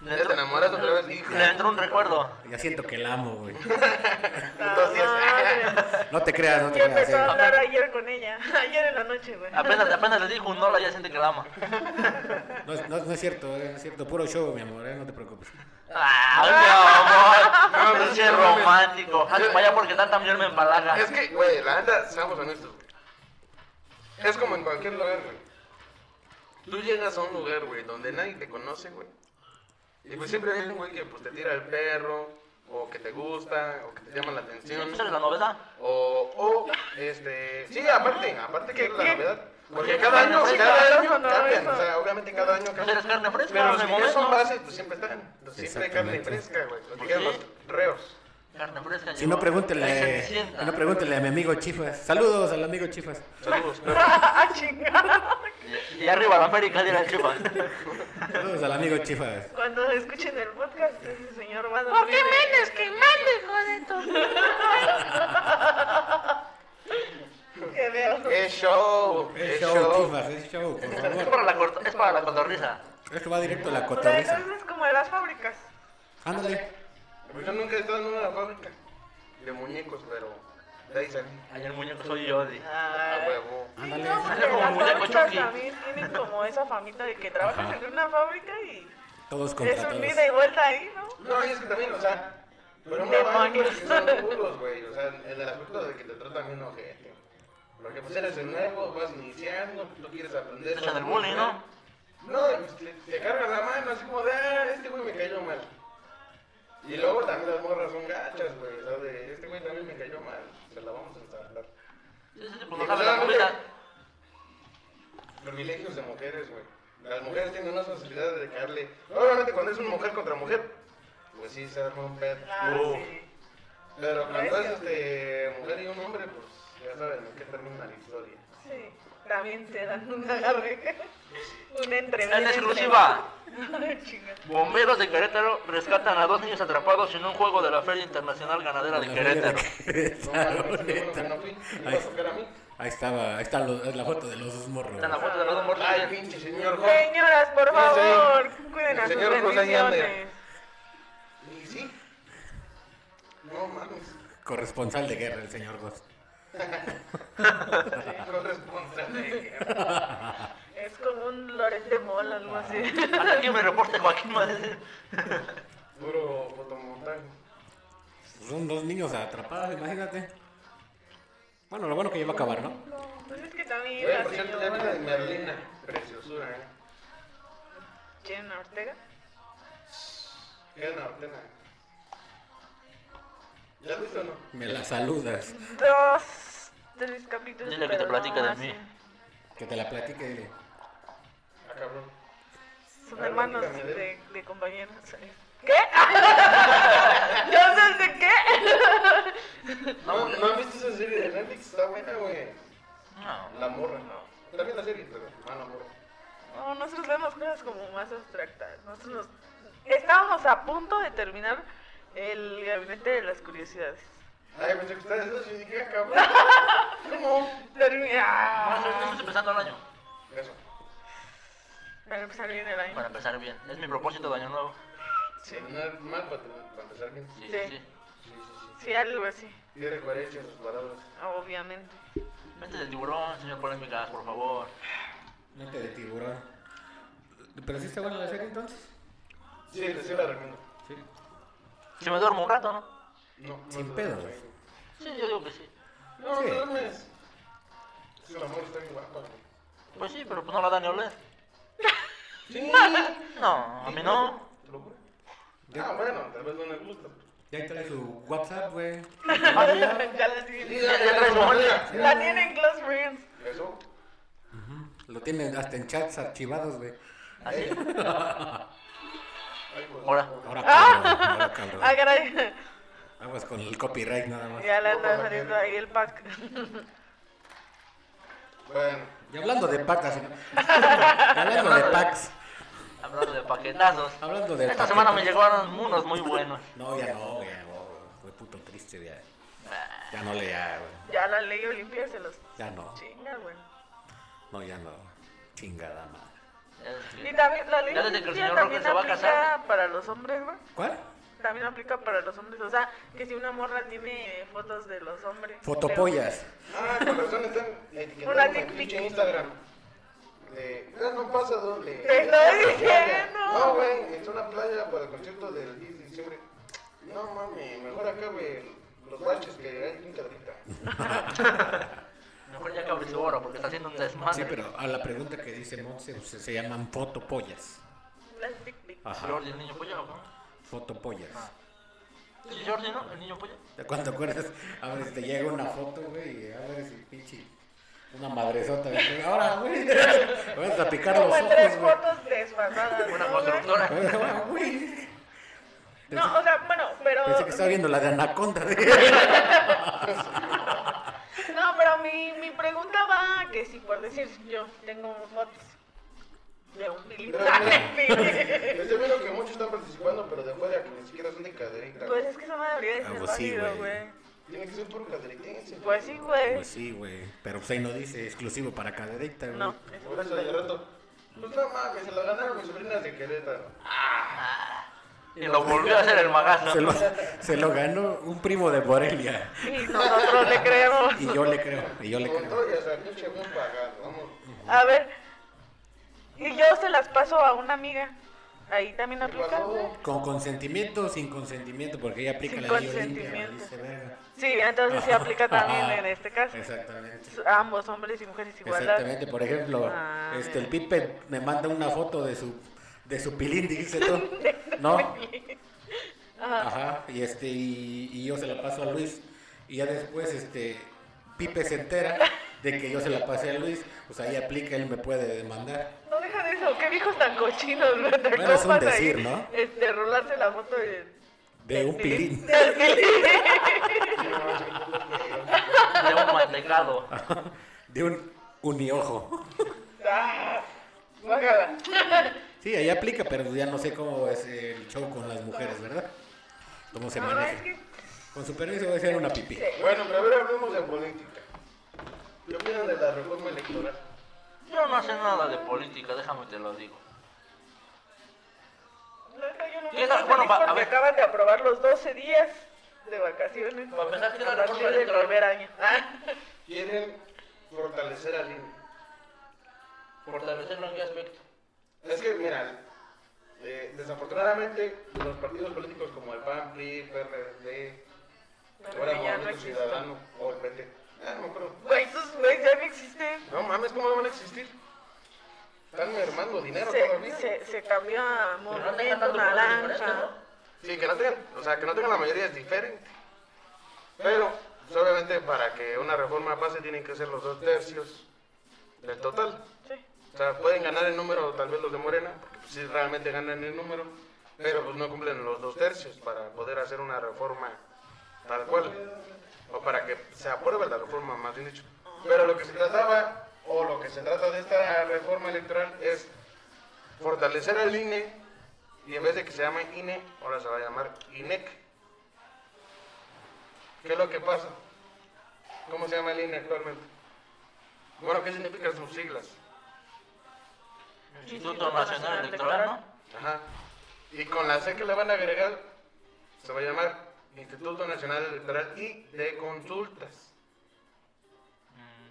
[SPEAKER 3] Le
[SPEAKER 2] Ya te
[SPEAKER 3] entró-
[SPEAKER 2] enamoras otra vez, hijo.
[SPEAKER 3] Le entró un recuerdo.
[SPEAKER 1] Ya siento que la amo,
[SPEAKER 2] (laughs)
[SPEAKER 1] güey.
[SPEAKER 2] Entonces,
[SPEAKER 1] (laughs)
[SPEAKER 4] madre.
[SPEAKER 1] No te creas, no te
[SPEAKER 4] Yo empezó a
[SPEAKER 1] creas. eh.
[SPEAKER 4] hablar ayer con ella, (laughs) ayer en la noche, güey. (laughs)
[SPEAKER 3] Apenas, apenas le dijo un hola, ya siente que la ama.
[SPEAKER 1] No, es- no- no es cierto, eh, no es cierto. Puro show, mi amor, eh, no te preocupes.
[SPEAKER 3] ¡Ah, mi amor!
[SPEAKER 2] No,
[SPEAKER 3] Pinche
[SPEAKER 2] no, no, no.
[SPEAKER 3] romántico. Hazme para allá porque tanta mujer me empalaga.
[SPEAKER 2] Es que, güey, la neta, seamos honestos, güey. Es como en cualquier lugar, güey. Tú llegas a un lugar, güey, donde nadie te conoce, güey. Y pues siempre hay un güey que pues, te tira el perro, o que te gusta, o que te llama la atención.
[SPEAKER 3] ¿Esa es la novedad?
[SPEAKER 2] O, o, este. Sí, aparte, aparte que es la
[SPEAKER 4] ¿Qué?
[SPEAKER 2] novedad. Porque cada año,
[SPEAKER 3] Sí,
[SPEAKER 2] cada
[SPEAKER 4] eso
[SPEAKER 2] año
[SPEAKER 4] no,
[SPEAKER 2] cambian.
[SPEAKER 4] eso.
[SPEAKER 2] O sea, obviamente cada año
[SPEAKER 3] ¿Eres
[SPEAKER 2] cambian.
[SPEAKER 3] carne fresca?
[SPEAKER 2] Pero
[SPEAKER 3] de
[SPEAKER 2] los que
[SPEAKER 3] momento.
[SPEAKER 2] son bases, pues siempre están. Entonces, Siempre hay carne
[SPEAKER 1] Exactamente.
[SPEAKER 2] fresca, güey. Los que quedan los reos.
[SPEAKER 3] Carne fresca.
[SPEAKER 1] Si no, pregúntele,
[SPEAKER 3] pregúntele
[SPEAKER 1] si no, pregúntele a mi amigo Chifas. Saludos al amigo Chifas.
[SPEAKER 2] Saludos,
[SPEAKER 4] Ah, chingada.
[SPEAKER 3] Y arriba la América dirá el chupa.
[SPEAKER 1] Saludos al amigo Chifas.
[SPEAKER 4] Cuando escuchen el podcast, ese señor va a ¿Por qué menos que (laughs) mande, joder? Qué veo.
[SPEAKER 2] Es show,
[SPEAKER 1] Es show, Chifas, es show, por
[SPEAKER 3] Es
[SPEAKER 1] favor.
[SPEAKER 3] para la corto- es para la cotorriza.
[SPEAKER 1] Esto va directo a la
[SPEAKER 4] O sea,
[SPEAKER 1] cotorriza.
[SPEAKER 4] entonces como en las fábricas.
[SPEAKER 1] Ándale.
[SPEAKER 2] Pues Yo nunca he estado en una fábrica de muñecos, pero de ahí salí.
[SPEAKER 3] Ay, el muñeco soy yo. di.
[SPEAKER 2] A
[SPEAKER 4] Ah,
[SPEAKER 2] huevo.
[SPEAKER 1] Ándale.
[SPEAKER 4] no, porque
[SPEAKER 3] Sale como
[SPEAKER 4] las
[SPEAKER 3] muñeco
[SPEAKER 4] fábricas
[SPEAKER 3] Chucky.
[SPEAKER 4] también tienen como esa famita de que trabajas
[SPEAKER 1] Ajá.
[SPEAKER 4] en una fábrica y
[SPEAKER 1] Todos
[SPEAKER 4] es
[SPEAKER 1] contra
[SPEAKER 4] un
[SPEAKER 1] todos.
[SPEAKER 4] ida y vuelta ahí, ¿no?
[SPEAKER 2] No, y es que también, o sea, pero no
[SPEAKER 4] Demonios.
[SPEAKER 2] que son puros, güey. O sea, en el aspecto de que te tratan bien ojete. Porque pues eres el nuevo, vas iniciando, tú quieres aprender.
[SPEAKER 3] Te echan el
[SPEAKER 2] vas a
[SPEAKER 3] bullying, ¿no?
[SPEAKER 2] No, y pues te, te cargas la mano así como de, ah, este güey me cayó mal. Y luego también las morras son gachas, güey. O sea, de, este güey también me cayó mal. Se la vamos a ensamblar.
[SPEAKER 3] Sí, sí, pues no sabe la comida.
[SPEAKER 2] privilegios de mujeres, güey. Las mujeres tienen más facilidad de caerle. Obviamente cuando es una mujer contra mujer, pues sí se arma un pedo.
[SPEAKER 4] Claro,
[SPEAKER 2] Uh.
[SPEAKER 4] Ah, sí.
[SPEAKER 2] Pero cuando es este mujer y un hombre, pues ya saben en qué termina la historia.
[SPEAKER 4] (laughs) Sí, también te dan un agarre. (laughs) Una entrevista.
[SPEAKER 3] En
[SPEAKER 4] (laughs)
[SPEAKER 3] exclusiva.
[SPEAKER 4] Ay, chinga.
[SPEAKER 3] Bomberos de Querétaro rescatan a dos niños atrapados en un juego de la Feria Internacional Ganadera de Querétaro.
[SPEAKER 1] (laughs)
[SPEAKER 2] No,
[SPEAKER 1] Querétaro,
[SPEAKER 4] Ah,
[SPEAKER 2] mames, qué bueno que no
[SPEAKER 1] neta.
[SPEAKER 2] fui. Me iba a
[SPEAKER 1] Ahí,
[SPEAKER 2] tocar a mí.
[SPEAKER 1] ahí estaba, ahí está lo- es la foto de los dos morros.
[SPEAKER 3] Está en la foto de los dos muertos.
[SPEAKER 2] Ay, pinche señor Juan.
[SPEAKER 4] Señoras, por
[SPEAKER 2] Sí, señor.
[SPEAKER 4] favor, cuiden a sus
[SPEAKER 2] Señor José Allende.
[SPEAKER 4] bendiciones.
[SPEAKER 2] Y sí. No mames.
[SPEAKER 1] Corresponsal de guerra, el señor Goss.
[SPEAKER 2] Con
[SPEAKER 4] (laughs)
[SPEAKER 2] responsable.
[SPEAKER 4] Es como un Lorente Mola, algo así. (laughs)
[SPEAKER 3] Hasta aquí me reporte Joaquín Madrid.
[SPEAKER 2] Puro fotomontaje.
[SPEAKER 1] Son dos niños atrapados, imagínate. Bueno, lo bueno que ya va a acabar, ¿no?
[SPEAKER 4] Pues es que también
[SPEAKER 2] Güey,
[SPEAKER 4] la
[SPEAKER 2] por cierto, ya vi la de
[SPEAKER 4] señora
[SPEAKER 2] Merlina. Preciosura, eh.
[SPEAKER 4] Jenna Ortega.
[SPEAKER 2] Queda en la antena. ¿Ya has visto o no?
[SPEAKER 1] Me la saludas.
[SPEAKER 4] Dos, tres capítulos.
[SPEAKER 3] Dile que te
[SPEAKER 4] pero
[SPEAKER 3] platique de
[SPEAKER 4] así.
[SPEAKER 3] mí.
[SPEAKER 1] Que te la platique, dile.
[SPEAKER 2] Ah, cabrón.
[SPEAKER 4] Son
[SPEAKER 2] A ver,
[SPEAKER 4] hermanos
[SPEAKER 2] platícame de
[SPEAKER 4] de, de compañeros. eh. ¿Qué? (laughs) ¿Yo desde qué?
[SPEAKER 2] No, ¿no has visto esa serie de Netflix? Está buena, güey.
[SPEAKER 3] No.
[SPEAKER 2] La morra, no. También la serie, pero ah, la morra.
[SPEAKER 4] No, nosotros vemos cosas como más abstractas. Nosotros nos- estábamos a punto de terminar el gabinete de las curiosidades.
[SPEAKER 2] Ay, pensé que ustedes dos y dije, ah, cabrón. (laughs) ¿Cómo?
[SPEAKER 3] Ah,
[SPEAKER 4] Terminar.
[SPEAKER 3] Estamos empezando el año.
[SPEAKER 2] Eso.
[SPEAKER 4] Para empezar bien el año.
[SPEAKER 3] Para empezar bien. Es mi propósito de año nuevo.
[SPEAKER 2] Sí. No es mal para, para empezar bien. Sí,
[SPEAKER 3] Sí,
[SPEAKER 4] Sí.
[SPEAKER 3] sí, sí.
[SPEAKER 2] sí, sí.
[SPEAKER 4] Sí, algo así,
[SPEAKER 2] Tiene coherencia en sus palabras.
[SPEAKER 4] obviamente.
[SPEAKER 3] Vente del tiburón, señor Polémicas, por favor.
[SPEAKER 1] Mente de tiburón. ¿Pero sí está buena la serie entonces?
[SPEAKER 2] Sí, les sí la recomiendo.
[SPEAKER 1] Sí.
[SPEAKER 3] Si me duermo un rato, ¿no?
[SPEAKER 2] No, no
[SPEAKER 1] Sin
[SPEAKER 2] te
[SPEAKER 1] pedos.
[SPEAKER 2] duermes.
[SPEAKER 3] Sí, yo digo que sí.
[SPEAKER 2] No,
[SPEAKER 1] Sí.
[SPEAKER 2] te duermes. Su amor está bien guapa, güey.
[SPEAKER 3] Pues sí, pero pues no la da ni oler.
[SPEAKER 2] Sí.
[SPEAKER 3] No, a mí no.
[SPEAKER 2] ¿Te lo juro?
[SPEAKER 1] Ya,
[SPEAKER 2] Ah, bueno, tal vez no les gusta.
[SPEAKER 1] ya trae su WhatsApp, güey.
[SPEAKER 4] ya les dije.
[SPEAKER 3] Ya- ya traes memoria.
[SPEAKER 4] La tienen close friends.
[SPEAKER 2] Eso.
[SPEAKER 1] Lo tienen hasta en chats archivados, güey.
[SPEAKER 3] ¿Así?
[SPEAKER 2] Ay, pues.
[SPEAKER 3] Ahora.
[SPEAKER 1] Ahora cabrón, ahora cabrón.
[SPEAKER 4] Ah, caray.
[SPEAKER 1] Aguas con el copyright nada más.
[SPEAKER 4] Ya le anda saliendo ahí el pack.
[SPEAKER 2] Bueno.
[SPEAKER 1] Y hablando de pacas, ¿eh?
[SPEAKER 3] (laughs)
[SPEAKER 1] hablando de packs,
[SPEAKER 3] Hablando de paquetazos.
[SPEAKER 1] hablando de
[SPEAKER 3] Esta
[SPEAKER 1] paquetas.
[SPEAKER 3] semana me llegaron unos muy buenos.
[SPEAKER 1] No, ya no, güey, no, fue puto triste ya. Ya no le ya, güey,
[SPEAKER 4] Ya la ley Olimpia se los
[SPEAKER 1] ya no,
[SPEAKER 4] chinga, güey.
[SPEAKER 1] no ya no, chingada madre.
[SPEAKER 3] Este,
[SPEAKER 4] Y también la ley
[SPEAKER 3] Ya desde que el
[SPEAKER 4] suicidio
[SPEAKER 3] señor Rojas
[SPEAKER 4] también
[SPEAKER 3] se va a
[SPEAKER 4] aplica
[SPEAKER 3] casar.
[SPEAKER 4] para los hombres, güey.
[SPEAKER 1] ¿Cuál?
[SPEAKER 4] También aplica para los hombres. O sea, que si una morra tiene eh, fotos de los hombres.
[SPEAKER 1] Fotopollas.
[SPEAKER 2] Ah, con razón están
[SPEAKER 4] Una
[SPEAKER 2] etiquetados en
[SPEAKER 4] dick
[SPEAKER 2] pinche
[SPEAKER 4] pic.
[SPEAKER 2] Instagram. De, "Ah, no pasa dónde.
[SPEAKER 4] Te lo dije, no.
[SPEAKER 2] No, güey, es una playa para el concierto del 10 de diciembre. No mames, mejor acá, güey, los baches que hay en Quinta Rita.
[SPEAKER 3] Mejor ya cabre su oro porque está haciendo un desmadre.
[SPEAKER 1] Sí, pero a la pregunta que dice Monse, pues, se llaman fotopollas.
[SPEAKER 4] Las dick pics.
[SPEAKER 1] Ajá.
[SPEAKER 3] Jordi, el niño polla, ¿o ¿no?
[SPEAKER 1] Fotopollas.
[SPEAKER 3] Ah. Sí, Jordi, ¿no? El niño polla.
[SPEAKER 1] Cuando acuerdas, a veces te llega una foto, güey, y a ver si pinche una madresota. güey, pues, Ahora, güey, (laughs) vas a picar los
[SPEAKER 4] Como en tres
[SPEAKER 1] ojos, güey.
[SPEAKER 4] fotos desfasadas.
[SPEAKER 3] Una
[SPEAKER 4] ¿no, güey?
[SPEAKER 3] constructora.
[SPEAKER 1] Ahora, güey. Pensé,
[SPEAKER 4] No, o sea, bueno, pero.
[SPEAKER 1] pensé que estaba viendo la de Anaconda.
[SPEAKER 4] (laughs)
[SPEAKER 1] güey.
[SPEAKER 4] No, pero mi, mi pregunta va a que si por decir yo tengo fotos de un pili-
[SPEAKER 2] Pero,
[SPEAKER 4] (laughs)
[SPEAKER 2] (laughs) mira, Yo seguro que muchos están participando, pero de fuera que ni siquiera son de caderita.
[SPEAKER 4] Pues es que eso no debería de
[SPEAKER 1] Ah,
[SPEAKER 4] ser
[SPEAKER 1] pues sí,
[SPEAKER 4] válido,
[SPEAKER 1] güey.
[SPEAKER 4] güey.
[SPEAKER 2] Tiene que ser puro caderitense.
[SPEAKER 4] Pues sí, güey.
[SPEAKER 1] Pues sí, güey. Pero pues ahí no dice exclusivo para caderita, güey.
[SPEAKER 4] No.
[SPEAKER 2] Por eso de rato. Pues no mames, se lo ganaron mis sobrinas de Querétaro.
[SPEAKER 3] Y lo volvió a hacer el magazo.
[SPEAKER 1] Se lo, se lo ganó un primo de Morelia.
[SPEAKER 4] Y nosotros le creemos.
[SPEAKER 1] Y yo le creo, y yo le
[SPEAKER 2] Con
[SPEAKER 1] creo.
[SPEAKER 2] todo y hasta el pinche bien pagado, vamos.
[SPEAKER 4] A ver. Y yo se las paso a una amiga. Ahí también aplica, güey.
[SPEAKER 1] Con consentimiento o sin consentimiento, porque ella aplica
[SPEAKER 4] Sin
[SPEAKER 1] la ley Olimpia,
[SPEAKER 4] consentimiento.
[SPEAKER 1] dice verga.
[SPEAKER 4] Sí, entonces sí aplica también
[SPEAKER 1] Ajá. (laughs)
[SPEAKER 4] en este caso.
[SPEAKER 1] Exactamente.
[SPEAKER 4] Ambos, hombres y mujeres, igualdad.
[SPEAKER 1] Exactamente, por ejemplo,
[SPEAKER 4] Ah,
[SPEAKER 1] este, el
[SPEAKER 4] mira.
[SPEAKER 1] Pipe me manda una foto de su de su pilín, dice
[SPEAKER 4] (laughs)
[SPEAKER 1] tú. No.
[SPEAKER 4] Ah.
[SPEAKER 1] Ajá, y este y, y yo se la paso a Luis y ya después este Pipe se entera de que yo se la pasé a Luis, pues ahí aplica, él me puede demandar.
[SPEAKER 4] No deja de eso, qué viejos tan cochinos, güey. entre
[SPEAKER 1] Bueno, es un
[SPEAKER 4] compas
[SPEAKER 1] decir,
[SPEAKER 4] ahí,
[SPEAKER 1] ¿no?
[SPEAKER 4] Este, rolarse la foto de...
[SPEAKER 1] De un
[SPEAKER 4] (laughs)
[SPEAKER 1] pilín.
[SPEAKER 4] del
[SPEAKER 1] (laughs)
[SPEAKER 4] pilín.
[SPEAKER 3] De un mantecado.
[SPEAKER 1] De un uniojo.
[SPEAKER 4] Ah, guácala.
[SPEAKER 1] Sí, ahí aplica, pero pues ya no sé cómo es el show con las mujeres, ¿verdad? ¿Cómo se
[SPEAKER 4] No, es
[SPEAKER 1] maneja?
[SPEAKER 4] que
[SPEAKER 1] Con su permiso voy a hacer una pipí.
[SPEAKER 2] Bueno, pero a ver, hablemos de política. ¿Qué opinan de la reforma electoral?
[SPEAKER 3] Yo no sé nada de política, déjame te lo digo.
[SPEAKER 4] neta, yo no
[SPEAKER 3] ¿Qué
[SPEAKER 4] me
[SPEAKER 3] tal?
[SPEAKER 4] siento
[SPEAKER 3] Bueno,
[SPEAKER 4] feliz
[SPEAKER 3] va- a
[SPEAKER 4] porque
[SPEAKER 3] ver.
[SPEAKER 4] acaban de aprobar los 12 días de vacaciones.
[SPEAKER 3] Para empezar, ¿qué tal
[SPEAKER 4] A
[SPEAKER 3] pues, la
[SPEAKER 4] partir
[SPEAKER 3] reforma
[SPEAKER 4] del
[SPEAKER 3] electoral?
[SPEAKER 4] primer año. (laughs) Ah,
[SPEAKER 2] Quieren fortalecer al INE.
[SPEAKER 3] Fortalecerlo en qué aspecto.
[SPEAKER 2] Es que, mira, eh, desafortunadamente, los partidos políticos como el PAN, PRI, PRD, ahora
[SPEAKER 4] ya no
[SPEAKER 2] Movimiento
[SPEAKER 4] existen.
[SPEAKER 2] Ciudadano o el PT, ah, no me acuerdo.
[SPEAKER 4] Güey, esos güeyes ya no existen.
[SPEAKER 2] No mames, ¿cómo van a existir? Están mermando dinero
[SPEAKER 4] Se,
[SPEAKER 2] todavía.
[SPEAKER 4] se, se cambió a
[SPEAKER 3] Pero no tengan
[SPEAKER 4] movimiento
[SPEAKER 3] tanto poder diferente,
[SPEAKER 4] naranja.
[SPEAKER 3] ¿no?
[SPEAKER 2] Sí, que no tengan, o sea, que no tengan la mayoría es diferente. Pero, pues, obviamente, para que una reforma pase tienen que ser los dos tercios del total.
[SPEAKER 4] Sí.
[SPEAKER 2] O sea, pueden ganar el número, tal vez los de Morena, porque pues, sí realmente ganan el número, pero pues no cumplen los dos tercios para poder hacer una reforma tal cual. O para que se apruebe la reforma, más bien dicho. Pero lo que se trataba, o lo que se trata de esta reforma electoral es fortalecer al INE y en vez de que se llame INE, ahora se va a llamar INEC. ¿Qué es lo que pasa? ¿Cómo se llama el INE actualmente? Bueno, ¿qué significan sus siglas?
[SPEAKER 3] Instituto Nacional Electoral, ¿no?
[SPEAKER 2] Ajá. Y con la C que le van a agregar, se va a llamar Instituto Nacional Electoral y de Consultas.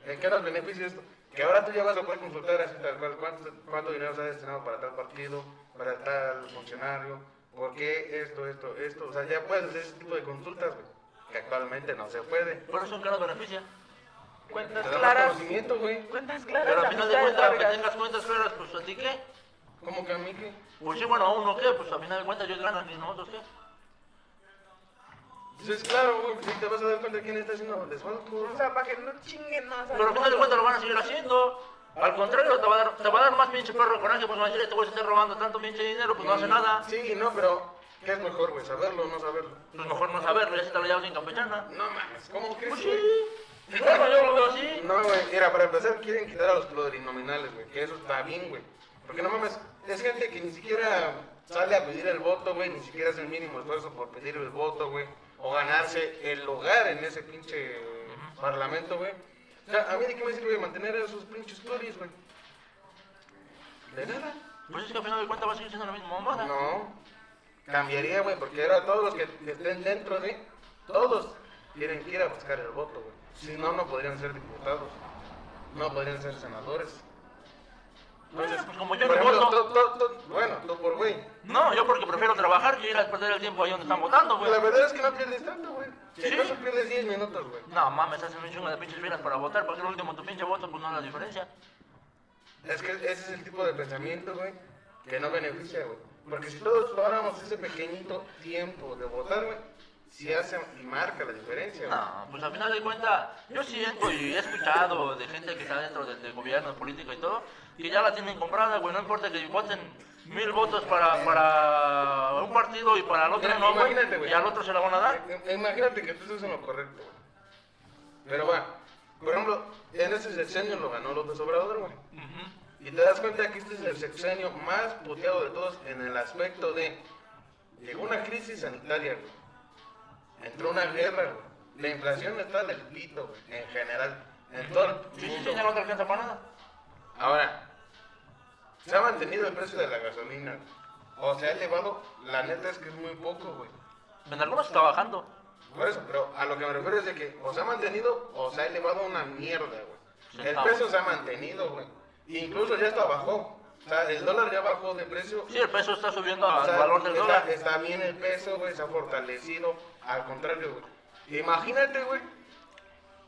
[SPEAKER 2] ¿En qué nos beneficia esto? Que ahora tú ya vas a poder consultar así tal cual cuánto, cuánto dinero se ha destinado para tal partido, para tal funcionario, por qué esto, esto, esto. O sea, ya puedes hacer ese tipo de consultas, güey, que actualmente no se puede.
[SPEAKER 3] Por eso, claro, beneficia.
[SPEAKER 2] Te
[SPEAKER 4] Cuentas
[SPEAKER 2] da más
[SPEAKER 4] claras.
[SPEAKER 2] conocimiento, güey.
[SPEAKER 4] Cuentas
[SPEAKER 3] Pero
[SPEAKER 4] claras.
[SPEAKER 3] al final de
[SPEAKER 4] amistades
[SPEAKER 3] cuentas, aunque
[SPEAKER 4] largas.
[SPEAKER 3] tengas cuentas claras, pues a ti qué.
[SPEAKER 2] ¿Cómo que a mí qué?
[SPEAKER 3] Pues sí, bueno, a uno qué, pues al final de cuentas yo gano, ni nosotros qué.
[SPEAKER 2] Entonces, Pues claro, güey, sí te vas a dar cuenta quién está haciendo desfalco.
[SPEAKER 4] O sea, para que no chinguen más.
[SPEAKER 3] Pero al final de cuentas lo van a seguir haciendo. Al contrario, te va a dar, te va a dar más pinche perro coraje, pues va a decir, este güey se está robando tanto pinche dinero, pues no hace nada.
[SPEAKER 2] Sí, no, pero ¿qué es mejor, güey? ¿Saberlo o no saberlo?
[SPEAKER 3] Pues mejor no saberlo, ya se te lo llevas en campechana.
[SPEAKER 2] No mames, ¿cómo crees?
[SPEAKER 3] Pues
[SPEAKER 2] güey?
[SPEAKER 3] sí. Bueno, yo lo veo así.
[SPEAKER 2] No, güey, mira, para empezar quieren quitar a los plurinominales, güey, que eso está bien, güey. Porque no mames, es gente que ni siquiera sale a pedir el voto, güey, ni siquiera hace el mínimo esfuerzo por pedir el voto, güey, o ganarse el lugar en ese pinche parlamento, güey. O sea, a mí de qué me sirve mantener a esos pinches pluris, güey. De nada.
[SPEAKER 3] Pues es que al final de cuentas va a seguir siendo la misma mamada.
[SPEAKER 2] No. Cambiaría, güey, porque ahora todos los que estén dentro de. Todos tienen que ir a buscar el voto, güey. Si no, no podrían ser diputados. No podrían ser senadores. Entonces,
[SPEAKER 3] Pues como yo
[SPEAKER 2] por
[SPEAKER 3] no
[SPEAKER 2] ejemplo,
[SPEAKER 3] voto.
[SPEAKER 2] tú- tú- tú- bueno, tú por güey.
[SPEAKER 3] No, yo porque prefiero trabajar que ir a perder el tiempo ahí donde están votando, güey.
[SPEAKER 2] La verdad es que no pierdes tanto, güey. Si
[SPEAKER 3] Sí.
[SPEAKER 2] acaso pierdes 10 minutos, güey.
[SPEAKER 3] No mames, hacen un chingo de pinches filas para votar, para que el último tu pinche voto pues no haga diferencia.
[SPEAKER 2] Es que ese es el tipo de pensamiento, güey, que no beneficia, güey. Porque si todos tomáramos ese pequeñito tiempo de votar, güey, sí hace y marca la diferencia, güey.
[SPEAKER 3] No, pues al final de cuentas, yo siento y he escuchado de gente que está dentro del, del gobierno, político y todo, que ya la tienen comprada, güey, no importa que voten mil votos para, para un partido y para el otro
[SPEAKER 2] Mira,
[SPEAKER 3] no,
[SPEAKER 2] imagínate, güey.
[SPEAKER 3] güey, y al otro se la van a dar.
[SPEAKER 2] I- Ah, Imagínate que tú estás en lo correcto, güey. Pero, bueno, por ejemplo, en ese sexenio lo ganó López Obrador, güey.
[SPEAKER 3] Ujú.
[SPEAKER 2] Y te das cuenta que este es el sexenio más puteado de todos en el aspecto de. Llegó una crisis sanitaria, güey. Entró una guerra, güey. La inflación está del pito, güey, en general. En todo el
[SPEAKER 3] Sí, sí,
[SPEAKER 2] mundo,
[SPEAKER 3] sí, ya no te alcanza para nada.
[SPEAKER 2] Ahora, se ha mantenido el precio de la gasolina. güey. O se ha elevado, la neta es que es muy poco, güey.
[SPEAKER 3] En algunos está bajando.
[SPEAKER 2] Por eso, pero a lo que me refiero es de que o se ha mantenido o se ha elevado una mierda, güey. El
[SPEAKER 3] Centavos.
[SPEAKER 2] peso se ha mantenido, güey. Incluso ya hasta bajó. O sea, el dólar ya bajó de precio.
[SPEAKER 3] Sí, el peso está subiendo
[SPEAKER 2] O
[SPEAKER 3] al
[SPEAKER 2] sea,
[SPEAKER 3] valor del
[SPEAKER 2] está,
[SPEAKER 3] dólar.
[SPEAKER 2] está bien el peso, güey, se ha fortalecido. Al contrario, güey. Imagínate, güey.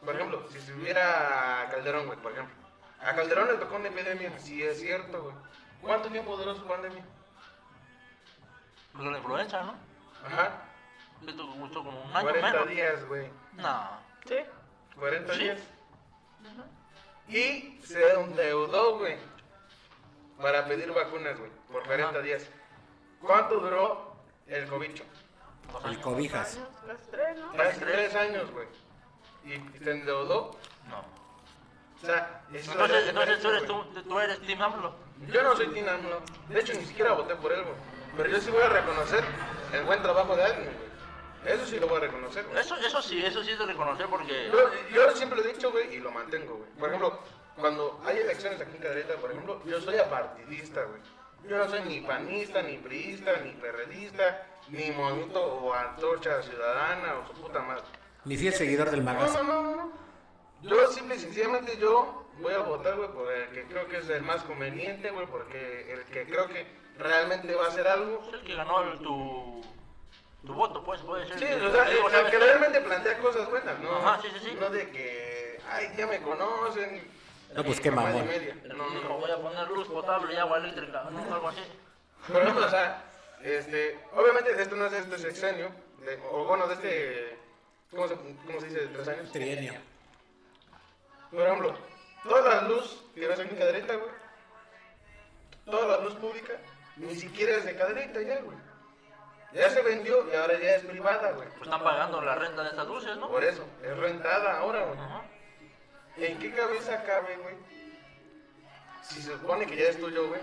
[SPEAKER 2] Por ejemplo, si estuviera Calderón, güey, por ejemplo. A Calderón le tocó una epidemia, sí es cierto, güey. ¿Cuánto tiempo duró su pandemia?
[SPEAKER 3] Pues la influenza, ¿no?
[SPEAKER 2] Ajá.
[SPEAKER 3] Esto gustó como un año
[SPEAKER 2] 40
[SPEAKER 3] menos.
[SPEAKER 2] días, güey.
[SPEAKER 3] No.
[SPEAKER 4] Sí.
[SPEAKER 2] 40
[SPEAKER 3] Sí.
[SPEAKER 2] días. Y se endeudó, güey, para pedir vacunas, güey, por 40
[SPEAKER 3] Ajá.
[SPEAKER 2] días. ¿Cuánto duró el cobicho?
[SPEAKER 3] Dos
[SPEAKER 1] El
[SPEAKER 3] años.
[SPEAKER 1] cobijas.
[SPEAKER 4] Los tres, ¿no?
[SPEAKER 2] Casi tres años, güey. Y se endeudó.
[SPEAKER 3] No.
[SPEAKER 2] O sea, eso
[SPEAKER 3] Entonces,
[SPEAKER 2] era
[SPEAKER 3] entonces tú eres,
[SPEAKER 2] diferente,
[SPEAKER 3] tú, tú eres Team AMLO.
[SPEAKER 2] güey. Yo no soy Team AMLO. De hecho, ni siquiera voté por él, güey. Pero yo sí voy a reconocer el buen trabajo de alguien, güey. Eso sí lo voy a reconocer, güey.
[SPEAKER 3] Eso, eso sí, eso sí es de reconocer porque...
[SPEAKER 2] Yo, yo siempre lo he dicho, güey, y lo mantengo, güey. Por ejemplo, cuando hay elecciones aquí en Cadereta, por ejemplo, yo soy apartidista, güey. Yo no soy ni panista, ni priista, ni perredista, ni movimiento o antorcha ciudadana o su puta madre.
[SPEAKER 1] Ni fiel seguidor del
[SPEAKER 2] No,
[SPEAKER 1] magazo.
[SPEAKER 2] no, no, no, no. Yo simple y sencillamente yo voy a votar, güey, por el que creo que es el más conveniente, güey, porque el que creo que realmente va a hacer algo.
[SPEAKER 3] Es el que ganó el- tu, tu voto, pues, puede ser.
[SPEAKER 2] Sí,
[SPEAKER 3] que-
[SPEAKER 2] o sea,
[SPEAKER 3] digo,
[SPEAKER 2] el- el
[SPEAKER 3] ¿sabes
[SPEAKER 2] que
[SPEAKER 3] qué?
[SPEAKER 2] realmente plantea cosas buenas, ¿no?
[SPEAKER 3] Ajá, sí, sí, sí.
[SPEAKER 2] No de que, ay, ya me conocen.
[SPEAKER 1] No, pues,
[SPEAKER 2] y
[SPEAKER 1] qué
[SPEAKER 2] mamada y
[SPEAKER 1] mamón.
[SPEAKER 2] media.
[SPEAKER 3] El que
[SPEAKER 2] No,
[SPEAKER 3] dijo,
[SPEAKER 2] no.
[SPEAKER 3] voy a poner luz potable y agua eléctrica, ¿no? algo así.
[SPEAKER 2] Por ejemplo, o sea, este, obviamente esto no es de este sexenio, de- o bueno, de este, ¿cómo se, cómo se dice? ¿De tres años?
[SPEAKER 1] Trienio.
[SPEAKER 2] Por ejemplo, toda la luz que ves aquí en Cadereyta, güey, toda la luz pública, ni siquiera es de Cadereyta ya, güey. Ya se vendió y ahora ya es privada, güey.
[SPEAKER 3] Pues están pagando la renta de estas luces, ¿no?
[SPEAKER 2] Por eso, es rentada ahora, güey.
[SPEAKER 3] Ajá.
[SPEAKER 2] ¿En qué cabeza cabe, güey? Si se supone que ya es tuyo, güey.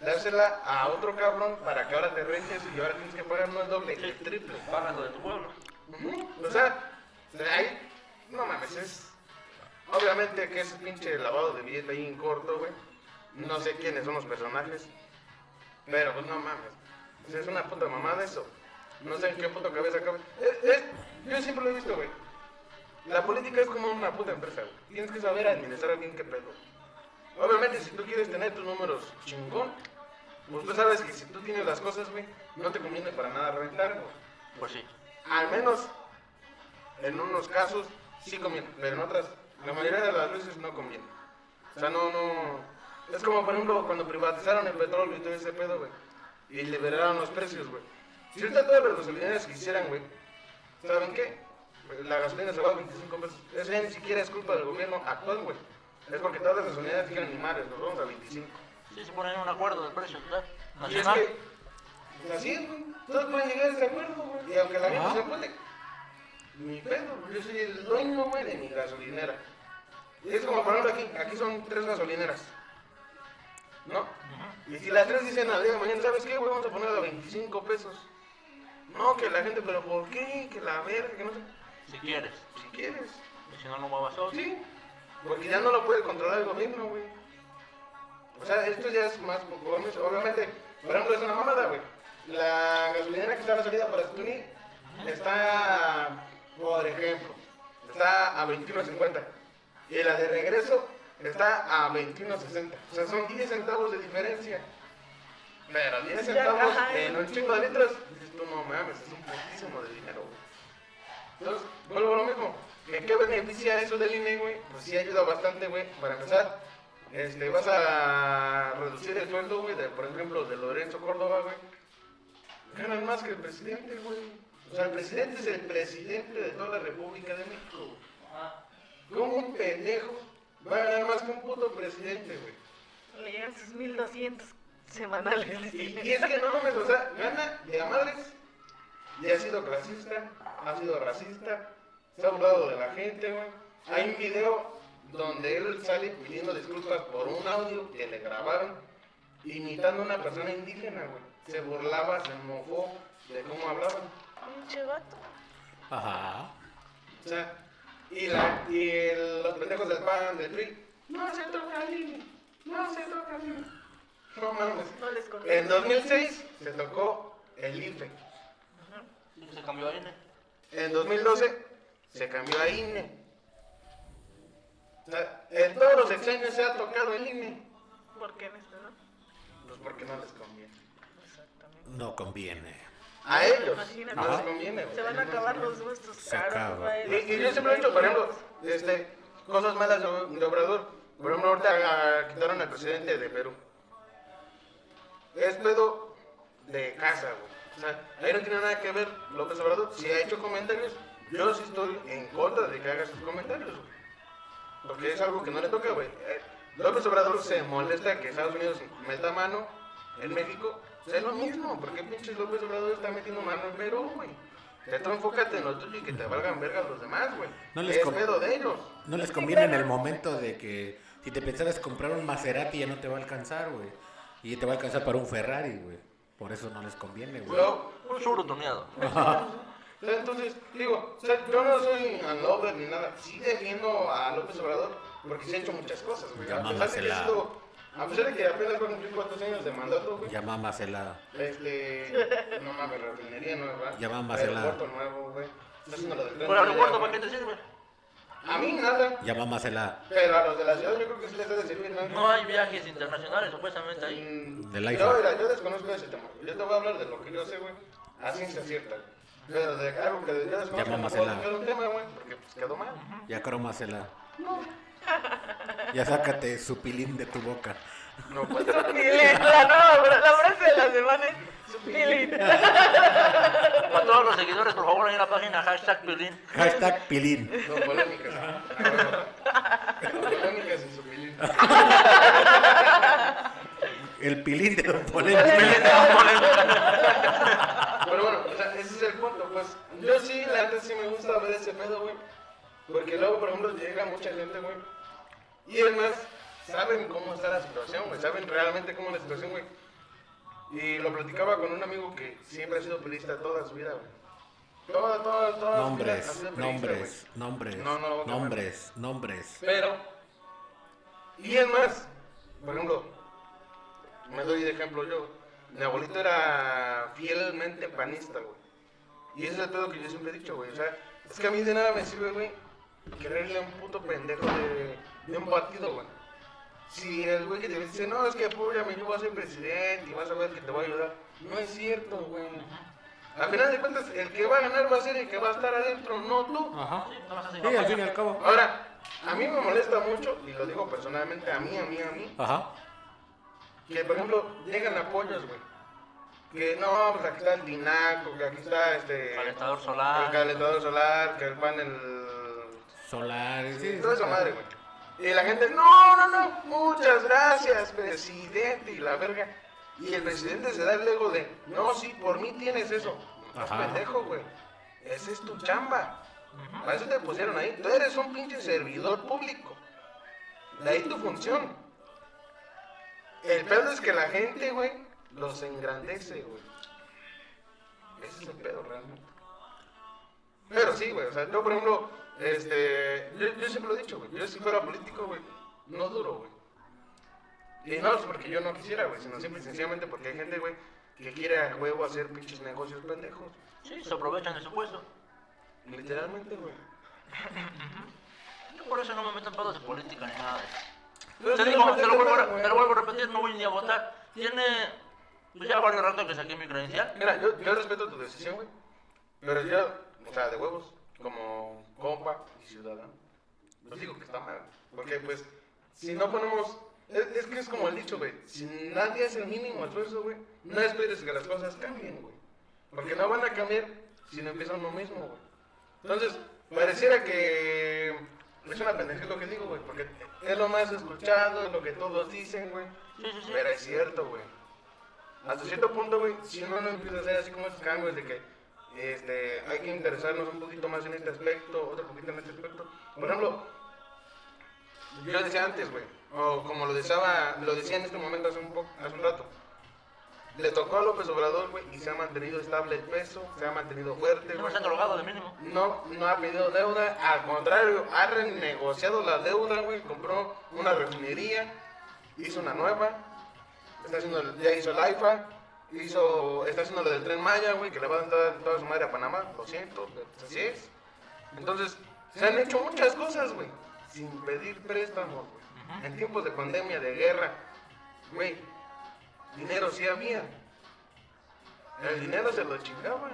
[SPEAKER 2] Dársela a otro cabrón para que ahora te rentes y ahora tienes que pagar no el doble, el triple.
[SPEAKER 3] Págalo de tu pueblo.
[SPEAKER 2] Ujú. O sea, ahí, no mames, es... Obviamente que ese pinche lavado de billete ahí en corto, güey. No sé quiénes son los personajes. Pero pues no mames. O sea, es una puta mamada eso. No sé en qué puta cabeza cabe. Es- es- yo siempre lo he visto, güey. La política es como una puta empresa, güey. Tienes que saber administrar bien qué pedo. Obviamente, si tú quieres tener tus números chingón, pues tú sabes que si tú tienes las cosas, güey, no te conviene para nada rentar, güey.
[SPEAKER 3] Pues sí.
[SPEAKER 2] Al menos en unos casos sí conviene, pero en otras, la mayoría de las veces no conviene. O sea, no, no. Es como por ejemplo cuando privatizaron el petróleo y todo ese pedo, güey. Y liberaron los precios, güey. Si ahorita todas las gasolineras quisieran, güey, ¿saben qué? La gasolina se va a 25 pesos. Eso ya ni siquiera es culpa del gobierno actual, güey. Es porque todas las gasolineras dijeron ni madres, nos vamos a 25.
[SPEAKER 3] Sí, se ponen en un acuerdo de precio total,
[SPEAKER 2] Y es
[SPEAKER 3] nacional.
[SPEAKER 2] que, pues, así es, güey. Todos pueden llegar a ese acuerdo, güey. Y aunque la gente
[SPEAKER 1] Ajá.
[SPEAKER 2] se acuerde, mi pedo, güey. yo soy el dueño, güey, de mi gasolinera. Y es como, por ejemplo, aquí, aquí son tres gasolineras. ¿No? Y si las tres dicen al día de mañana, ¿sabes qué, güey? Vamos a poner a 25 pesos. No, que la gente, pero ¿por qué? Que la verga, que no sé.
[SPEAKER 3] Si quieres.
[SPEAKER 2] Si quieres.
[SPEAKER 3] Y Si no, no muevas otro.
[SPEAKER 2] Sí. Porque ya no lo puede controlar el gobierno, güey. O sea, esto ya es más Gómez. Obviamente, por ejemplo, es una mamada, güey. La gasolinera que está a la salida para Stuni está, por ejemplo, está a 21.50. Y la de regreso está a 21.60. O sea, son 10 centavos de diferencia. Pero 10
[SPEAKER 4] Ya,
[SPEAKER 2] centavos
[SPEAKER 4] ajá.
[SPEAKER 2] en un chingo de litros, dices tú, no mames, es un poquísimo de dinero, güey. Entonces, vuelvo a lo mismo. ¿En qué beneficia eso del INE, güey? Pues sí ayuda bastante, güey, para empezar. Este, vas a reducir el sueldo, güey, de, por ejemplo, de Lorenzo Córdoba, güey. Ganan más que el presidente, güey. O sea, el presidente es el presidente de toda la República de México, güey. ¿Cómo un pendejo va a ganar más que un puto presidente, güey?
[SPEAKER 4] Le llegan sus 1200 semanales.
[SPEAKER 2] Y, y es que no mames, o sea, gana de a madres. Y ha sido clasista, ha sido racista, se ha burlado de la gente, güey. Hay un video donde él sale pidiendo disculpas por un audio que le grabaron imitando a una persona indígena, güey. Se burlaba, se mofó de cómo hablaban.
[SPEAKER 4] Pinche vato.
[SPEAKER 1] Ajá.
[SPEAKER 2] O sea, y, la, y el- los pendejos del pan, del PRI. No se toca al INE, no se toca al INE. No mames.
[SPEAKER 4] No les conté.
[SPEAKER 2] En 2006 se tocó el IFE.
[SPEAKER 3] Se cambió a INE.
[SPEAKER 2] En 2012 se cambió a INE. O sea, en todos los extraños se ha tocado el INE.
[SPEAKER 4] ¿Por qué en este no?
[SPEAKER 2] Pues porque no les conviene.
[SPEAKER 4] Exactamente.
[SPEAKER 1] No conviene.
[SPEAKER 2] A
[SPEAKER 4] ¿eh?
[SPEAKER 2] ellos
[SPEAKER 4] Imagínate.
[SPEAKER 2] no les
[SPEAKER 1] Ajá.
[SPEAKER 2] conviene. güey.
[SPEAKER 4] Se van a acabar los gustos
[SPEAKER 1] Se
[SPEAKER 4] caros,
[SPEAKER 1] acaba.
[SPEAKER 2] Y,
[SPEAKER 4] güey.
[SPEAKER 2] y yo siempre he dicho, por ejemplo, este, cosas malas de, de Obrador. Por ejemplo, ahorita ah, quitaron al presidente de Perú. Es pedo de casa, güey. O sea, ahí no tiene nada que ver López Obrador. Si ha hecho comentarios, yo sí estoy en contra de que haga sus comentarios, güey. Porque es algo que no le toca, güey. Eh, López Obrador se molesta que Estados Unidos meta mano en México. O sea, es lo mismo. porque pinche López Obrador está metiendo mano en Perú, güey? Ya tú enfócate en lo tuyo y que te valgan verga los demás, güey.
[SPEAKER 1] No les
[SPEAKER 2] es
[SPEAKER 1] com-
[SPEAKER 2] pedo de ellos.
[SPEAKER 1] No les conviene en el momento de que si te pensabas comprar un Maserati ya no te va a alcanzar, güey. Y te va a alcanzar para un Ferrari, güey. Por eso no les conviene, güey.
[SPEAKER 2] Yo-
[SPEAKER 3] Un sur tuneado.
[SPEAKER 2] o sea, entonces, digo, o sea, yo no soy un lover ni nada. Sí defiendo a López Obrador porque se ha hecho muchas cosas, güey.
[SPEAKER 1] Ya
[SPEAKER 2] A pesar de que ha
[SPEAKER 1] mámasela.
[SPEAKER 2] sido- a pesar de que apenas va a cumplir cuatro años de mandato, güey.
[SPEAKER 1] Ya mamasela.
[SPEAKER 2] Este. No mames, refinería nueva.
[SPEAKER 1] Ya van vacilar.
[SPEAKER 2] Aeropuerto nuevo, güey. Está haciendo lo del tren
[SPEAKER 3] Por
[SPEAKER 2] de
[SPEAKER 3] aeropuerto,
[SPEAKER 2] Aragua.
[SPEAKER 3] ¿para qué te sirve?
[SPEAKER 2] A mí nada.
[SPEAKER 1] Ya mamasela.
[SPEAKER 2] Pero a los de la ciudad yo creo que sí les ha de servir, ¿no?
[SPEAKER 3] No hay viajes internacionales supuestamente ahí.
[SPEAKER 2] Mm,
[SPEAKER 1] Del iPhone.
[SPEAKER 2] Yo, mira, yo desconozco ese tema. Yo te voy a hablar de lo que yo sé, güey. A ciencia cierta. güey. Pero de algo que yo desconozco.
[SPEAKER 1] Ya
[SPEAKER 2] no
[SPEAKER 1] vamos a
[SPEAKER 2] puedo
[SPEAKER 1] la-
[SPEAKER 2] tocar un tema, güey. Porque pues quedó mal.
[SPEAKER 1] Ya cromasela. Ya sácate su pilín de tu boca.
[SPEAKER 2] No, pues.
[SPEAKER 4] Pilín, La nueva la frase de la semana es su pilín.
[SPEAKER 3] Para todos los seguidores, por favor, ahí en la página hashtag Berlín.
[SPEAKER 1] Hashtag pilín.
[SPEAKER 2] No,
[SPEAKER 3] (laughs)
[SPEAKER 2] polémicas. Ah, bueno. No, polémicas en su pilín.
[SPEAKER 1] El pilín de Don Polémica.
[SPEAKER 4] Polémica.
[SPEAKER 2] Pero bueno, o sea, ese es el punto, pues. Yo sí, la neta sí me gusta ver ese pedo, güey. Porque luego, por ejemplo, llega mucha gente, güey. Y además, saben cómo está la situación, güey. Saben realmente cómo es la situación, güey. Y lo platicaba con un amigo que siempre ha sido pelista toda su vida, güey. Toda, toda, toda su vida ha
[SPEAKER 1] Nombres,
[SPEAKER 2] sido priista,
[SPEAKER 1] nombres, nombres,
[SPEAKER 2] No, no, no, no.
[SPEAKER 1] nombres, nombres.
[SPEAKER 2] güey. Pero, y es más, por ejemplo, me doy de ejemplo yo. Mi abuelito era fielmente panista, güey. Y ese es el pedo que yo siempre he dicho, güey. O sea, es que a mí de nada me sirve, güey, quererle a un puto pendejo de, de un partido, güey. Si el güey que te dice, no, es que apóyame, yo voy a ser presidente y vas a ver que te voy a ayudar. No es cierto, güey. Al final de cuentas, el que va a ganar va a ser el que va a estar adentro, no tú.
[SPEAKER 1] Ajá.
[SPEAKER 3] No vas a hacer
[SPEAKER 1] Sí, al
[SPEAKER 3] campaña.
[SPEAKER 1] fin y al cabo.
[SPEAKER 2] Ahora, a mí me molesta mucho, y lo digo personalmente, a mí, a mí, a mí,
[SPEAKER 1] Ajá.
[SPEAKER 2] que por ejemplo llegan apoyos, güey. Que no, pues aquí está el Dinaco, que aquí está este.
[SPEAKER 3] Calentador
[SPEAKER 2] El
[SPEAKER 3] solar.
[SPEAKER 2] calentador solar, que el panel.
[SPEAKER 1] Solares. sí,
[SPEAKER 2] Toda
[SPEAKER 1] sí,
[SPEAKER 2] esa
[SPEAKER 1] sí.
[SPEAKER 2] madre, güey. Y la gente, no, no, no, muchas gracias, presidente, y la verga. Y el presidente se da el ego de, no, sí, por mí tienes eso. No seas
[SPEAKER 1] Ajá.
[SPEAKER 2] pendejo, güey. Esa es tu chamba. Para eso te pusieron ahí. Tú eres un pinche servidor público. De ahí tu función. El pedo es que la gente, güey, los engrandece, güey. Ese es el pedo realmente. Pero sí, güey, o sea, yo por ejemplo, este, yo, yo siempre lo he dicho, güey, yo si fuera político, güey, no duro, güey. Y no es porque yo no quisiera, güey, sino simple y sencillamente porque hay gente, güey, que quiere a huevo hacer pinches negocios pendejos.
[SPEAKER 3] Sí, se aprovechan de su puesto.
[SPEAKER 2] Literalmente, güey.
[SPEAKER 3] Yo por eso no me meto en pedos de política ni nada de eso.
[SPEAKER 2] Pero
[SPEAKER 3] Te
[SPEAKER 2] sí,
[SPEAKER 3] digo,
[SPEAKER 2] no,
[SPEAKER 3] te lo vuelvo a,
[SPEAKER 2] güey.
[SPEAKER 3] te lo vuelvo a repetir, no voy ni a votar. Tiene. Pues ya varios rato que saqué mi credencial.
[SPEAKER 2] Mira, yo, yo respeto tu decisión, güey. Pero yo, o sea, de huevos, como compa y ciudadano, pues digo que está mal. Porque, pues, si no ponemos. Es, es que es como el dicho, güey. Si nadie hace el mínimo esfuerzo, güey, no esperes que las cosas cambien, güey. Porque no van a cambiar si no empieza uno mismo, güey. Entonces, pareciera que. Es una pendejada lo que digo, güey. Porque es lo más escuchado, es lo que todos dicen, güey.
[SPEAKER 3] Sí, sí, sí.
[SPEAKER 2] Pero es cierto, güey. Hasta cierto punto, güey, si uno no empieza a hacer así como esos cambios de que este, hay que interesarnos un poquito más en este aspecto, otro poquito en este aspecto. Por ejemplo, yo decía antes, güey, o como lo decía, lo decía en este momento hace un, po- hace un rato, le tocó a López Obrador, güey, y se ha mantenido estable el peso, se ha mantenido fuerte,
[SPEAKER 3] No
[SPEAKER 2] güey.
[SPEAKER 3] está drogado de mínimo.
[SPEAKER 2] No, no ha pedido deuda, al contrario, ha renegociado la deuda, güey, compró una refinería, hizo una nueva, está haciendo, ya hizo el AIFA, hizo, está haciendo lo del Tren Maya, güey, que le va a dar toda su madre a Panamá, lo siento, pero así es. Entonces, se han hecho muchas cosas, güey, sin pedir préstamos, güey, en tiempos de pandemia, de guerra, güey, dinero sí había, el dinero se lo chingaban.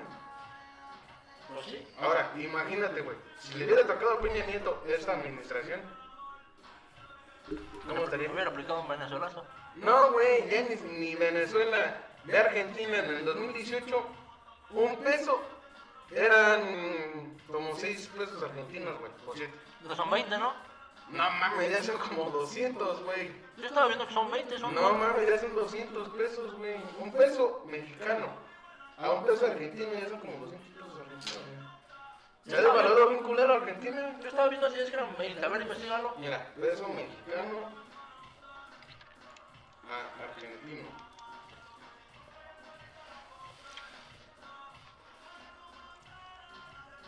[SPEAKER 3] Pues sí.
[SPEAKER 2] Ahora, imagínate, güey, si le hubiera tocado a Peña Nieto esta administración, ¿cómo
[SPEAKER 3] Me
[SPEAKER 2] estaría?
[SPEAKER 3] hubiera aplicado un venezolazo.
[SPEAKER 2] No, güey, ya ni, ni Venezuela, de Argentina en el 2018, un peso eran mm, como 6 pesos argentinos, güey, o siete.
[SPEAKER 3] Que son 20, ¿no?
[SPEAKER 2] No mames, ya son como 200, güey.
[SPEAKER 3] Yo estaba viendo que son 20, son.
[SPEAKER 2] No mames, ya son 200 pesos, güey. Un peso mexicano a un peso argentino ya son como 200 pesos argentinos, güey. Se ha devaluado bien culero a Argentina.
[SPEAKER 3] Yo estaba viendo si es que eran 20. A ver, investigalo.
[SPEAKER 2] Mira, peso mexicano a argentino.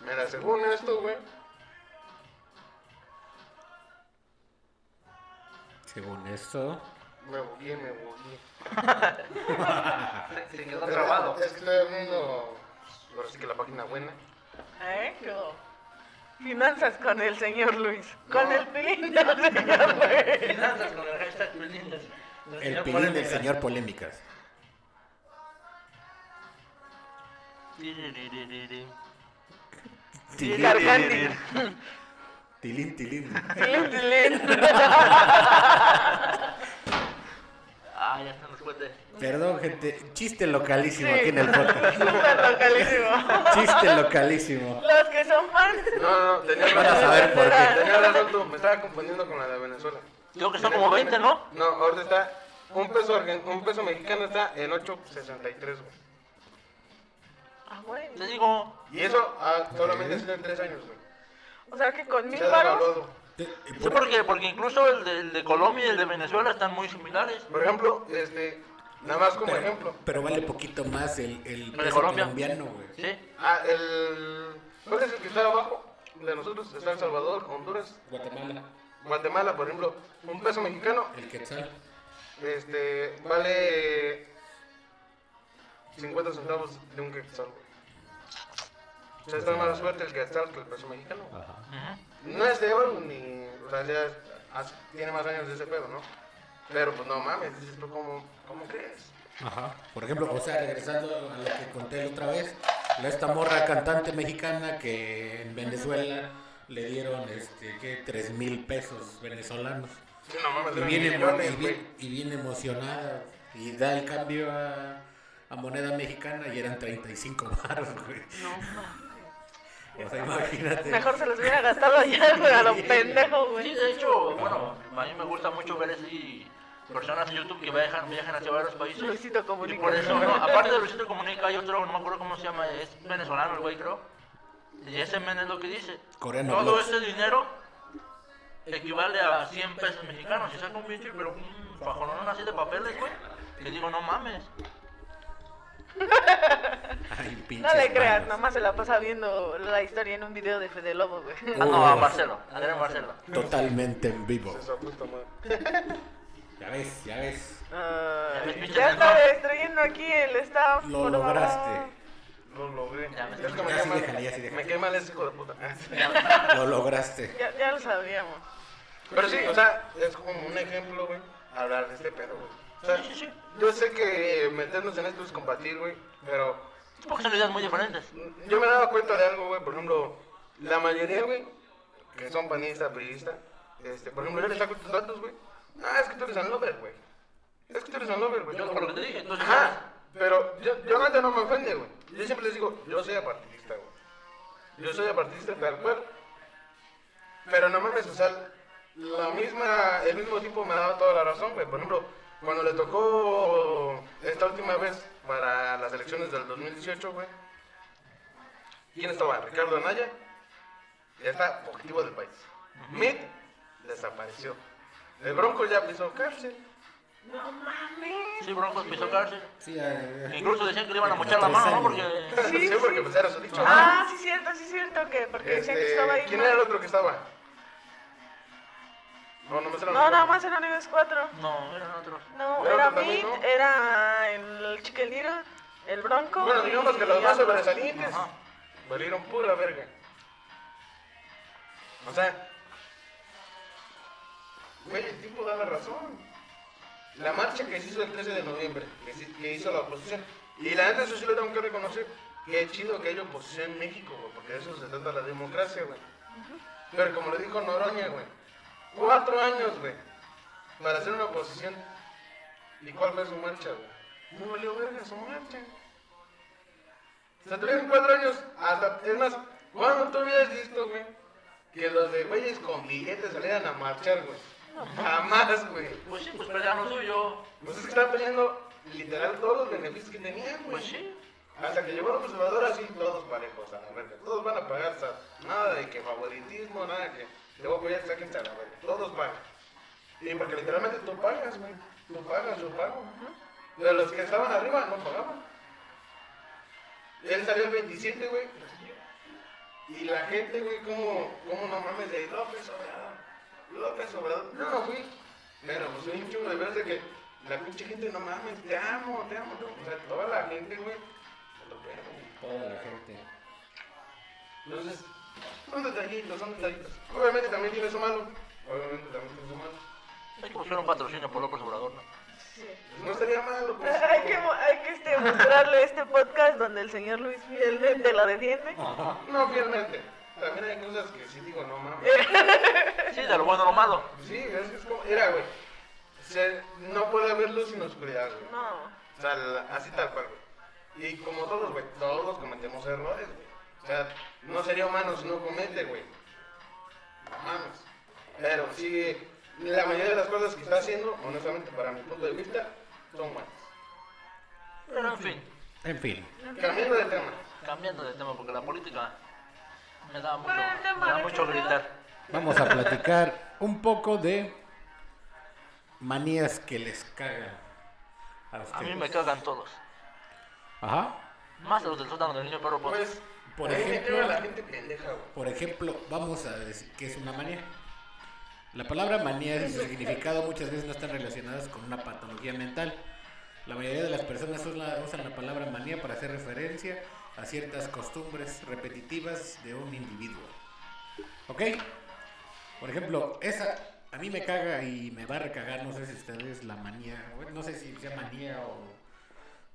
[SPEAKER 2] Mira, según esto, güey.
[SPEAKER 1] Según esto.
[SPEAKER 2] Me bugué, me bugué.
[SPEAKER 3] Ah, Se quedó trabado.
[SPEAKER 2] Es que estoy abriendo. Ahora sí que la página buena.
[SPEAKER 4] ¿Eh? Yo. Finanzas con el señor Luis. Con
[SPEAKER 2] No.
[SPEAKER 4] el pilín del
[SPEAKER 3] (laughs)
[SPEAKER 4] señor Luis.
[SPEAKER 3] (laughs) Finanzas con el hashtag Pilindas. Del
[SPEAKER 1] El
[SPEAKER 3] señor
[SPEAKER 1] pilín del
[SPEAKER 3] Polémica.
[SPEAKER 1] señor Polémicas.
[SPEAKER 3] Tiriririririm.
[SPEAKER 1] Tilín,
[SPEAKER 4] Cargandi.
[SPEAKER 1] tilín, tilín.
[SPEAKER 4] Tilín, tilín.
[SPEAKER 3] Ah, ya se nos cuente.
[SPEAKER 1] Perdón, gente. Chiste localísimo
[SPEAKER 4] Sí.
[SPEAKER 1] aquí en el podcast.
[SPEAKER 4] Súper localísimo.
[SPEAKER 1] Chiste localísimo.
[SPEAKER 4] Los que son fans.
[SPEAKER 2] No, no, tenía
[SPEAKER 1] Van a
[SPEAKER 2] razón.
[SPEAKER 1] saber por qué.
[SPEAKER 2] (laughs) Tenía razón tú, me estaba confundiendo con la de Venezuela.
[SPEAKER 3] Creo que son como 20, ¿no?
[SPEAKER 2] No, ahorita está. Un peso, argen- un peso mexicano está en 8.63, güey.
[SPEAKER 4] Ah, bueno.
[SPEAKER 3] Te digo,
[SPEAKER 2] Y eso ah, solamente ha sido en tres años, güey.
[SPEAKER 4] O sea que con mil
[SPEAKER 2] Se ha
[SPEAKER 4] varos.
[SPEAKER 2] devaluado.
[SPEAKER 3] Sí, porque, porque incluso el de, el de Colombia y el de Venezuela están muy similares.
[SPEAKER 2] Por ejemplo, este, nada más como
[SPEAKER 1] Pero,
[SPEAKER 2] ejemplo.
[SPEAKER 1] pero vale poquito más el, el
[SPEAKER 3] de
[SPEAKER 1] peso
[SPEAKER 3] Colombia.
[SPEAKER 1] colombiano, güey.
[SPEAKER 3] ¿Sí?
[SPEAKER 2] Ah, el. ¿Cuál es el que está abajo? De nosotros está El Salvador, Honduras,
[SPEAKER 1] Guatemala,
[SPEAKER 2] Guatemala, por ejemplo. Un peso mexicano,
[SPEAKER 1] el quetzal.
[SPEAKER 2] este, vale 50 centavos de un quetzal, güey. O sea, está más fuerte el quetzal que el peso mexicano. güey.
[SPEAKER 3] Ujú.
[SPEAKER 2] No es de oro ni. O sea, ya es- hace- tiene más años de ese pedo, ¿no? Pero pues no mames, dices tú, ¿cómo, cómo crees?
[SPEAKER 1] Ajá. Por ejemplo, o sea, regresando a lo que conté la otra vez, la esta morra cantante mexicana que en Venezuela le dieron, este, ¿qué? 3 mil pesos venezolanos.
[SPEAKER 2] Sí, No mames,
[SPEAKER 1] Y
[SPEAKER 2] eran
[SPEAKER 1] viene,
[SPEAKER 2] millones,
[SPEAKER 1] y,
[SPEAKER 2] güey.
[SPEAKER 1] bien, y bien emocionada y da el cambio a, a moneda mexicana y eran 35 baros, güey. O sea, imagínate.
[SPEAKER 4] Mejor se los hubiera gastado ya, güey, a lo pendejo,
[SPEAKER 3] Sí,
[SPEAKER 4] güey.
[SPEAKER 3] de hecho, bueno, a mí me gusta mucho ver así personas en YouTube que viajan, viajan hacia varios países.
[SPEAKER 4] Luisito
[SPEAKER 3] Y
[SPEAKER 4] Comunica.
[SPEAKER 3] por eso, ¿no? aparte de Luisito Comunica, hay otro, no me acuerdo cómo se llama, es venezolano el güey, creo. Y ese men es lo que dice.
[SPEAKER 1] Coreano
[SPEAKER 3] Todo
[SPEAKER 1] Vlogs.
[SPEAKER 3] ese dinero equivale a 100 pesos mexicanos. Y saca un pinche, pero un fajonón así de papeles, güey. Que digo, no mames.
[SPEAKER 1] Ay,
[SPEAKER 4] No le
[SPEAKER 1] pinches
[SPEAKER 4] creas,
[SPEAKER 1] manos.
[SPEAKER 4] nomás se la pasa viendo la historia en un video de Fede Lobo, güey.
[SPEAKER 3] Ah, no, a
[SPEAKER 1] Uf.
[SPEAKER 3] Marcelo, Adrián Marcelo.
[SPEAKER 1] Totalmente en vivo.
[SPEAKER 2] Se su puta madre.
[SPEAKER 1] Ya ves, ya ves.
[SPEAKER 4] Ay, Ah, ya estaba destruyendo aquí el staff.
[SPEAKER 1] Lo
[SPEAKER 4] por favor.
[SPEAKER 1] lograste.
[SPEAKER 2] Lo logré.
[SPEAKER 3] Ya me
[SPEAKER 2] Es que me
[SPEAKER 1] Ya sí,
[SPEAKER 2] quema-
[SPEAKER 1] déjala, ya sí, déjala.
[SPEAKER 2] Me quema el ese hijo de puta. Ah, sí.
[SPEAKER 1] Lo lograste.
[SPEAKER 4] Ya, ya lo sabíamos.
[SPEAKER 2] Pero sí, o sea, es como un ejemplo, güey, hablar de este pedo, güey. O sea,
[SPEAKER 3] Sí, sí, sí.
[SPEAKER 2] yo sé que meternos en esto es compartir, güey, pero
[SPEAKER 3] Porque son ideas muy diferentes.
[SPEAKER 2] yo me daba cuenta de algo, güey, por ejemplo, la mayoría, güey, que son panistas, priistas, este, por ejemplo, yo les saco tus datos, güey. Ah, es que tú eres un lover, güey. Es que tú eres un lover, güey.
[SPEAKER 3] Yo por lo que te dije, entonces.
[SPEAKER 2] Ajá, pero yo, yo antes no me ofende, güey. Yo siempre les digo, yo soy apartidista, güey. Yo soy apartidista tal cual. Pero no mames, o sea, la misma, el mismo tipo me daba toda la razón, güey. Por ejemplo, cuando le tocó esta última vez para las elecciones del 2018, güey. ¿Quién estaba? Ricardo Anaya. Ya está, objetivo del país. Mitt desapareció. El Bronco ya pisó cárcel.
[SPEAKER 4] No mames.
[SPEAKER 3] Sí, Broncos pisó cárcel.
[SPEAKER 1] Sí, ya, ya, ya.
[SPEAKER 3] Incluso decían que le iban a
[SPEAKER 1] Como
[SPEAKER 3] mochar la
[SPEAKER 1] tres
[SPEAKER 3] mano, ¿no?
[SPEAKER 1] años.
[SPEAKER 3] Porque.
[SPEAKER 2] Sí,
[SPEAKER 4] Sí,
[SPEAKER 2] porque
[SPEAKER 4] sí.
[SPEAKER 2] pues era su dicho. ¿no?
[SPEAKER 4] Ah, sí, cierto, sí, cierto. que Porque decían que
[SPEAKER 2] Este,
[SPEAKER 4] estaba ahí.
[SPEAKER 2] ¿Quién
[SPEAKER 4] mal.
[SPEAKER 2] era el otro que estaba? No, no me suena.
[SPEAKER 4] No, nada más eran ellos cuatro.
[SPEAKER 3] No, eran otros.
[SPEAKER 4] No,
[SPEAKER 2] Era
[SPEAKER 4] era
[SPEAKER 2] otro
[SPEAKER 4] Meat,
[SPEAKER 2] también, ¿no?
[SPEAKER 4] era el chiqueliro, el bronco.
[SPEAKER 2] Bueno,
[SPEAKER 4] y-
[SPEAKER 2] digamos que los
[SPEAKER 4] y
[SPEAKER 2] más
[SPEAKER 4] otro.
[SPEAKER 2] sobresalientes
[SPEAKER 3] Ajá.
[SPEAKER 2] valieron pura verga. O sea, güey, el tipo daba razón. La marcha que se hizo el 13 de noviembre, que, sí- que hizo la oposición. Y la neta, eso sí lo tengo que reconocer. Qué chido que haya oposición en México, güey, porque de eso se trata la democracia, güey. Pero como lo dijo Noroña, güey, cuatro años, güey, para hacer una oposición. ¿Y cuál fue su marcha, güey? No valió verga su marcha. Se tuvieron cuatro años, hasta, es más, ¿cuándo tú hubieras visto, güey? Que los de güeyes con billetes salieran a marchar, güey. Jamás, güey.
[SPEAKER 3] Pues sí, pues pelean lo suyo.
[SPEAKER 2] Pues es que estaban peleando literal todos los beneficios que tenían, güey.
[SPEAKER 3] Pues sí.
[SPEAKER 2] Hasta que llegó el observador así, todos parejos a la verga. Todos van a pagar, ¿sabes? Nada de que favoritismo, nada de que te voy a apoyar, sáquense a la verga. Todos pagan. Y porque literalmente tú pagas, güey. Tú pagas, yo pago. Pero los que estaban arriba no pagaban. Él salió el 27, güey. Y la gente, güey, como, como no mames, de López Obrador. López Obrador. Yo no fui. Pero pues soy un chingo de veces de que la pinche gente, no mames, te amo, te amo. te amo. O sea, toda la gente, güey. se lo pega, güey.
[SPEAKER 1] Toda la gente.
[SPEAKER 2] Entonces, son detallitos, son detallitos. Obviamente también tiene su malo. Obviamente también tiene su malo.
[SPEAKER 3] Hay que buscar un patrocinio por López Obrador, ¿no?
[SPEAKER 2] Pues no estaría malo,
[SPEAKER 4] (laughs)
[SPEAKER 2] pues.
[SPEAKER 4] (laughs) Hay que, mo- hay que este, mostrarle este podcast donde el señor Luis fielmente la defiende.
[SPEAKER 2] No, fielmente. También hay cosas que sí digo, no mames.
[SPEAKER 3] Sí, de lo bueno a lo malo.
[SPEAKER 2] Sí, es que es como. Era, güey. Se- no puede haber luz sin oscuridad, güey.
[SPEAKER 4] No.
[SPEAKER 2] O sea, la- así tal cual, güey. Y como todos, güey, todos cometemos errores, güey. O sea, no sería humano si no comete, güey. No mames. Pero sí, la mayoría de las cosas que está haciendo, honestamente, para mi punto de vista, son buenas.
[SPEAKER 3] Pero en fin,
[SPEAKER 1] En fin.
[SPEAKER 2] Cambiando de tema.
[SPEAKER 3] cambiando de tema, porque la política me da mucho,
[SPEAKER 4] Bueno, el tema
[SPEAKER 3] me da
[SPEAKER 4] de
[SPEAKER 3] mucho
[SPEAKER 4] que-
[SPEAKER 3] gritar.
[SPEAKER 1] Vamos a platicar un poco de manías que les cagan. A,
[SPEAKER 3] A mí
[SPEAKER 1] ustedes.
[SPEAKER 3] me cagan todos.
[SPEAKER 1] Ajá.
[SPEAKER 3] Más de los del sótano del niño perro Potts.
[SPEAKER 2] Pues,
[SPEAKER 1] Por
[SPEAKER 2] a mí me
[SPEAKER 1] ejemplo-
[SPEAKER 2] caga la gente pendeja, güey.
[SPEAKER 1] Por ejemplo, vamos a decir qué es una manía. La palabra manía y su significado muchas veces no están relacionadas con una patología mental. La mayoría de las personas usa- usan la palabra manía para hacer referencia a ciertas costumbres repetitivas de un individuo. ¿Ok? Por ejemplo, esa a mí me caga y me va a recagar, no sé si ustedes la manía, bueno, no sé si sea manía o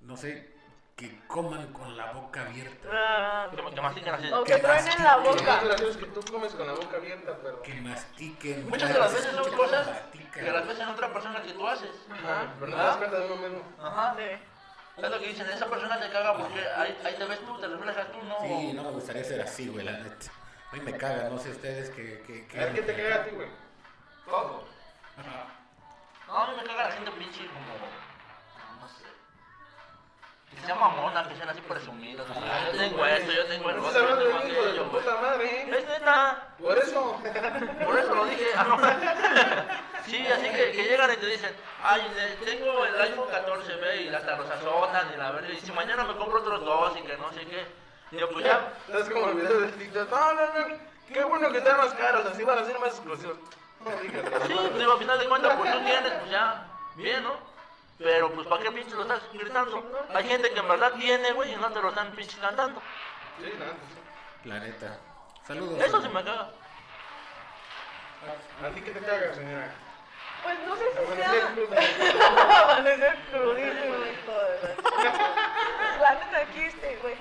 [SPEAKER 1] no sé, que coman con la boca abierta.
[SPEAKER 4] Ah,
[SPEAKER 3] Que, que mastican así.
[SPEAKER 4] o que traen en la
[SPEAKER 2] Lo más
[SPEAKER 4] boca.
[SPEAKER 2] gracioso es que tú comes con la boca abierta, pero.
[SPEAKER 1] Que mastiquen.
[SPEAKER 3] Muchas de las veces son
[SPEAKER 1] Escucha cómo
[SPEAKER 3] cosas
[SPEAKER 1] mastican.
[SPEAKER 3] que las veces otra persona que tú haces.
[SPEAKER 2] Ajá, pero no te das cuenta de uno mismo.
[SPEAKER 3] Ajá.
[SPEAKER 4] Sí.
[SPEAKER 3] Es lo que dicen, esa persona te caga porque ahí, ahí te ves tú, te reflejas tú, no.
[SPEAKER 1] Sí, no me gustaría ser así, güey, la neta. A mí me caga, no sé ustedes que... que, que
[SPEAKER 2] A ver, ¿qué te caga a ti, güey? Todo.
[SPEAKER 3] No, a mí me caga la gente pinche como. No sé. Que sea mamona, que sean así presumidas. así, yo tengo esto, yo tengo el
[SPEAKER 2] Pues Estás
[SPEAKER 3] otro, yo
[SPEAKER 2] hablando de un
[SPEAKER 3] tengo
[SPEAKER 2] hijo de
[SPEAKER 3] aquello,
[SPEAKER 2] tu
[SPEAKER 3] güey.
[SPEAKER 2] puta madre, ¿eh?
[SPEAKER 3] Es neta,
[SPEAKER 2] Por eso.
[SPEAKER 3] por eso lo dije. ah, no. (laughs) Sí, así que, que llegan y te dicen, ay, le- tengo el iPhone 14, ve, y hasta los azotan y la verga. Y si mañana me compro otros dos y que no sé qué. Y yo, pues ya,
[SPEAKER 2] Estás como el video del TikTok. No, no, no. Qué bueno que están más caros. Así van a ser más exclusivos. No, dígate.
[SPEAKER 3] sí, digo, al final de cuentas, pues tú tienes, pues ya. bien, ¿no? Pero pues ¿para qué pinche lo estás gritando? Hay gente que en verdad tiene, güey, y no te lo están pinche cantando.
[SPEAKER 2] Sí, nada, sí.
[SPEAKER 1] La neta. Saludos.
[SPEAKER 3] Eso sí me caga.
[SPEAKER 2] pues, ¿A ti qué te caga, señora?
[SPEAKER 4] Pues no sé si sea.
[SPEAKER 2] Amanecer cruda.
[SPEAKER 4] Amanecer crudísimo, hijo de la- La neta aquí este, güey.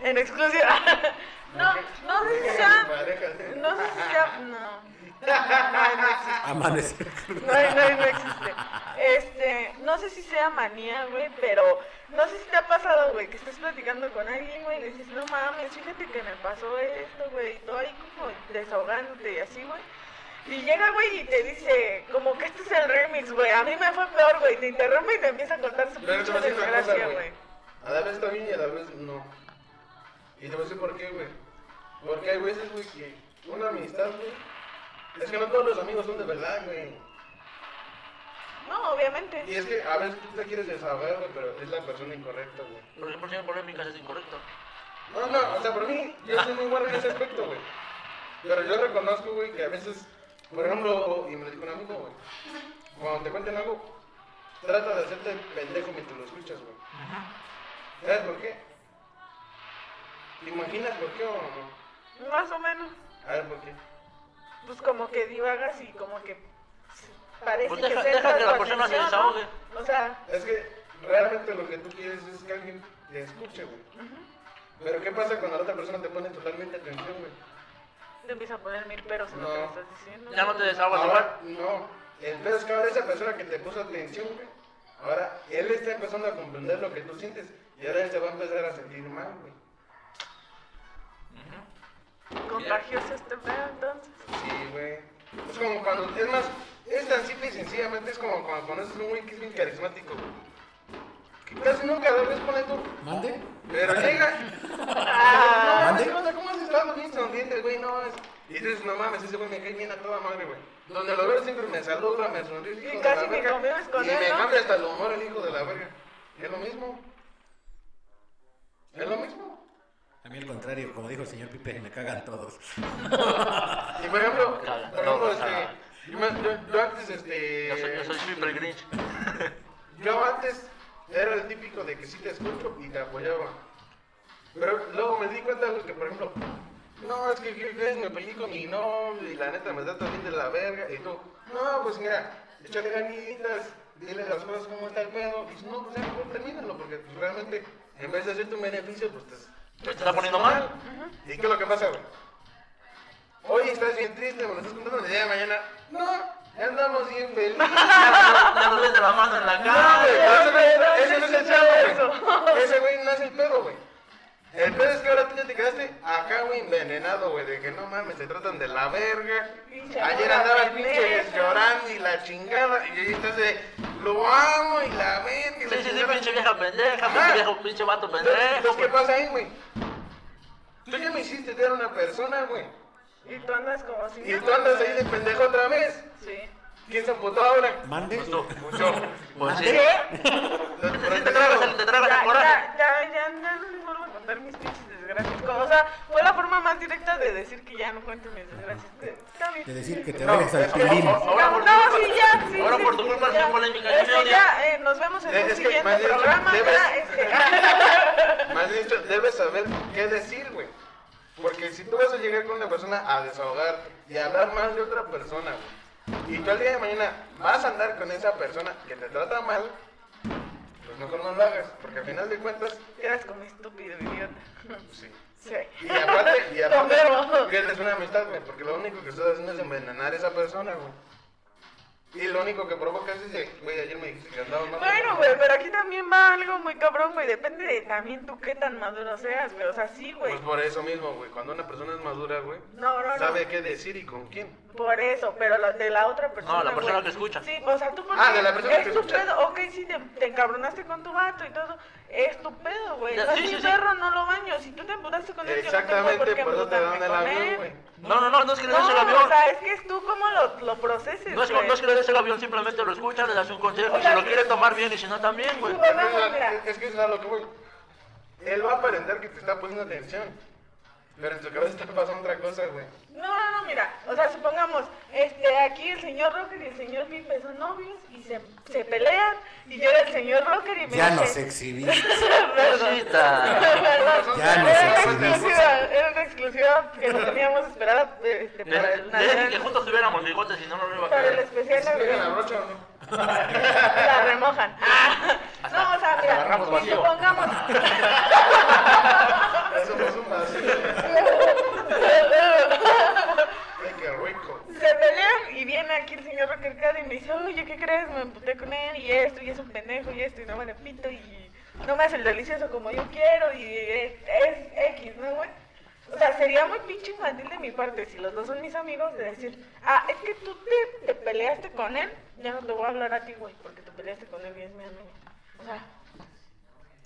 [SPEAKER 4] En exclusiva. No, no sé si sea. No sé si sea. No. No, no existe.
[SPEAKER 1] Ah, Amanecer. (laughs)
[SPEAKER 4] No, hay- no, hay- no existe. Este, no sé si sea manía, güey, pero no sé si te ha pasado, güey, que estás platicando con alguien, güey, y le dices, no mames, fíjate que me pasó esto, güey, y todo ahí como desahogándote y así, güey. Y llega, güey, y te dice, como que este es el remix, güey, a mí me fue peor, güey, te interrumpe y te empieza a contar su
[SPEAKER 2] Pero te
[SPEAKER 4] pinche
[SPEAKER 2] voy a decir una cosa,
[SPEAKER 4] desgracia,
[SPEAKER 2] güey.
[SPEAKER 4] güey.
[SPEAKER 2] A la vez está bien y a la vez no. Y te voy a decir por qué, güey. Porque hay veces, güey, que una amistad, güey. Es que no todos los amigos son de verdad, güey.
[SPEAKER 4] No, obviamente.
[SPEAKER 2] Y es que a veces tú te quieres desahogar, güey, pero es la persona incorrecta, güey.
[SPEAKER 3] Por ejemplo, si polémicas es incorrecto.
[SPEAKER 2] No, no, o sea, por mí, yo soy muy bueno en ese aspecto, güey. Pero yo reconozco, güey, que a veces, por ejemplo, y me lo dijo un amigo, güey, cuando te cuenten algo, trata de hacerte pendejo mientras lo escuchas, güey. ¿Sabes por qué? ¿Te imaginas por qué o no?
[SPEAKER 4] Más o menos.
[SPEAKER 2] A ver, ¿por qué?
[SPEAKER 4] pues como que divagas y como que parece
[SPEAKER 3] Pues
[SPEAKER 4] que
[SPEAKER 3] deja-
[SPEAKER 4] se
[SPEAKER 3] deja
[SPEAKER 4] entra
[SPEAKER 3] que
[SPEAKER 4] en
[SPEAKER 3] la persona se
[SPEAKER 4] conexión, ¿no?
[SPEAKER 3] desahogue.
[SPEAKER 4] O sea,
[SPEAKER 2] Es que realmente lo que tú quieres es que alguien te escuche, güey. Pero ¿qué pasa cuando la otra persona te pone totalmente atención, güey?
[SPEAKER 4] te empieza a poner mil peros en lo que
[SPEAKER 2] No.
[SPEAKER 4] le estás diciendo.
[SPEAKER 3] Ya no te desahogas
[SPEAKER 2] Ahora,
[SPEAKER 3] igual.
[SPEAKER 2] no. El pedo es que ahora esa persona que te puso atención, güey, ahora él está empezando a comprender lo que tú sientes y ahora él se va a empezar a sentir mal, güey.
[SPEAKER 4] Contagioso este pedo, entonces.
[SPEAKER 2] Sí, güey. Es como cuando, es más, es tan simple y sencillamente es como cuando conoces a un güey que es bien carismático, güey. Que casi nunca lo ves con esto,
[SPEAKER 1] ¿Mande?
[SPEAKER 2] pero llega.
[SPEAKER 4] Ah,
[SPEAKER 2] No, no, no, ¿cómo has estado? Bien sonriente, este güey, no, es... Y dices, no mames, ese güey me cae bien a toda madre, güey. Donde lo veo siempre me saluda, me sonríe. el
[SPEAKER 4] Y
[SPEAKER 2] hijo de
[SPEAKER 4] casi
[SPEAKER 2] la
[SPEAKER 4] ni
[SPEAKER 2] verga.
[SPEAKER 4] convives con
[SPEAKER 2] y
[SPEAKER 4] él,
[SPEAKER 2] me
[SPEAKER 4] ¿no?
[SPEAKER 2] cambia hasta el humor el hijo de la verga. Es lo mismo. Es lo mismo.
[SPEAKER 1] A mí al contrario, como dijo el señor Pipe, me cagan todos.
[SPEAKER 2] Y por ejemplo,
[SPEAKER 3] Claro,
[SPEAKER 2] por
[SPEAKER 3] no,
[SPEAKER 2] ejemplo,
[SPEAKER 3] o
[SPEAKER 2] este...
[SPEAKER 3] sea,
[SPEAKER 2] Yo, me- yo- yo antes, este...
[SPEAKER 3] Yo soy, yo soy Flipper Grinch.
[SPEAKER 2] Yo antes era el típico de que sí te escucho y te apoyaba. Pero luego me di cuenta de que, por ejemplo, no, es que ¿qué crees? me peleé con mi novio y la neta me da también de la verga. Y tú, no, pues mira, échale ganitas, dile las cosas como está el pedo. Y si no, pues ya mejor termínalo, porque pues, realmente en vez de hacerte un beneficio, pues te,
[SPEAKER 3] Te está poniendo mal.
[SPEAKER 2] ¿Y qué es lo que pasa, güey? Hoy estás bien triste, me lo estás contando, el día de mañana, no, ya andamos bien felices.
[SPEAKER 3] Ya nos ves de la mano en la
[SPEAKER 2] No,
[SPEAKER 3] cara.
[SPEAKER 2] güey, ese no es- ese no es el
[SPEAKER 4] Eso.
[SPEAKER 2] pedo, güey. Ese güey no es el pedo, güey. El pedo es que ahora tú ya te quedaste acá, güey, envenenado, güey, de que no mames, se tratan de la verga.
[SPEAKER 4] Pinche ¿eh?
[SPEAKER 2] Ayer
[SPEAKER 4] morra
[SPEAKER 2] andaba el
[SPEAKER 4] pendeja.
[SPEAKER 2] pinche llorando y la chingada, y ahí estás de, lo amo y la verga. y la
[SPEAKER 3] Sí, sí, sí,
[SPEAKER 2] chingada.
[SPEAKER 3] pinche vieja pendeja,
[SPEAKER 2] Ajá.
[SPEAKER 3] pinche viejo, pinche vato pendejo.
[SPEAKER 2] Lo que pasa ahí, güey, tú ya me hiciste ver a una persona, güey,
[SPEAKER 4] Y tú andas como si
[SPEAKER 2] y tú andas ahí de pendejo otra vez.
[SPEAKER 4] Sí.
[SPEAKER 2] ¿Quién se emputó ahora?
[SPEAKER 1] ¿Mande?
[SPEAKER 3] Pues tú.
[SPEAKER 2] Mucho.
[SPEAKER 3] Pues sí.
[SPEAKER 2] (laughs) Por
[SPEAKER 3] Sí,
[SPEAKER 2] eso
[SPEAKER 3] te tragas
[SPEAKER 2] digo,
[SPEAKER 3] el, te
[SPEAKER 4] Ya,
[SPEAKER 3] tragas el coraje.
[SPEAKER 4] ya, ya, ya, no les vuelvo a contar mis pinches desgracias. Como, o sea, fue la forma más directa de decir que ya no cuento mis desgracias. Está bien.
[SPEAKER 1] De decir que te
[SPEAKER 2] No,
[SPEAKER 1] vayas al
[SPEAKER 2] es que-
[SPEAKER 1] pilín.
[SPEAKER 3] Ahora por
[SPEAKER 4] no,
[SPEAKER 3] tu
[SPEAKER 4] sí,
[SPEAKER 3] culpa-
[SPEAKER 4] ya, sí.
[SPEAKER 3] ahora
[SPEAKER 4] sí,
[SPEAKER 3] por tu culpa
[SPEAKER 4] ya.
[SPEAKER 3] es polémica, yo
[SPEAKER 4] Este,
[SPEAKER 3] me odio.
[SPEAKER 4] ya, eh, nos vemos en
[SPEAKER 2] Es
[SPEAKER 4] un
[SPEAKER 2] que,
[SPEAKER 4] siguiente
[SPEAKER 2] más bien,
[SPEAKER 4] programa.
[SPEAKER 2] debes-
[SPEAKER 4] Ya, este.
[SPEAKER 2] Más dicho, debes saber qué decir, güey. Porque si tú vas a llegar con una persona a desahogarte y a hablar mal de otra persona, güey, y tú al día de mañana vas a andar con esa persona que te trata mal, pues mejor no lo hagas, porque al final de cuentas,
[SPEAKER 4] Eras como estúpido, idiota. (laughs)
[SPEAKER 2] pues sí.
[SPEAKER 4] Sí.
[SPEAKER 2] Y aparte,
[SPEAKER 4] (laughs)
[SPEAKER 2] y
[SPEAKER 4] Confirmo.
[SPEAKER 2] aparte, pierdes una amistad, güey, porque lo único que estás haciendo es envenenar a esa persona, güey. Y lo único que provocas es de, güey, ayer me dijiste que andabas mal.
[SPEAKER 4] Bueno, güey, pero aquí también va algo muy cabrón, güey. Depende de también tú qué tan maduro seas, güey. O sea, sí, güey.
[SPEAKER 2] Pues por eso mismo, güey, cuando una persona es madura, güey,
[SPEAKER 4] No, no, no.
[SPEAKER 2] sabe qué decir y con quién.
[SPEAKER 4] Por eso, pero la- de la otra persona.
[SPEAKER 3] No, la persona
[SPEAKER 4] güey.
[SPEAKER 3] que escucha.
[SPEAKER 4] Sí, o sea, tú por
[SPEAKER 2] Ah,
[SPEAKER 4] qué?
[SPEAKER 2] de la persona
[SPEAKER 4] es
[SPEAKER 2] que
[SPEAKER 4] tu
[SPEAKER 2] escucha.
[SPEAKER 4] pedo, ok, sí, te, te encabronaste con tu vato y todo. Es tu pedo, güey.
[SPEAKER 3] Ya,
[SPEAKER 4] O sea,
[SPEAKER 3] sí,
[SPEAKER 4] mi
[SPEAKER 3] sí, sí.
[SPEAKER 4] perro no lo baño. Si tú te emputaste con él, yo no
[SPEAKER 2] Exactamente,
[SPEAKER 4] tengo
[SPEAKER 2] por
[SPEAKER 4] por qué
[SPEAKER 2] eso te dan
[SPEAKER 4] emputarme
[SPEAKER 2] el
[SPEAKER 4] con
[SPEAKER 2] avión,
[SPEAKER 4] él.
[SPEAKER 2] güey.
[SPEAKER 3] No, no, no, no es que le des el
[SPEAKER 4] No, o
[SPEAKER 3] avión.
[SPEAKER 4] sea, es que es tú cómo lo, lo proceses,
[SPEAKER 3] No es,
[SPEAKER 4] güey.
[SPEAKER 3] no es que le des el avión, simplemente lo escuchas, le das un consejo y si lo quiere tomar bien y si no también,
[SPEAKER 4] (laughs)
[SPEAKER 3] güey.
[SPEAKER 2] Es que
[SPEAKER 4] Vamos,
[SPEAKER 2] es a-
[SPEAKER 4] mira.
[SPEAKER 2] Es que es a lo que voy. Él va a aparentar que te está poniendo atención. Pero en tu cabeza te pasa otra cosa, güey.
[SPEAKER 4] No, no, no, mira, o sea, supongamos, este, aquí el señor Rocker y el señor Pipe son novios y se, se pelean y llega el señor Rocker y me
[SPEAKER 1] Ya
[SPEAKER 4] dice...
[SPEAKER 1] nos exhibiste.
[SPEAKER 4] Perdón.
[SPEAKER 3] Cosita.
[SPEAKER 4] Perdón.
[SPEAKER 1] Ya nos
[SPEAKER 4] era una
[SPEAKER 1] exhibiste.
[SPEAKER 4] exclusiva, era una exclusiva que no teníamos esperada eh, este,
[SPEAKER 3] Le
[SPEAKER 4] para,
[SPEAKER 2] (laughs)
[SPEAKER 3] le dije que juntos tuviéramos bigotes y no no lo iba a
[SPEAKER 4] para el
[SPEAKER 3] creer.
[SPEAKER 4] especial
[SPEAKER 2] ¿Tienen la
[SPEAKER 4] navideño.
[SPEAKER 2] brocha o no?
[SPEAKER 4] La remojan. Ah. No, o sea,
[SPEAKER 2] Agarramos
[SPEAKER 4] mira,
[SPEAKER 2] vacío.
[SPEAKER 4] supongamos.
[SPEAKER 2] Eso no es un vacío.
[SPEAKER 4] (laughs)
[SPEAKER 2] Ay, qué rico.
[SPEAKER 4] Se pelean y viene aquí el señor Rocker y me dice, oye, ¿qué crees? Me emputé con él y esto, y es un pendejo, y esto, y no me lo pito, y no me hace el delicioso como yo quiero, y es, es X, ¿no, güey? O sea, sería muy pinche infantil de mi parte, si los dos son mis amigos, de decir, ah, es que tú te, te peleaste con él, ya no te voy a hablar a ti, güey, porque te peleaste con él y es mi amigo. O sea,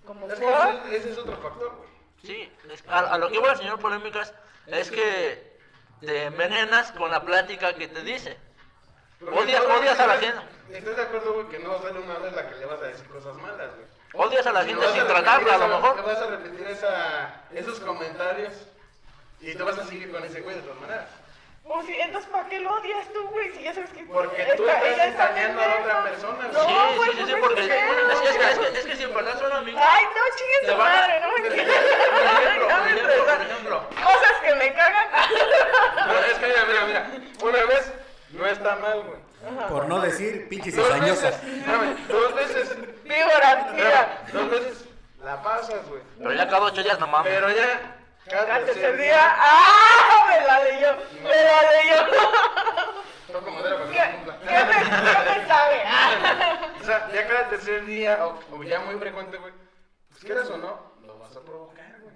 [SPEAKER 4] como
[SPEAKER 2] Es que
[SPEAKER 4] por-
[SPEAKER 3] ¿Ah?
[SPEAKER 2] ese- ese es otro factor, güey.
[SPEAKER 3] Sí, es- a, a lo que voy, señor Polémicas, es que te envenenas con la plática que te dice.
[SPEAKER 2] Porque
[SPEAKER 3] Odias-
[SPEAKER 2] no-
[SPEAKER 3] odias a la gente.
[SPEAKER 2] ¿Estás de acuerdo, güey, que no sale una vez la que le vas a decir cosas malas, güey?
[SPEAKER 3] Odias a la
[SPEAKER 2] Y
[SPEAKER 3] gente
[SPEAKER 2] vas a
[SPEAKER 3] sin
[SPEAKER 2] repetir
[SPEAKER 3] tratarla, a lo
[SPEAKER 2] esa-
[SPEAKER 3] mejor.
[SPEAKER 2] te vas a repetir esa- esos comentarios y te vas a seguir con ese güey de todas maneras.
[SPEAKER 4] Pues sí, entonces ¿para qué lo odias tú, güey? Si ya sabes que...
[SPEAKER 2] Porque
[SPEAKER 4] esta-
[SPEAKER 2] tú estás
[SPEAKER 4] ella está
[SPEAKER 2] engañando a otra
[SPEAKER 4] pendeja.
[SPEAKER 2] persona,
[SPEAKER 4] No,
[SPEAKER 3] Sí,
[SPEAKER 4] güey,
[SPEAKER 3] sí, sí,
[SPEAKER 4] pues
[SPEAKER 3] sí,
[SPEAKER 4] no es
[SPEAKER 3] porque es
[SPEAKER 4] cierto.
[SPEAKER 3] que, es que, es que, es que si en verdad son amigos,
[SPEAKER 4] Ay, no chingues
[SPEAKER 3] Te
[SPEAKER 4] su
[SPEAKER 3] van a-
[SPEAKER 4] madre, no me
[SPEAKER 3] ejemplo, por ejemplo,
[SPEAKER 4] quieras. me (laughs)
[SPEAKER 3] por
[SPEAKER 4] estresas.
[SPEAKER 3] ejemplo.
[SPEAKER 4] Cosas que me cagan.
[SPEAKER 2] No, es que mira, mira, mira. Una vez no está mal, güey.
[SPEAKER 1] Por no decir pinches
[SPEAKER 2] Dos veces,
[SPEAKER 1] cizañosa.
[SPEAKER 2] espérame, dos veces,
[SPEAKER 4] Víboras,
[SPEAKER 2] espérame,
[SPEAKER 4] mira.
[SPEAKER 2] dos veces la pasas, güey.
[SPEAKER 3] pero ya cada ocho días no mames.
[SPEAKER 2] Pero ya,
[SPEAKER 4] Al Ah. tercer día, ¡ah! Me la leyó, me la leyó.
[SPEAKER 2] Toco madera para que
[SPEAKER 4] ¿Qué,
[SPEAKER 2] no cumpla.
[SPEAKER 4] qué me, qué me sabe? Ah.
[SPEAKER 2] O sea, ya cada tercer día, o, o ya muy frecuente, güey. Pues quieras o no, lo vas a provocar, güey.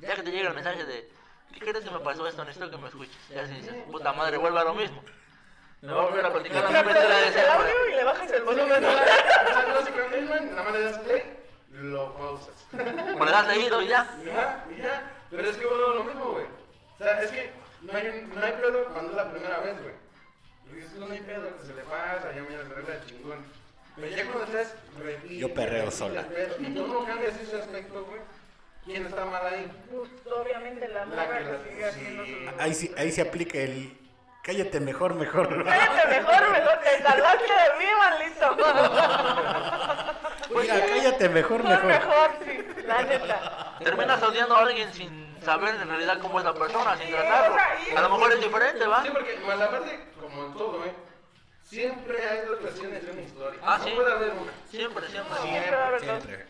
[SPEAKER 3] Ya que te llega el mensaje de, ¿qué crees que me pasó esto? Necesito que me escuches. Y así dices, puta madre, vuelve a lo mismo. Me voy a volver a platicar la
[SPEAKER 4] Le
[SPEAKER 3] misma historia de
[SPEAKER 4] prendes el
[SPEAKER 3] siempre.
[SPEAKER 4] audio y le bajas el volumen.
[SPEAKER 2] O sea, no se crean, güey, nada más le das play, lo pausas.
[SPEAKER 3] Como le das leído y ya.
[SPEAKER 2] Y ya, y ya. Pero es que bueno, lo mismo, güey. O sea, es que no hay, un- no hay pedo cuando es la primera vez, güey. Porque es que no hay pedo, que se le pasa, ya mira, se arregla chingón. Pero ya cuando estás repite,
[SPEAKER 1] Yo perreo
[SPEAKER 2] repite,
[SPEAKER 1] sola.
[SPEAKER 2] repite, Y tú no cambias ese aspecto, güey. ¿Quién está mal ahí?
[SPEAKER 4] Pues, Obviamente la
[SPEAKER 2] La
[SPEAKER 4] morra
[SPEAKER 2] que la-
[SPEAKER 4] que sigue haciendo su...
[SPEAKER 2] sí.
[SPEAKER 1] Ahí, sí- ahí se aplica el cállate mejor, mejor. (laughs)
[SPEAKER 4] Cállate mejor, mejor, te salvaste de mí, maldito.
[SPEAKER 1] Mira, cállate mejor,
[SPEAKER 4] Mejor,
[SPEAKER 1] mejor.
[SPEAKER 4] mejor, sí, la neta.
[SPEAKER 3] Terminas odiando a alguien sin saber en realidad cómo es la persona, sin
[SPEAKER 4] Sí,
[SPEAKER 3] tratarlo.
[SPEAKER 4] o sea, y-
[SPEAKER 3] A lo mejor es diferente, ¿va?
[SPEAKER 2] Sí, porque más aparte, como en todo, güey, siempre hay dos versiones de una historia.
[SPEAKER 3] Ah,
[SPEAKER 2] no
[SPEAKER 3] sí.
[SPEAKER 2] puede haber una.
[SPEAKER 3] Siempre, siempre.
[SPEAKER 4] Siempre va a haber dos.
[SPEAKER 1] Siempre.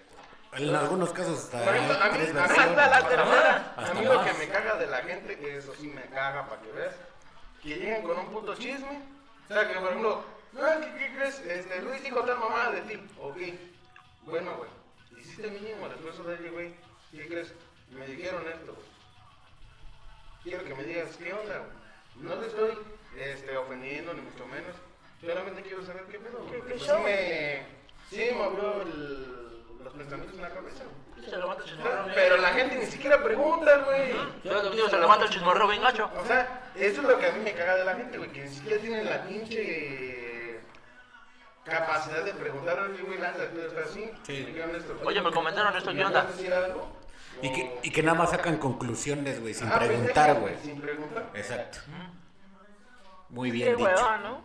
[SPEAKER 1] En algunos casos hasta
[SPEAKER 2] Por ejemplo, a mí,
[SPEAKER 1] tres
[SPEAKER 2] a mí-
[SPEAKER 1] versiones.
[SPEAKER 2] hasta la
[SPEAKER 1] Hasta
[SPEAKER 2] tercera.
[SPEAKER 4] Ah,
[SPEAKER 1] más,
[SPEAKER 2] A
[SPEAKER 1] hasta
[SPEAKER 2] mí lo que
[SPEAKER 1] más.
[SPEAKER 2] me caga de la gente, que eso sí me caga para que veas, que lleguen con un puto chisme. O sea, que por ejemplo, ah, ¿qué, qué crees? Este, Luis dijo tal mamada de ti. Ok, bueno, güey. Hiciste mínimo el esfuerzo de él, güey. ¿Qué crees? Me dijeron esto, güey. Quiero que me digas, ¿qué onda, güey? No te estoy este, ofendiendo, ni mucho menos. Solamente quiero saber qué pedo, güey.
[SPEAKER 4] ¿Qué- qué
[SPEAKER 2] Pues sí
[SPEAKER 4] show?
[SPEAKER 2] me, sí me movió el- los pensamientos en la cabeza, güey.
[SPEAKER 3] Se levanta el chismorreo bien-
[SPEAKER 2] Pero la gente ni siquiera pregunta, güey.
[SPEAKER 3] Yo te digo, se levanta el chismorreo bien gacho.
[SPEAKER 2] O sea, eso es lo que a mí me caga de la gente, güey. Que ni siquiera tienen la pinche capacidad de preguntar, oye, güey, lanza, tú estás así.
[SPEAKER 1] Sí.
[SPEAKER 2] ¿Qué onda esto?
[SPEAKER 3] Oye, me comentaron esto, ¿qué onda?
[SPEAKER 2] ¿Me vas a decir algo?
[SPEAKER 1] Y que,
[SPEAKER 2] O-
[SPEAKER 1] y que nada más sacan conclusiones, güey, sin
[SPEAKER 2] Ah,
[SPEAKER 4] pues,
[SPEAKER 2] pendejo,
[SPEAKER 1] preguntar, güey.
[SPEAKER 2] Sin preguntar.
[SPEAKER 1] Exacto. Muy
[SPEAKER 4] Qué
[SPEAKER 1] bien dicho.
[SPEAKER 4] hueva, ¿no?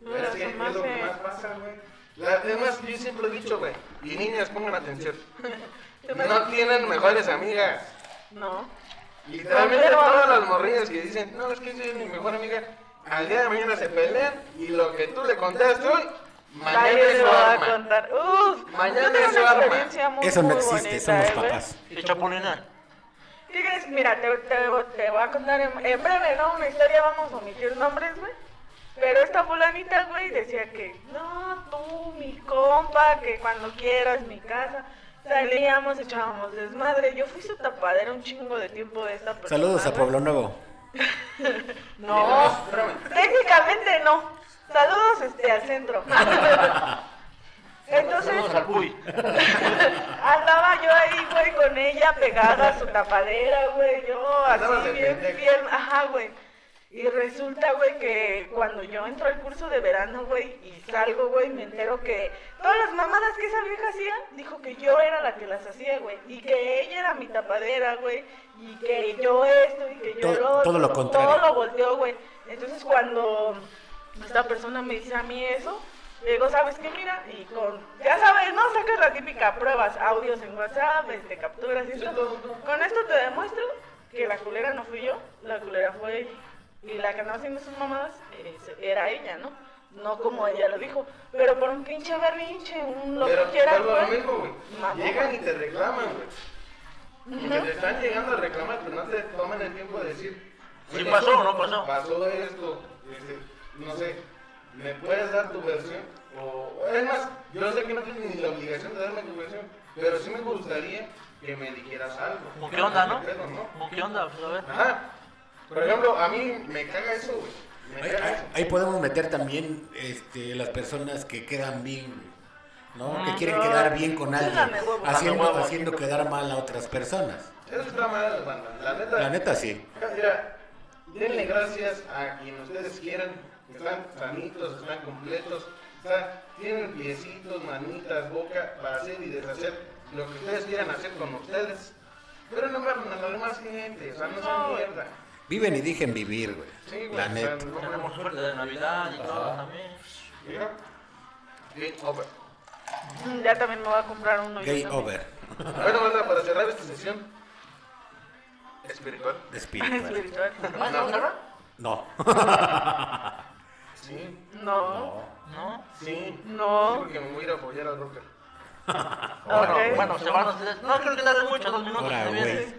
[SPEAKER 2] Pero es
[SPEAKER 4] Bueno,
[SPEAKER 2] que
[SPEAKER 4] se me
[SPEAKER 2] es lo que
[SPEAKER 4] hace-
[SPEAKER 2] más pasa, güey. Las demás, yo siempre he dicho, güey. Y niñas, pongan atención. No tienen mejores amigas.
[SPEAKER 4] No.
[SPEAKER 2] Literalmente todas las morrillas que dicen, no, es que soy mi mejor amiga, al día de mañana se pelean y lo que tú le contaste hoy, mañana
[SPEAKER 4] Nadie
[SPEAKER 2] es
[SPEAKER 4] le
[SPEAKER 2] su
[SPEAKER 4] va a
[SPEAKER 2] arma.
[SPEAKER 4] contar. Uf,
[SPEAKER 2] Mañana
[SPEAKER 4] yo tengo
[SPEAKER 2] es su
[SPEAKER 4] una
[SPEAKER 2] arma.
[SPEAKER 4] experiencia muy,
[SPEAKER 1] Eso no
[SPEAKER 4] muy
[SPEAKER 1] existe,
[SPEAKER 4] bonita,
[SPEAKER 1] somos
[SPEAKER 4] ¿eh, güey?
[SPEAKER 1] papás.
[SPEAKER 3] Y chapulina.
[SPEAKER 4] ¿Qué crees? Mira, te, te, te voy a contar en, en breve, ¿no? Una historia, vamos a omitir nombres, güey. Pero esta fulanita, güey, decía que, no, tú, mi compa, que cuando quieras, mi casa. Salíamos, echábamos desmadre. Yo fui su tapadera un chingo de tiempo de esta persona.
[SPEAKER 1] Saludos a
[SPEAKER 4] güey.
[SPEAKER 1] Pueblo Nuevo.
[SPEAKER 4] No, técnicamente no. Saludos este, al centro. Entonces,
[SPEAKER 3] Saludos al Puy.
[SPEAKER 4] andaba yo ahí, güey, con ella pegada a su tapadera, güey, yo
[SPEAKER 2] Andabas
[SPEAKER 4] así
[SPEAKER 2] de
[SPEAKER 4] bien,
[SPEAKER 2] pendejo.
[SPEAKER 4] bien, ajá, güey. Y resulta, güey, que cuando yo entro al curso de verano, güey, y salgo, güey, me entero que todas las mamadas que esa vieja hacía, dijo que yo era la que las hacía, güey. Y que ella era mi tapadera, güey. Y que yo esto, y que yo
[SPEAKER 1] Todo-
[SPEAKER 4] lo otro.
[SPEAKER 1] todo lo contrario.
[SPEAKER 4] Todo lo volteó, güey. Entonces cuando esta persona me dice a mí eso, le digo, ¿sabes qué? Mira, y con, ya sabes, no sacas la típica pruebas, audios en WhatsApp, este, capturas y esto. Con esto te demuestro que la culera no fui yo, la culera fue ella. Y la que andaba haciendo sus mamadas eh, se- era ella, ¿no? No como ella lo dijo, pero por un pinche berrinche, un lo
[SPEAKER 2] Pero
[SPEAKER 4] que pues, quieras,
[SPEAKER 2] vuelvo a lo
[SPEAKER 4] güey.
[SPEAKER 2] mismo, güey.
[SPEAKER 4] Mamón.
[SPEAKER 2] Llegan y te reclaman, güey. Y que te están llegando a reclamar, pero no te toman el tiempo de decir.
[SPEAKER 3] Sí
[SPEAKER 2] "Oye,
[SPEAKER 3] pasó o no pasó".
[SPEAKER 2] Pasó esto. este, no sé, ¿me puedes dar tu versión? O, es más, yo sé que no tienes ni la obligación de darme tu versión, pero sí me gustaría que me dijeras algo.
[SPEAKER 3] ¿Con qué onda, no?
[SPEAKER 2] ¿Qué pedo, no?
[SPEAKER 3] ¿Con qué onda? Pues, a ver.
[SPEAKER 2] Ajá. Por ejemplo, a mí me caga eso, güey. Me
[SPEAKER 1] Ahí,
[SPEAKER 2] caga
[SPEAKER 1] ahí-
[SPEAKER 2] eso.
[SPEAKER 1] ahí podemos meter también este, las personas que quedan bien, güey, ¿no? Que quieren
[SPEAKER 4] no.
[SPEAKER 1] quedar bien con alguien,
[SPEAKER 4] Dame huevo.
[SPEAKER 1] haciendo,
[SPEAKER 3] Dame huevo.
[SPEAKER 1] haciendo quedar mal a otras personas.
[SPEAKER 2] Eso está mal, banda. La neta.
[SPEAKER 1] La neta sí.
[SPEAKER 2] Mira, denle gracias a quien ustedes quieran. Están sanitos, están completos, están- tienen piecitos, manitas, boca para hacer y deshacer lo que ustedes quieran hacer con ustedes. Pero no mamen a la demás gente, o sea, no sean mierda.
[SPEAKER 1] Viven y dejen vivir, güey.
[SPEAKER 2] Sí, güey,
[SPEAKER 1] la
[SPEAKER 2] o sea,
[SPEAKER 1] neta.
[SPEAKER 2] no mamen.
[SPEAKER 3] Tenemos suerte de Navidad y todo también.
[SPEAKER 2] Mira. Game over.
[SPEAKER 4] Ya también me voy a comprar uno. yo
[SPEAKER 1] Gay
[SPEAKER 4] también.
[SPEAKER 1] over.
[SPEAKER 4] (laughs)
[SPEAKER 2] Bueno, banda, para cerrar esta sesión espiritual.
[SPEAKER 1] Espiritual.
[SPEAKER 4] Espiritual.
[SPEAKER 3] ¿Más no, Carla?
[SPEAKER 1] No.
[SPEAKER 2] Sí,
[SPEAKER 4] No,
[SPEAKER 3] No.
[SPEAKER 2] sí. Sí,
[SPEAKER 4] no.
[SPEAKER 2] porque me voy a ir a apoyar al rocker.
[SPEAKER 1] Ahora,
[SPEAKER 4] Ok.
[SPEAKER 1] güey.
[SPEAKER 3] Bueno, se van ustedes. No creo que tarden mucho, dos minutos.
[SPEAKER 1] Ahora,
[SPEAKER 3] se vienen.
[SPEAKER 1] güey.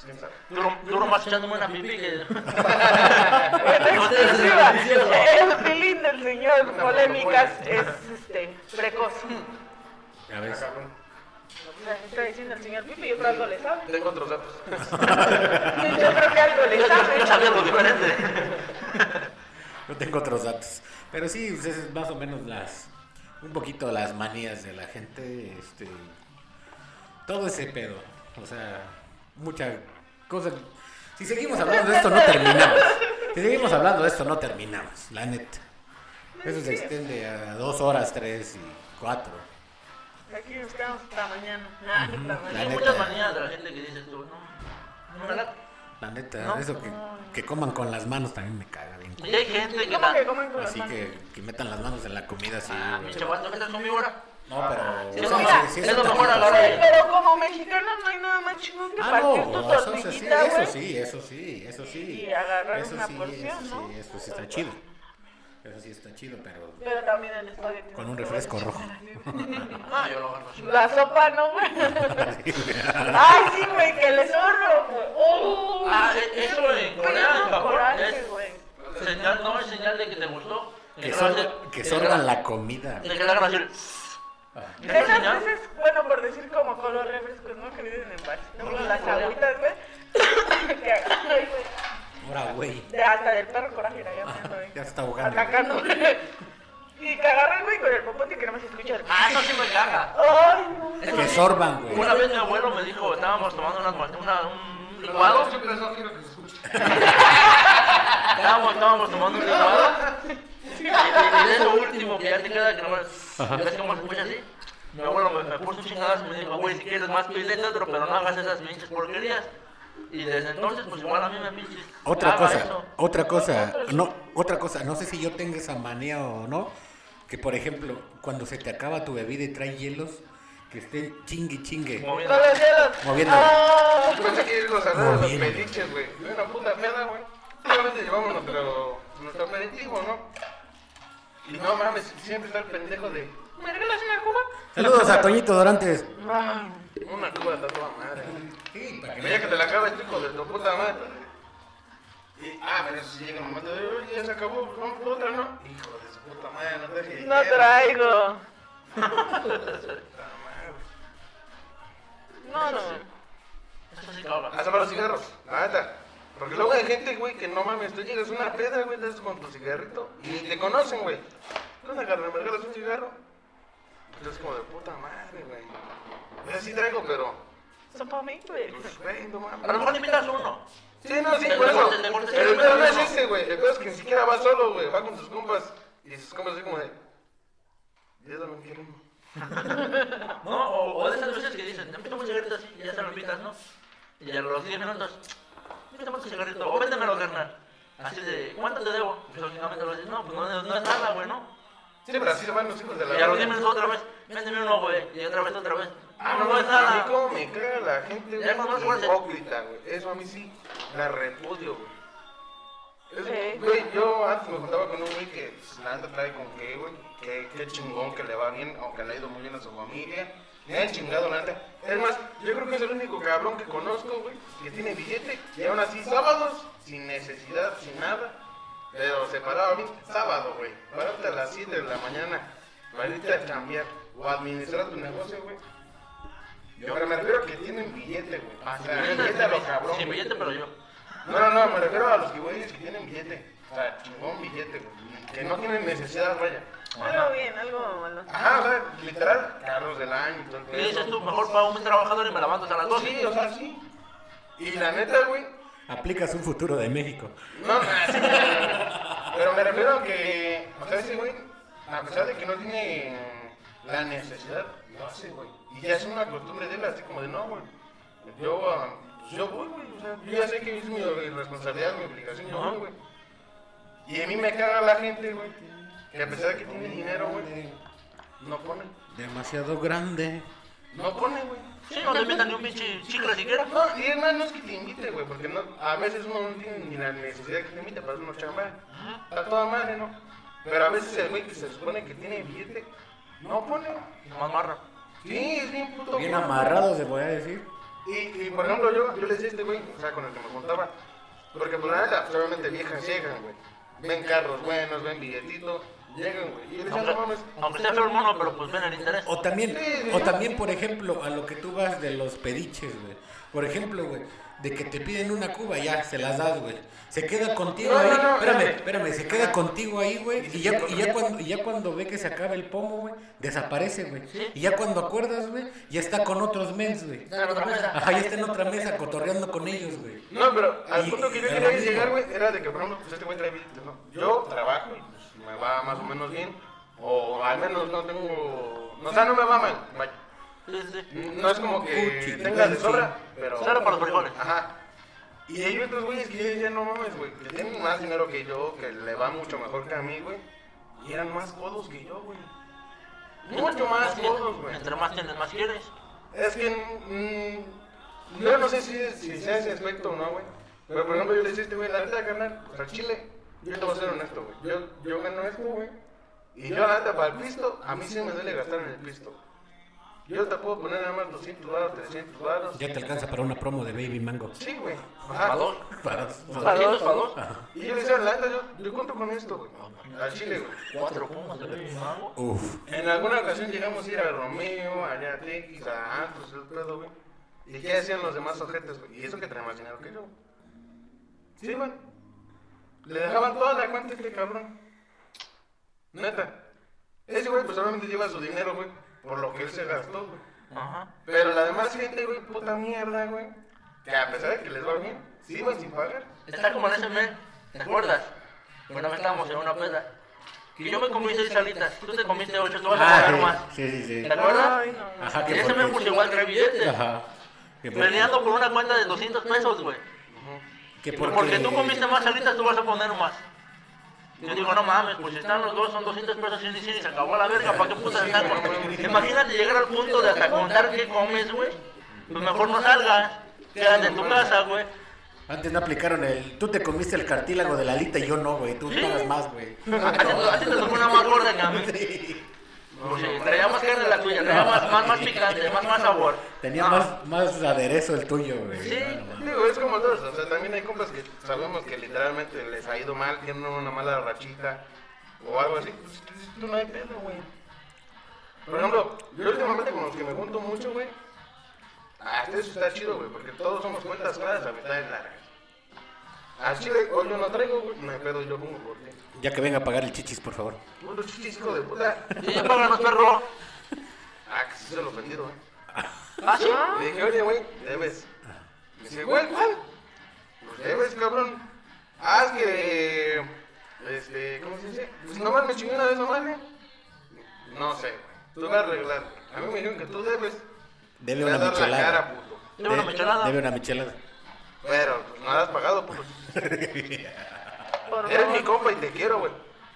[SPEAKER 2] Sí, sabe.
[SPEAKER 3] Duro, duro más echándome una pipí que.
[SPEAKER 4] Exclusiva. El feeling del señor
[SPEAKER 2] Una
[SPEAKER 4] Polémicas
[SPEAKER 2] monopolio.
[SPEAKER 4] es este, precoz.
[SPEAKER 1] Ya ves.
[SPEAKER 2] Cabrón.
[SPEAKER 4] O sea, Está diciendo el señor Pipi, yo creo algo le sabe.
[SPEAKER 2] Tengo otros datos.
[SPEAKER 4] Yo creo que algo le
[SPEAKER 3] Yo, yo, yo sabía algo
[SPEAKER 4] sabe.
[SPEAKER 3] diferente.
[SPEAKER 1] Yo tengo otros datos. Pero sí, pues, es más o menos las. Un poquito las manías de la gente. Este. Todo ese pedo. O sea, mucha cosa. Si seguimos hablando de esto, no terminamos. Si seguimos hablando de esto, no terminamos. La neta. Eso este. se extiende a dos horas, tres y cuatro.
[SPEAKER 4] Aquí nos quedamos hasta mañana. Ah, hasta
[SPEAKER 1] La neta.
[SPEAKER 3] Hay
[SPEAKER 4] mañana.
[SPEAKER 3] muchas manías de la gente que dices tú, no. No me la.
[SPEAKER 1] La neta,
[SPEAKER 3] No.
[SPEAKER 1] eso que, que coman con las manos también me caga bien.
[SPEAKER 3] Y hay gente que.
[SPEAKER 4] ¿Cómo
[SPEAKER 3] la-
[SPEAKER 4] que comen con las
[SPEAKER 1] Así
[SPEAKER 4] manos?
[SPEAKER 1] que, que metan las manos en la comida así.
[SPEAKER 3] Ah,
[SPEAKER 1] güey.
[SPEAKER 3] mi chaval, ¿no metas conmigo ahora?
[SPEAKER 1] no, pero.
[SPEAKER 3] Sí, es
[SPEAKER 1] o sea,
[SPEAKER 3] lo mejor-
[SPEAKER 1] sí, sí,
[SPEAKER 3] es
[SPEAKER 1] eso
[SPEAKER 3] lo mejor
[SPEAKER 1] también
[SPEAKER 3] a la hora
[SPEAKER 1] pasa.
[SPEAKER 3] de-
[SPEAKER 4] Pero como mexicano no hay nada más chingón que
[SPEAKER 1] Ah, no,
[SPEAKER 4] partir tu
[SPEAKER 1] eso sí, sí,
[SPEAKER 4] tortillita,
[SPEAKER 1] eso
[SPEAKER 4] güey.
[SPEAKER 1] sí, eso sí, eso sí.
[SPEAKER 4] Y agarrar
[SPEAKER 1] Eso
[SPEAKER 4] una
[SPEAKER 1] sí,
[SPEAKER 4] porción,
[SPEAKER 1] eso
[SPEAKER 4] ¿no?
[SPEAKER 1] Sí, eso sí está chido. Eso sí está chido, pero
[SPEAKER 4] Pero también el espagueti.
[SPEAKER 1] con un refresco rojo.
[SPEAKER 3] No, Ah, yo lo agarro. así.
[SPEAKER 4] La sopa no, güey.
[SPEAKER 1] (laughs)
[SPEAKER 4] Ay, sí, güey, que le zorro. güey. ¡Oh!
[SPEAKER 3] Ah, e- eso en
[SPEAKER 4] Pero
[SPEAKER 3] Corea, en
[SPEAKER 4] no,
[SPEAKER 3] Japón,
[SPEAKER 4] coraje,
[SPEAKER 3] es
[SPEAKER 4] güey.
[SPEAKER 3] señal, no es señal de que te gustó.
[SPEAKER 1] Que,
[SPEAKER 3] no
[SPEAKER 1] sor-
[SPEAKER 3] es de-
[SPEAKER 1] que
[SPEAKER 3] de
[SPEAKER 1] sorban
[SPEAKER 3] que-
[SPEAKER 1] la comida.
[SPEAKER 3] de que le hagan así. ¿Eso es
[SPEAKER 4] Esas
[SPEAKER 3] señal?
[SPEAKER 4] veces, bueno, por decir como color refrescos, ¿no? Que dicen en bares. ¿no? Con las agüitas, güey. (laughs) que agarra, ay, güey.
[SPEAKER 1] Ahora, güey.
[SPEAKER 4] De- Hasta del perro coraje, la llamando, güey.
[SPEAKER 1] Ah, Ya se está ahogando. güey.
[SPEAKER 4] Atacando, güey. (laughs) Y que agarra, güey, con el popote que no me se escucha. el-
[SPEAKER 3] Ah, eso sí me caga.
[SPEAKER 4] Ay, no.
[SPEAKER 1] Que sorban, güey.
[SPEAKER 3] Una vez mi abuelo me dijo, estábamos tomando unas ma- una- un licuado. Ah,
[SPEAKER 2] Pero siempre no quiero que se escuche.
[SPEAKER 3] Estábamos, estábamos tomando un licuado. Y, y, y de lo último que ya te queda que no me. ¿Ves cómo se escucha así? Mi abuelo me, me puso un chingadazo y me dijo, güey, si quieres más pídete otro, pero no hagas esas pinches porquerías. Y desde entonces, pues igual a mí me pinches.
[SPEAKER 4] Ah,
[SPEAKER 1] Otra
[SPEAKER 3] caga
[SPEAKER 1] cosa,
[SPEAKER 3] eso.
[SPEAKER 1] otra cosa, no, otra cosa, no sé si yo tenga esa manía o no, que por ejemplo, cuando se te acaba tu bebida y trae hielos, que estén chingue chingue,
[SPEAKER 3] Moviendo.
[SPEAKER 4] Con los hielos.
[SPEAKER 1] Moviéndolo.
[SPEAKER 4] Ah.
[SPEAKER 2] Yo pensé que ellos los hablaban de los
[SPEAKER 1] Moviendo.
[SPEAKER 2] pediches, güey. Yo una puta peda, güey. Solamente llevamos nuestro, nuestro aperitivo, ¿no? Y no mames, siempre está el pendejo de. ¿Me regalas una cuba?
[SPEAKER 1] Saludos a Toñito Dorantes.
[SPEAKER 4] Ay.
[SPEAKER 2] Una cuba está toda madre. Mira que te la acabas, hijo de tu puta madre. Y, ah, pero si llega el momento de. "Oye, Ya se acabó, pues vamos por otra, ¿no? Hijo de su puta madre, no te dejes.
[SPEAKER 4] No traigo. No, no.
[SPEAKER 3] Eso sí caga.
[SPEAKER 2] Hasta para los cigarros, la neta. Porque luego hay gente, güey, que no mames, tú llegas a una pedra, güey, das con tu cigarrito y ni te conocen, güey. ¿Qué onda, carnal? ¿Me regalas un cigarro? Entonces, como de puta madre, güey. Yo sí traigo, pero.
[SPEAKER 4] Son para mí, güey.
[SPEAKER 2] Pues, güey, no
[SPEAKER 3] A lo
[SPEAKER 2] mames.
[SPEAKER 3] mejor te invitas uno.
[SPEAKER 2] Sí, no, sí, por eso. El pedo no es ese, güey. El pedo es que ni siquiera va solo, güey. Va con sus compas. Y sus compas así como de. Yo también quiero uno.
[SPEAKER 3] No, o, o de esas veces que dicen, dame un cigarrito así, y ya se lo invitas, ¿no? Y a los 10 minutos, dame un cigarrito, o véndemelo, carnal. Así de, ¿cuánto te debo? Y lógicamente lo dices, no, pues no, no es nada, güey, ¿no?
[SPEAKER 2] Sí, pero así se van los hijos de la
[SPEAKER 3] Y a los 10
[SPEAKER 2] verga.
[SPEAKER 3] minutos otra vez, véndeme uno, güey, y otra vez, otra vez. Ah, no, no es
[SPEAKER 2] A mí
[SPEAKER 3] nada.
[SPEAKER 2] como me caga la gente,
[SPEAKER 3] Ya no más
[SPEAKER 2] güey,
[SPEAKER 3] fuerte.
[SPEAKER 2] hipócrita, güey. Eso a mí sí, la repudio, güey. Es-
[SPEAKER 4] Sí.
[SPEAKER 2] Güey, yo antes me juntaba con un güey que pues, la neta trae con qué, güey. Qué, qué chingón que le va bien, aunque le ha ido muy bien a su familia. Me han chingado, la neta. Es más, yo creo que es el único cabrón que conozco, güey, que tiene billete. Y aún así, sábados, sin necesidad, sin nada. Pero se paraba bien, sábado, güey. Párate a las 7 de la mañana. Para irte a cambiar o administrar tu negocio, güey. Yo pero me refiero a que tienen billete, güey.
[SPEAKER 3] Ah,
[SPEAKER 2] O sea, billete a los cabrón.
[SPEAKER 3] Sin
[SPEAKER 2] güey.
[SPEAKER 3] billete, pero yo.
[SPEAKER 2] No, no, no, me refiero a los que güeyes que tienen billete. O sea, chingón billete, güey. Que no tienen necesidad, vaya.
[SPEAKER 4] Algo bien, algo malo.
[SPEAKER 2] Ajá, o sea, literal, carros del año y todo el
[SPEAKER 3] ¿Qué dices
[SPEAKER 2] pedo. Pues
[SPEAKER 3] tú? Mejor pago un trabajador y me la mando a las 12.
[SPEAKER 2] Sí, o sea, sí. Y la neta, güey.
[SPEAKER 1] Aplicas un futuro de México.
[SPEAKER 2] No, no, sí, pero- pero me refiero a que, o sea, ese güey, a pesar de que no tiene la necesidad, lo hace, güey. Y ya es una costumbre de él, así como de, no, güey, yo, ah, pues yo voy, güey, o sea, yo ya sé que es mi responsabilidad, mi obligación, yo voy, güey. Y a mí me caga la gente, güey, que a pesar de que tiene dinero, güey, no pone,
[SPEAKER 1] Demasiado grande.
[SPEAKER 2] no pone, güey.
[SPEAKER 3] Sí, no te invitan ni un pinche chicle siquiera.
[SPEAKER 2] No, y es más, no es que te invite, güey, porque no, a veces uno no tiene ni la necesidad que te invite para hacer una chamba. Está toda madre, ¿no? Pero a veces el güey que se supone que tiene billete, no pone.
[SPEAKER 3] Más marra.
[SPEAKER 2] Sí, es bien puto.
[SPEAKER 1] Bien
[SPEAKER 2] güey.
[SPEAKER 1] amarrado, se podría decir.
[SPEAKER 2] Y, y por ejemplo, yo, yo les decía a este güey, o sea, con el que me contaba, porque por la neta, pues, obviamente viejas llegan, güey. Ven carros buenos, ven billetito, llegan, güey. Y
[SPEAKER 3] Pues
[SPEAKER 2] yo les decía, no mames.
[SPEAKER 3] Aunque sea feo el mono, pero pues ven el interés.
[SPEAKER 1] O también, o también, por ejemplo, a lo que tú vas de los pediches, güey. Por ejemplo, güey, de que te piden una cuba, ya, se las das, güey. Se queda contigo
[SPEAKER 2] No,
[SPEAKER 1] ahí.
[SPEAKER 2] no, no,
[SPEAKER 1] espérame,
[SPEAKER 2] espérame.
[SPEAKER 1] espérame, se queda contigo ahí, güey. Y ya, y ya cuando, y ya cuando ve que se acaba el pomo, güey, desaparece, güey. Y ya cuando acuerdas, güey, ya está con otros mens, güey. Ajá, ya está en otra mesa cotorreando con ellos, güey.
[SPEAKER 2] No, pero al
[SPEAKER 1] Y-
[SPEAKER 2] punto que yo
[SPEAKER 1] y-
[SPEAKER 2] quería llegar, güey, era de que, por ejemplo, pues este güey trae billete, ¿no? Yo trabajo y pues, me va más o menos bien, o al menos no tengo... O sea, no me va mal, vaya.
[SPEAKER 3] Sí, sí, sí.
[SPEAKER 2] No es como que
[SPEAKER 1] Gucci,
[SPEAKER 2] tenga de
[SPEAKER 1] Gucci.
[SPEAKER 2] sobra, pero...
[SPEAKER 3] Cero para los frijoles.
[SPEAKER 2] Ajá. Y hay otros güeyes que yo decía, no mames, güey, que tienen más dinero que yo, que le va mucho mejor que a mí, güey. Y eran más codos que yo, güey. Mucho más codos, güey.
[SPEAKER 3] Entre más tienes, más quieres.
[SPEAKER 2] Es que mm, yo no sé si, si sea ese aspecto o no, güey. Pero por ejemplo, yo le decía a este güey, la neta, carnal, o sea, Chile, yo te voy a ser honesto, güey. Yo, yo gano esto, güey. Y yo, la neta, para el pisto, a mí sí me duele gastar en el pisto. Yo te puedo poner nada más 200 baros, 300 baros.
[SPEAKER 1] Ya te alcanza para una promo de Baby Mango.
[SPEAKER 2] Sí, güey.
[SPEAKER 3] Para
[SPEAKER 2] Ajá.
[SPEAKER 3] dos.
[SPEAKER 1] Para-
[SPEAKER 3] Para dos. Para dos.
[SPEAKER 2] Y yo le decía, la neta, yo, yo cuento con esto, güey. Al Chile, güey.
[SPEAKER 3] Cuatro pumas de Baby Mango.
[SPEAKER 1] Uf.
[SPEAKER 2] En alguna ocasión llegamos a ir a Romeo, allá a Tex, a Antos, el pedo, güey. ¿Y qué hacían los demás ojetes, güey? Y eso que tenía más dinero que yo. Sí, güey. Le dejaban toda la cuenta a este cabrón. Neta. Ese güey, pues obviamente lleva su dinero, güey, por lo que él se gastó, güey.
[SPEAKER 3] Ajá.
[SPEAKER 2] Pero la demás gente, güey, puta mierda, güey. Que a pesar de que les va bien, sí, güey, sin pagar.
[SPEAKER 3] Está como en ese men. ¿Te acuerdas? Bueno, vez estábamos en una peda. Que yo me comí seis salitas. Tú te comiste ocho. Tú vas a comer
[SPEAKER 1] Ah,
[SPEAKER 3] más.
[SPEAKER 1] sí, sí, sí.
[SPEAKER 3] ¿Te acuerdas?
[SPEAKER 4] Ay, no.
[SPEAKER 1] Ajá,
[SPEAKER 3] Y
[SPEAKER 1] que
[SPEAKER 3] ese
[SPEAKER 1] por-
[SPEAKER 3] men puso igual tres billetes.
[SPEAKER 1] Ajá. Que por-
[SPEAKER 3] Peleando por una cuenta de 200 pesos, güey.
[SPEAKER 1] que
[SPEAKER 3] Porque, tú comiste más salitas, tú vas a poner más. Yo digo, no mames, pues si están los dos, son 200 pesos y y se acabó la verga, ¿para qué putas están con- Imagínate llegar al punto de hasta contar qué comes, güey. Pues mejor no salgas, quédate en tu casa, güey.
[SPEAKER 1] Antes no aplicaron el. Tú te comiste el cartílago de la alita y yo no, güey. Tú pagas más, güey.
[SPEAKER 3] A ti te- a ti te tocó una más gorda que a mí.
[SPEAKER 1] Sí.
[SPEAKER 3] Pues (laughs) sí, traía más carne la tuya, traía más, más, más picante, más, más sabor.
[SPEAKER 1] Tenía
[SPEAKER 3] Ah,
[SPEAKER 1] más, más aderezo el tuyo, güey.
[SPEAKER 3] Sí.
[SPEAKER 1] No, no, no.
[SPEAKER 2] Digo, es como todos, o sea, también hay compas que sabemos que literalmente les ha ido mal, tienen una mala rachita o algo así, pues tú no hay pedo, güey. Por ejemplo, yo últimamente con los que me junto mucho, güey, hasta eso está chido, güey, porque todos somos cuentas claras a mitad de largas. Al chile, hoy yo no traigo, güey, me pedo yo como, porque...
[SPEAKER 1] Ya que venga a pagar el chichis, por favor.
[SPEAKER 2] Puro chichis, hijo de puta.
[SPEAKER 3] Ah, Sí, páganos, perro.
[SPEAKER 2] Ah, que sí se lo ofendido, güey.
[SPEAKER 3] ¿Ah, sí?
[SPEAKER 2] Le dije, oye, güey, debes. Me dice, güey, ¿cuál? Pues debes, cabrón. Haz que. Este, ¿cómo se dice? Pues nomás me chingué una vez nomás, güey. No sé, tú vas a arreglar. A mí me dijeron que tú debes.
[SPEAKER 1] Debe
[SPEAKER 2] Me
[SPEAKER 1] una
[SPEAKER 2] vas a dar la
[SPEAKER 1] michelada.
[SPEAKER 2] cara, puto.
[SPEAKER 1] De-
[SPEAKER 3] Debe una michelada.
[SPEAKER 1] Debe una michelada.
[SPEAKER 2] Pero pues, no la has pagado, puto.
[SPEAKER 4] Por
[SPEAKER 2] Eres
[SPEAKER 4] favor.
[SPEAKER 2] mi compa y te quiero, güey.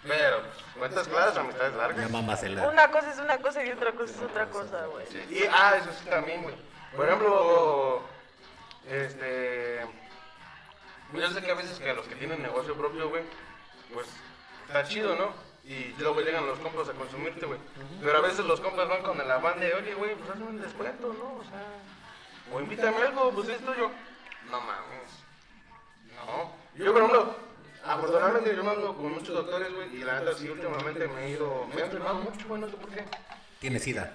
[SPEAKER 2] Pero, pues, cuentas claras, amistades
[SPEAKER 1] La
[SPEAKER 2] largas.
[SPEAKER 1] mamá se la.
[SPEAKER 4] Una cosa es una cosa y otra cosa es otra cosa, güey.
[SPEAKER 2] Sí, y- ah, eso sí también, güey. Por ejemplo, este. Yo sé que a veces que a los que tienen negocio propio, güey, pues está chido, ¿no? Y luego llegan los compas a consumirte, güey. Pero a veces los compas van con el afán de, oye, güey, pues hazme un descuento, ¿no? O sea, o invítame algo, pues es tuyo. No mames. No. Yo, por ejemplo, afortunadamente yo me ando con muchos doctores, güey, y la neta sí, últimamente me he ido, me he enfermado mucho, güey, no sé por qué.
[SPEAKER 1] Tiene sida.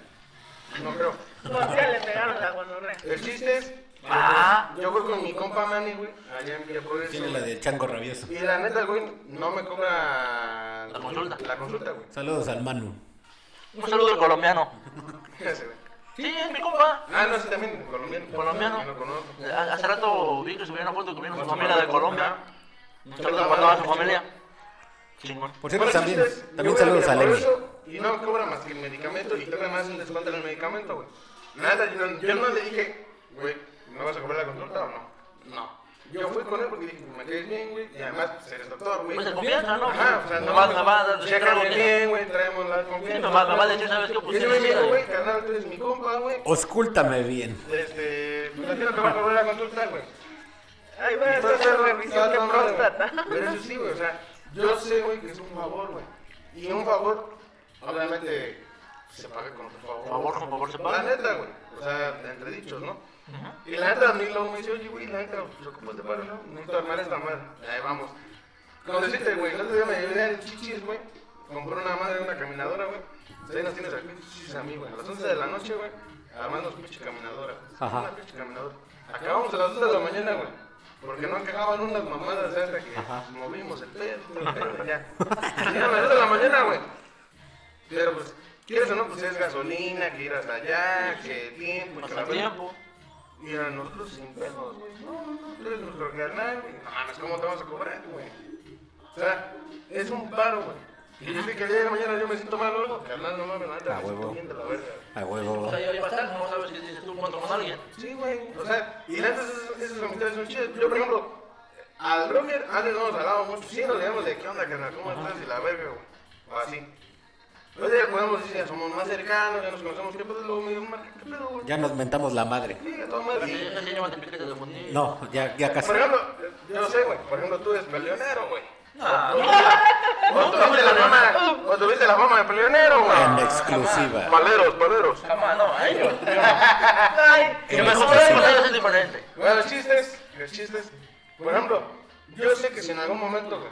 [SPEAKER 2] No creo.
[SPEAKER 4] Por si le pegaron la gonorrea.
[SPEAKER 2] El chiste es.
[SPEAKER 3] Ah.
[SPEAKER 2] Yo voy con mi compa Manny, güey, allá en Villa Progreso.
[SPEAKER 1] Tiene la del chango rabioso.
[SPEAKER 2] Y la neta, el güey, no me cobra.
[SPEAKER 3] La consulta.
[SPEAKER 2] La consulta, güey. (laughs)
[SPEAKER 1] Saludos al Manu.
[SPEAKER 3] Un saludo al colombiano.
[SPEAKER 2] Fíjese, güey.
[SPEAKER 3] Sí, es mi compa.
[SPEAKER 2] Ah, no, sí, también colombiano.
[SPEAKER 3] Colombiano.
[SPEAKER 2] Yo lo conozco.
[SPEAKER 3] Ha- Hace rato vi que subieron una foto que vino su familia de Colombia. Un saludo para toda su familia. Chingón.
[SPEAKER 1] Por cierto,
[SPEAKER 2] Bueno, el
[SPEAKER 1] también,
[SPEAKER 2] chiste es, yo
[SPEAKER 1] también
[SPEAKER 2] voy a
[SPEAKER 1] saludos
[SPEAKER 2] Villa
[SPEAKER 1] a Lemmy.
[SPEAKER 2] Progreso Y no me cobra más que el medicamento y todavía más un descuento en el medicamento, güey. Nada, yo, no- yo no le dije, güey, ¿me vas a cobrar la consulta o no? No. Yo fui con él porque dije, me caes bien, güey, y además pues, eres doctor, güey.
[SPEAKER 3] Pues de confianza, ¿no?
[SPEAKER 2] Ajá, o sea,
[SPEAKER 3] Nomás,
[SPEAKER 2] no,
[SPEAKER 3] nomás,
[SPEAKER 2] pues,
[SPEAKER 3] decir
[SPEAKER 2] chécame
[SPEAKER 3] algo que-
[SPEAKER 2] bien, güey, traemos la
[SPEAKER 3] Sí,
[SPEAKER 2] confianza.
[SPEAKER 3] nomás, nomás decir, ¿sabes qué?
[SPEAKER 2] Y
[SPEAKER 3] Pues
[SPEAKER 2] ese
[SPEAKER 3] sí,
[SPEAKER 2] güey me dijo,
[SPEAKER 3] sí,
[SPEAKER 2] güey, carnal, tú eres mi compa, güey.
[SPEAKER 1] Oscúltame bien.
[SPEAKER 2] Este, pues a ti no te va a cobrar la consulta, güey.
[SPEAKER 3] Pues,
[SPEAKER 4] Ahí voy a hacer
[SPEAKER 2] Entonces,
[SPEAKER 4] la revisión de
[SPEAKER 2] no, no, no, güey.
[SPEAKER 4] próstata.
[SPEAKER 2] Pero eso sí, güey, o sea, yo sé, güey, que es un favor, güey. Y un favor, obviamente, se paga con otro favor.
[SPEAKER 3] Favor con favor se
[SPEAKER 2] La
[SPEAKER 3] paga.
[SPEAKER 2] neta, güey. O sea, entre dichos, ¿no? Y la neta, a mí luego me dice, oye, güey, la neta, pues ocupas de paro, ¿no? Necesito armar esta madre. Y Ahí vamos. Con decirte, güey, el otro día me ayudé en chichis, güey. Compré una madre de una caminadora, güey. Ustedes nos tienes aquí chichis a mí, güey. A las 11 de la noche, güey, armando pinche caminadora.
[SPEAKER 1] Ajá.
[SPEAKER 2] Una pinche caminadora. Acabamos a las 2 de la mañana, güey. Porque no encajaban unas mamadas hasta que movimos el pedo, todo el pedo, (laughs) ya. Ya a las 2 de la mañana, güey. Pero pues, quieres o no, pues es gasolina, que ir hasta allá, que tiempo, que
[SPEAKER 3] Pasa el tiempo.
[SPEAKER 2] Y a nosotros sin pesos, güey. No, no, tú eres nuestro carnal, güey. No mames, ¿cómo te vas a cobrar, güey? O sea, es un paro, güey. Y yo sé que el día de mañana yo me siento mal o algo, carnal, no mames, nada,
[SPEAKER 1] Ah,
[SPEAKER 2] me siento
[SPEAKER 1] huevo.
[SPEAKER 2] bien de la verga.
[SPEAKER 1] A
[SPEAKER 3] O
[SPEAKER 1] huevo.
[SPEAKER 3] sea, ya iba a estar, no sabes qué dices tú cuando con alguien.
[SPEAKER 2] Sí, güey. O sea, y antes esas amistades son chidas. Yo, por ejemplo, al Roger antes no nos hablábamos mucho. Sí, nos digamos de qué onda, carnal, cómo estás y la verga, güey. O así. Ahorita ya podemos decir, ya somos más cercanos, ya nos conocemos. ¿Qué pedo? Luego me dijo, "Mar, ¿qué pedo, güey?
[SPEAKER 1] Ya nos mentamos la madre.
[SPEAKER 2] Sí, a toda madre.
[SPEAKER 3] Sí,
[SPEAKER 2] Y,
[SPEAKER 3] ese lleva el piquete de fundir.
[SPEAKER 1] No, ya, ya casi.
[SPEAKER 2] Por ejemplo, yo sé, güey. Por ejemplo, tú eres peleonero, güey.
[SPEAKER 3] Ah,
[SPEAKER 2] O tuviste la fama, o tuviste la fama de peleonero,
[SPEAKER 1] En
[SPEAKER 2] güey.
[SPEAKER 1] exclusiva.
[SPEAKER 2] Paleros, paleros.
[SPEAKER 3] jamás, no, a ellos.
[SPEAKER 4] Ay,
[SPEAKER 3] Que
[SPEAKER 1] En
[SPEAKER 3] me compren con
[SPEAKER 1] exclusiva.
[SPEAKER 3] ellos es diferente.
[SPEAKER 2] Bueno, los chistes, los chistes. Por ejemplo, yo sé que si en algún momento, güey,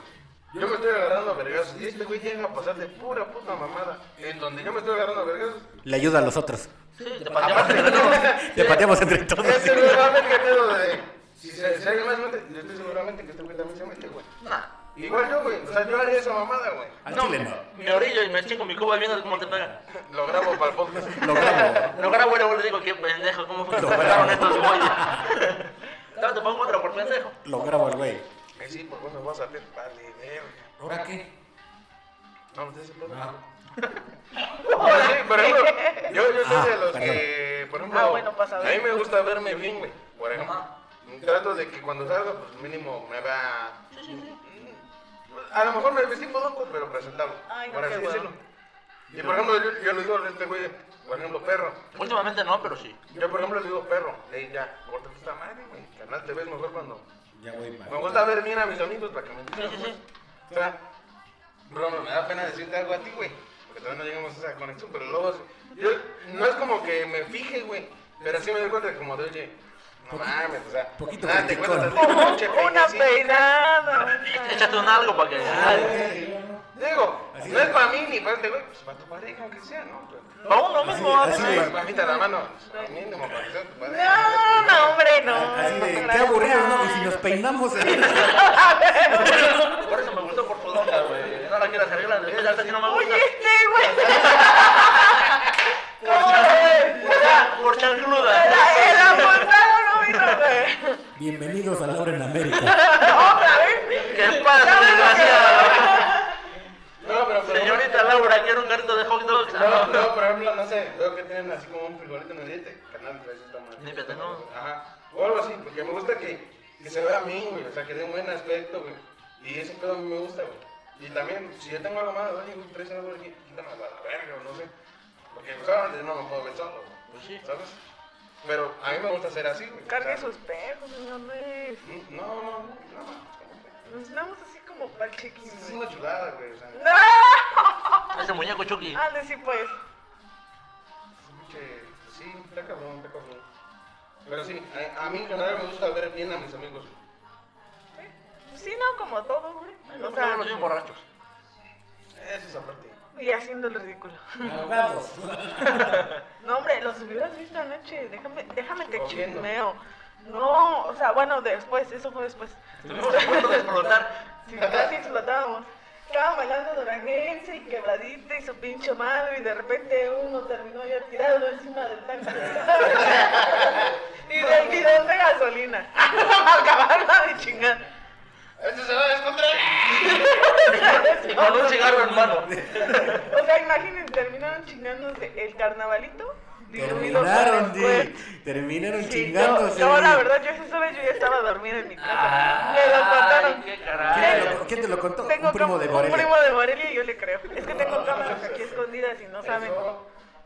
[SPEAKER 2] yo me estoy agarrando a vergazos y este güey llega a pasar de pura puta mamada en donde yo me estoy agarrando a vergazos.
[SPEAKER 1] Le ayuda a los otros.
[SPEAKER 3] Sí, te pateamos entre todos.
[SPEAKER 1] Te pateamos entre todos.
[SPEAKER 2] Este güey va a ver qué pedo de. Si se si alguien más mete, yo estoy seguramente que este güey también se mete, güey.
[SPEAKER 3] Nah,
[SPEAKER 2] Igual yo, güey. O sea, yo haría esa mamada, güey.
[SPEAKER 1] Al chile no.
[SPEAKER 3] Me orillo y me chingo mi cuba viendo cómo te pegan.
[SPEAKER 2] Lo grabo para el podcast.
[SPEAKER 1] Lo grabo.
[SPEAKER 3] Lo grabo y luego le digo, qué pendejo, cómo fue que
[SPEAKER 1] Lo
[SPEAKER 3] se pegaron
[SPEAKER 1] grabo.
[SPEAKER 3] estos güeyes. (laughs) Ahora te pongo otra por pendejo.
[SPEAKER 1] Lo grabo al güey.
[SPEAKER 2] Que Eh, sí, por vos me vas a ver. Vale, verga.
[SPEAKER 1] ¿Ahora qué?
[SPEAKER 2] No, usted se puede.
[SPEAKER 1] Ah.
[SPEAKER 2] (laughs) Ahora pues, sí, por ejemplo, yo, yo soy
[SPEAKER 1] Ah,
[SPEAKER 2] de los
[SPEAKER 1] perdón.
[SPEAKER 2] que, por ejemplo,
[SPEAKER 4] Ah, bueno, pasa
[SPEAKER 2] a
[SPEAKER 4] bien.
[SPEAKER 2] mí me gusta verme bien, güey. Por ejemplo, trato de que cuando salga, pues mínimo me vea. mm, A lo mejor me vestí podonco, pero presentable.
[SPEAKER 4] Ay, no,
[SPEAKER 2] por así
[SPEAKER 4] qué
[SPEAKER 2] decirlo. Y por ejemplo, yo, yo le digo a este güey, por ejemplo, perro.
[SPEAKER 3] Últimamente no, pero sí.
[SPEAKER 2] Yo, por ejemplo, le digo perro. Ey, ya, corta esta madre, güey. Canal, te ves mejor cuando
[SPEAKER 1] Ya voy
[SPEAKER 2] me
[SPEAKER 1] mal.
[SPEAKER 2] gusta ver bien a mis amigos para que me
[SPEAKER 3] Sí,
[SPEAKER 2] entiendan.
[SPEAKER 3] sí,
[SPEAKER 2] güey.
[SPEAKER 3] sí.
[SPEAKER 2] O sea, bro, me da pena decirte algo a ti, güey. Porque todavía no llegamos a esa conexión, pero luego. Yo, no es como que me fije, güey. Pero sí me doy cuenta como de, oye, no mames, o sea.
[SPEAKER 1] poquito
[SPEAKER 2] nada, te
[SPEAKER 1] criticón.
[SPEAKER 2] cuentas
[SPEAKER 4] como
[SPEAKER 2] así, pinche
[SPEAKER 4] una
[SPEAKER 2] peinecito.
[SPEAKER 4] peinada. una-
[SPEAKER 3] Échate un algo para que...
[SPEAKER 2] Digo,
[SPEAKER 1] Así
[SPEAKER 2] no
[SPEAKER 1] es.
[SPEAKER 2] es para mí ni para este güey, pues para tu pareja, aunque sea, ¿no? Pero-
[SPEAKER 3] Pa' uno mismo, a
[SPEAKER 1] así
[SPEAKER 3] veces.
[SPEAKER 1] es.
[SPEAKER 2] Para mí te la mano, pues, mínimo para que sea tu pareja.
[SPEAKER 4] No, no, hombre, no.
[SPEAKER 1] Así de, qué aburrido, ¿no? Y si nos peinamos. ¿eh?
[SPEAKER 3] Por eso me gustó por podonga, güey. No la quieras arreglar, de verdad, si no me gusta.
[SPEAKER 4] Oye, este güey. (laughs)
[SPEAKER 3] Por chan- por chan- Por chancluda.
[SPEAKER 4] El apuntado no vino, güey.
[SPEAKER 1] Bienvenidos a Laura en América.
[SPEAKER 2] como un frijolito en el diente, canal, pues, está mal.
[SPEAKER 3] Límpiate, ¿no?
[SPEAKER 2] Ajá. O algo así, porque me gusta que, que se vea a mí, güey. O sea, que dé un buen aspecto, güey. Y ese pedo a mí me gusta, güey. Y también, si yo tengo algo malo, oye, güey, traes algo aquí, quítame a la verga, o no sé. Porque pues ahora no me puedo ver solo, güey,
[SPEAKER 3] Pues sí.
[SPEAKER 2] ¿sabes? Pero a mí me gusta ser así, güey.
[SPEAKER 4] Cargue
[SPEAKER 2] o sea,
[SPEAKER 4] sus perros, señor Luis.
[SPEAKER 2] mm, No, no, no, no.
[SPEAKER 4] Nos damos así como pa'l chiquín.
[SPEAKER 2] Es
[SPEAKER 4] güey.
[SPEAKER 2] una chulada, güey. O sea,
[SPEAKER 4] ¡No!
[SPEAKER 3] Ese muñeco Chucky.
[SPEAKER 4] Ande, sí, pues.
[SPEAKER 2] Pinche- pues Sí, está cabrón, está cabrón. Pero sí, a, a mí en general me gusta ver bien a mis amigos.
[SPEAKER 4] Sí, no, como todo, güey.
[SPEAKER 3] No
[SPEAKER 4] O sea,
[SPEAKER 3] los bien borrachos.
[SPEAKER 2] Eso es aparte.
[SPEAKER 4] y haciendo el ridículo.
[SPEAKER 1] Ahogados.
[SPEAKER 4] No, hombre, los hubieras visto anoche. Déjame, déjame te
[SPEAKER 2] Comiendo.
[SPEAKER 4] chismeo. No, o sea, bueno, después, eso fue después.
[SPEAKER 3] Estuvimos a punto de explotar.
[SPEAKER 4] Sí, casi explotábamos. Estaba bailando duranguense y quebradita y su pinche madre y de repente uno terminó ya tirado encima del
[SPEAKER 3] (laughs)
[SPEAKER 4] tanque. y del bidón
[SPEAKER 3] (laughs)
[SPEAKER 4] de gasolina. Acabarla de chingar.
[SPEAKER 2] ¡Eso se va a descontrolar!
[SPEAKER 3] Y con un cigarro en mano.
[SPEAKER 4] O sea, imagínense, terminaron chingándose el carnavalito. diluido con
[SPEAKER 1] Terminaron,
[SPEAKER 4] el
[SPEAKER 1] di.
[SPEAKER 4] cuerpo.
[SPEAKER 1] Terminaron
[SPEAKER 4] Sí,
[SPEAKER 1] chingándose.
[SPEAKER 4] No, no, la verdad, yo esa vez yo ya estaba dormida en mi casa. Me lo
[SPEAKER 3] Ah, Ay, qué
[SPEAKER 4] contaron.
[SPEAKER 1] ¿Quién te
[SPEAKER 3] caray.
[SPEAKER 1] lo, quién te lo contó?
[SPEAKER 4] eh, Tengo
[SPEAKER 1] un primo
[SPEAKER 4] com-
[SPEAKER 1] de Morelia.
[SPEAKER 4] Un primo de Morelia y yo le creo. Es que tengo cámaras aquí escondidas y no saben.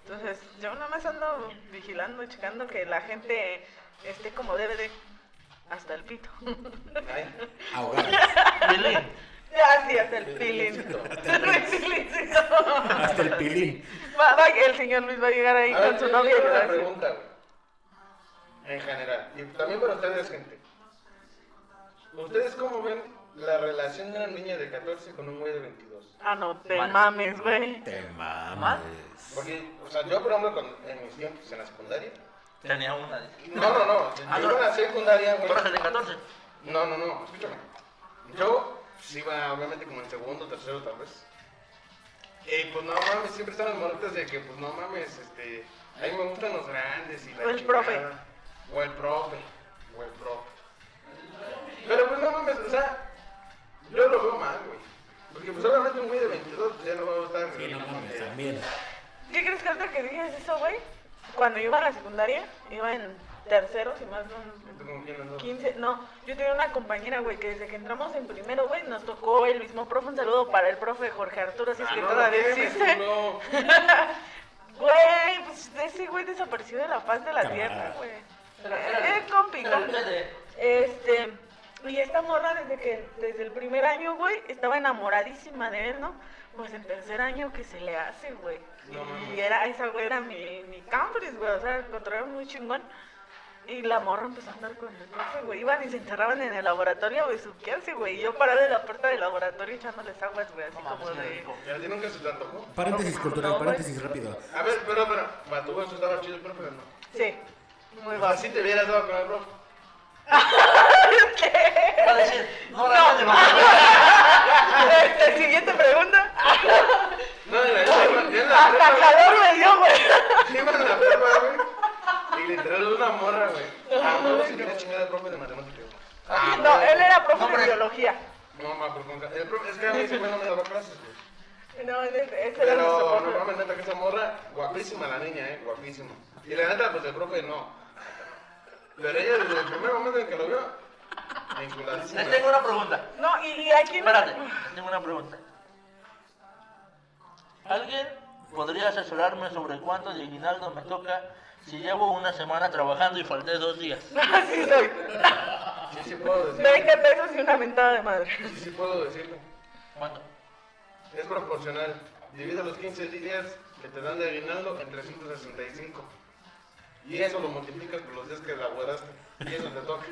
[SPEAKER 4] Entonces, yo nada más ando vigilando, checando que la gente esté como debe de. Hasta el pito. (laughs)
[SPEAKER 2] Ay,
[SPEAKER 1] Ahogados.
[SPEAKER 3] Pilín.
[SPEAKER 4] Ya, sí, hasta el pilín. (laughs) El pilincito.
[SPEAKER 1] Hasta el pilín.
[SPEAKER 4] Va- va- El señor Luis va a llegar ahí
[SPEAKER 2] a ver,
[SPEAKER 4] con su
[SPEAKER 2] yo
[SPEAKER 4] novia y
[SPEAKER 2] tengo
[SPEAKER 4] le va a
[SPEAKER 2] una
[SPEAKER 4] decir.
[SPEAKER 2] pregunta, güey. En general. Y también para ustedes, gente. ¿Ustedes cómo ven la relación de una niña de 14 con un güey de 22?
[SPEAKER 4] Ah, no, te
[SPEAKER 3] Vale.
[SPEAKER 4] mames, güey.
[SPEAKER 1] Te mames.
[SPEAKER 2] Porque, o sea, yo, por ejemplo, con- en mis tiempos en la secundaria.
[SPEAKER 3] Tenía una. de-
[SPEAKER 2] No, no, no. Yo
[SPEAKER 3] Ah, no.
[SPEAKER 2] en la secundaria, güey.
[SPEAKER 3] Tú eras el de 14.
[SPEAKER 2] No, no, no, escúchame. Yo sí iba obviamente como en segundo, tercero tal vez. Y pues no mames, siempre están las maletas de que pues no mames, este, a mí me gustan los grandes y la
[SPEAKER 4] O el profe.
[SPEAKER 2] chingada. O el profe. O el profe. Pero pues no mames, o sea, yo lo veo mal, güey. Porque pues obviamente un güey de 22 pues, ya no va a gustar.
[SPEAKER 1] Sí, no mames, también.
[SPEAKER 4] ¿Qué crees que ahorita que digas eso, güey? Cuando iba a la secundaria, iba en tercero, si más no,
[SPEAKER 2] ¿Tú con quién andas?
[SPEAKER 4] 15, no, yo tenía una compañera, güey, que desde que entramos en primero, güey, nos tocó el mismo profe, un saludo para el profe Jorge Arturo, si es
[SPEAKER 2] Ah,
[SPEAKER 4] que
[SPEAKER 2] no,
[SPEAKER 4] todavía
[SPEAKER 2] ¿qué? Me
[SPEAKER 4] existe.
[SPEAKER 2] culo.
[SPEAKER 4] Güey, pues ese güey desapareció de la faz de la
[SPEAKER 1] Camarada.
[SPEAKER 4] tierra, güey. Eh, compi, compi.
[SPEAKER 3] Fíjate.
[SPEAKER 4] Este, y esta morra desde que, desde el primer año, güey, estaba enamoradísima de él, ¿no? Pues en tercer año que se le hace, güey.
[SPEAKER 2] No mames.
[SPEAKER 4] y era, esa güey era mi, mi campus, güey, o sea, el control muy chingón. Y la morra empezó a andar con el profe, güey. Iban y se encerraban en el laboratorio a besuquearse, güey. Y yo parada en la puerta del laboratorio echándoles aguas, güey, así
[SPEAKER 3] No
[SPEAKER 4] como
[SPEAKER 3] mames, qué
[SPEAKER 4] de...
[SPEAKER 3] rico.
[SPEAKER 2] ¿Y a ti nunca se te antojó?
[SPEAKER 1] Paréntesis cultural, paréntesis
[SPEAKER 4] (laughs)
[SPEAKER 1] rápido.
[SPEAKER 2] A ver, pero, pero, para tu gusto estaba chido el profe, o ¿no?
[SPEAKER 4] Sí, (laughs) muy
[SPEAKER 2] Pues
[SPEAKER 4] bajo.
[SPEAKER 2] así te hubieras dado con el profe.
[SPEAKER 3] Va a decir, no la hagas de mal.
[SPEAKER 4] Este, siguiente pregunta.
[SPEAKER 2] No, en la, en la, en la
[SPEAKER 4] Hasta
[SPEAKER 2] prepa,
[SPEAKER 4] calor me dio, güey.
[SPEAKER 2] güey. Iba en la prepa, güey. Y le entró una morra, güey. Ah, no, si quería chingar al profe de matemáticas. güey. Ah,
[SPEAKER 4] No, él era
[SPEAKER 3] No,
[SPEAKER 4] profe de
[SPEAKER 3] hombre.
[SPEAKER 4] biología.
[SPEAKER 2] No, ma, por conca- El profe, es que a mí ese güey no me daba clases, güey.
[SPEAKER 4] No, ese ese era nuestro
[SPEAKER 2] Pero,
[SPEAKER 4] profe.
[SPEAKER 2] no mames, neta, que esa morra, guapísima la niña, eh, guapísima. Y la neta, pues el profe no. Pero ella desde el primer momento en que lo vio, vinculadísima.
[SPEAKER 3] Les tengo una pregunta.
[SPEAKER 4] No, y, y aquí no-
[SPEAKER 3] Espérate,
[SPEAKER 4] (laughs)
[SPEAKER 3] les tengo una pregunta. ¿Alguien podría asesorarme sobre cuánto de aguinaldo me toca si llevo una semana trabajando y falté dos días?
[SPEAKER 4] Así Ah, soy.
[SPEAKER 2] Sí, sí puedo decirlo.
[SPEAKER 4] 20 pesos y una mentada de madre.
[SPEAKER 2] Sí, sí puedo decirlo.
[SPEAKER 3] ¿Cuánto?
[SPEAKER 2] Es proporcional. Divide los 15 días que te dan de aguinaldo en 365. Y eso lo multiplicas por los días que laboraste. Y eso te toca.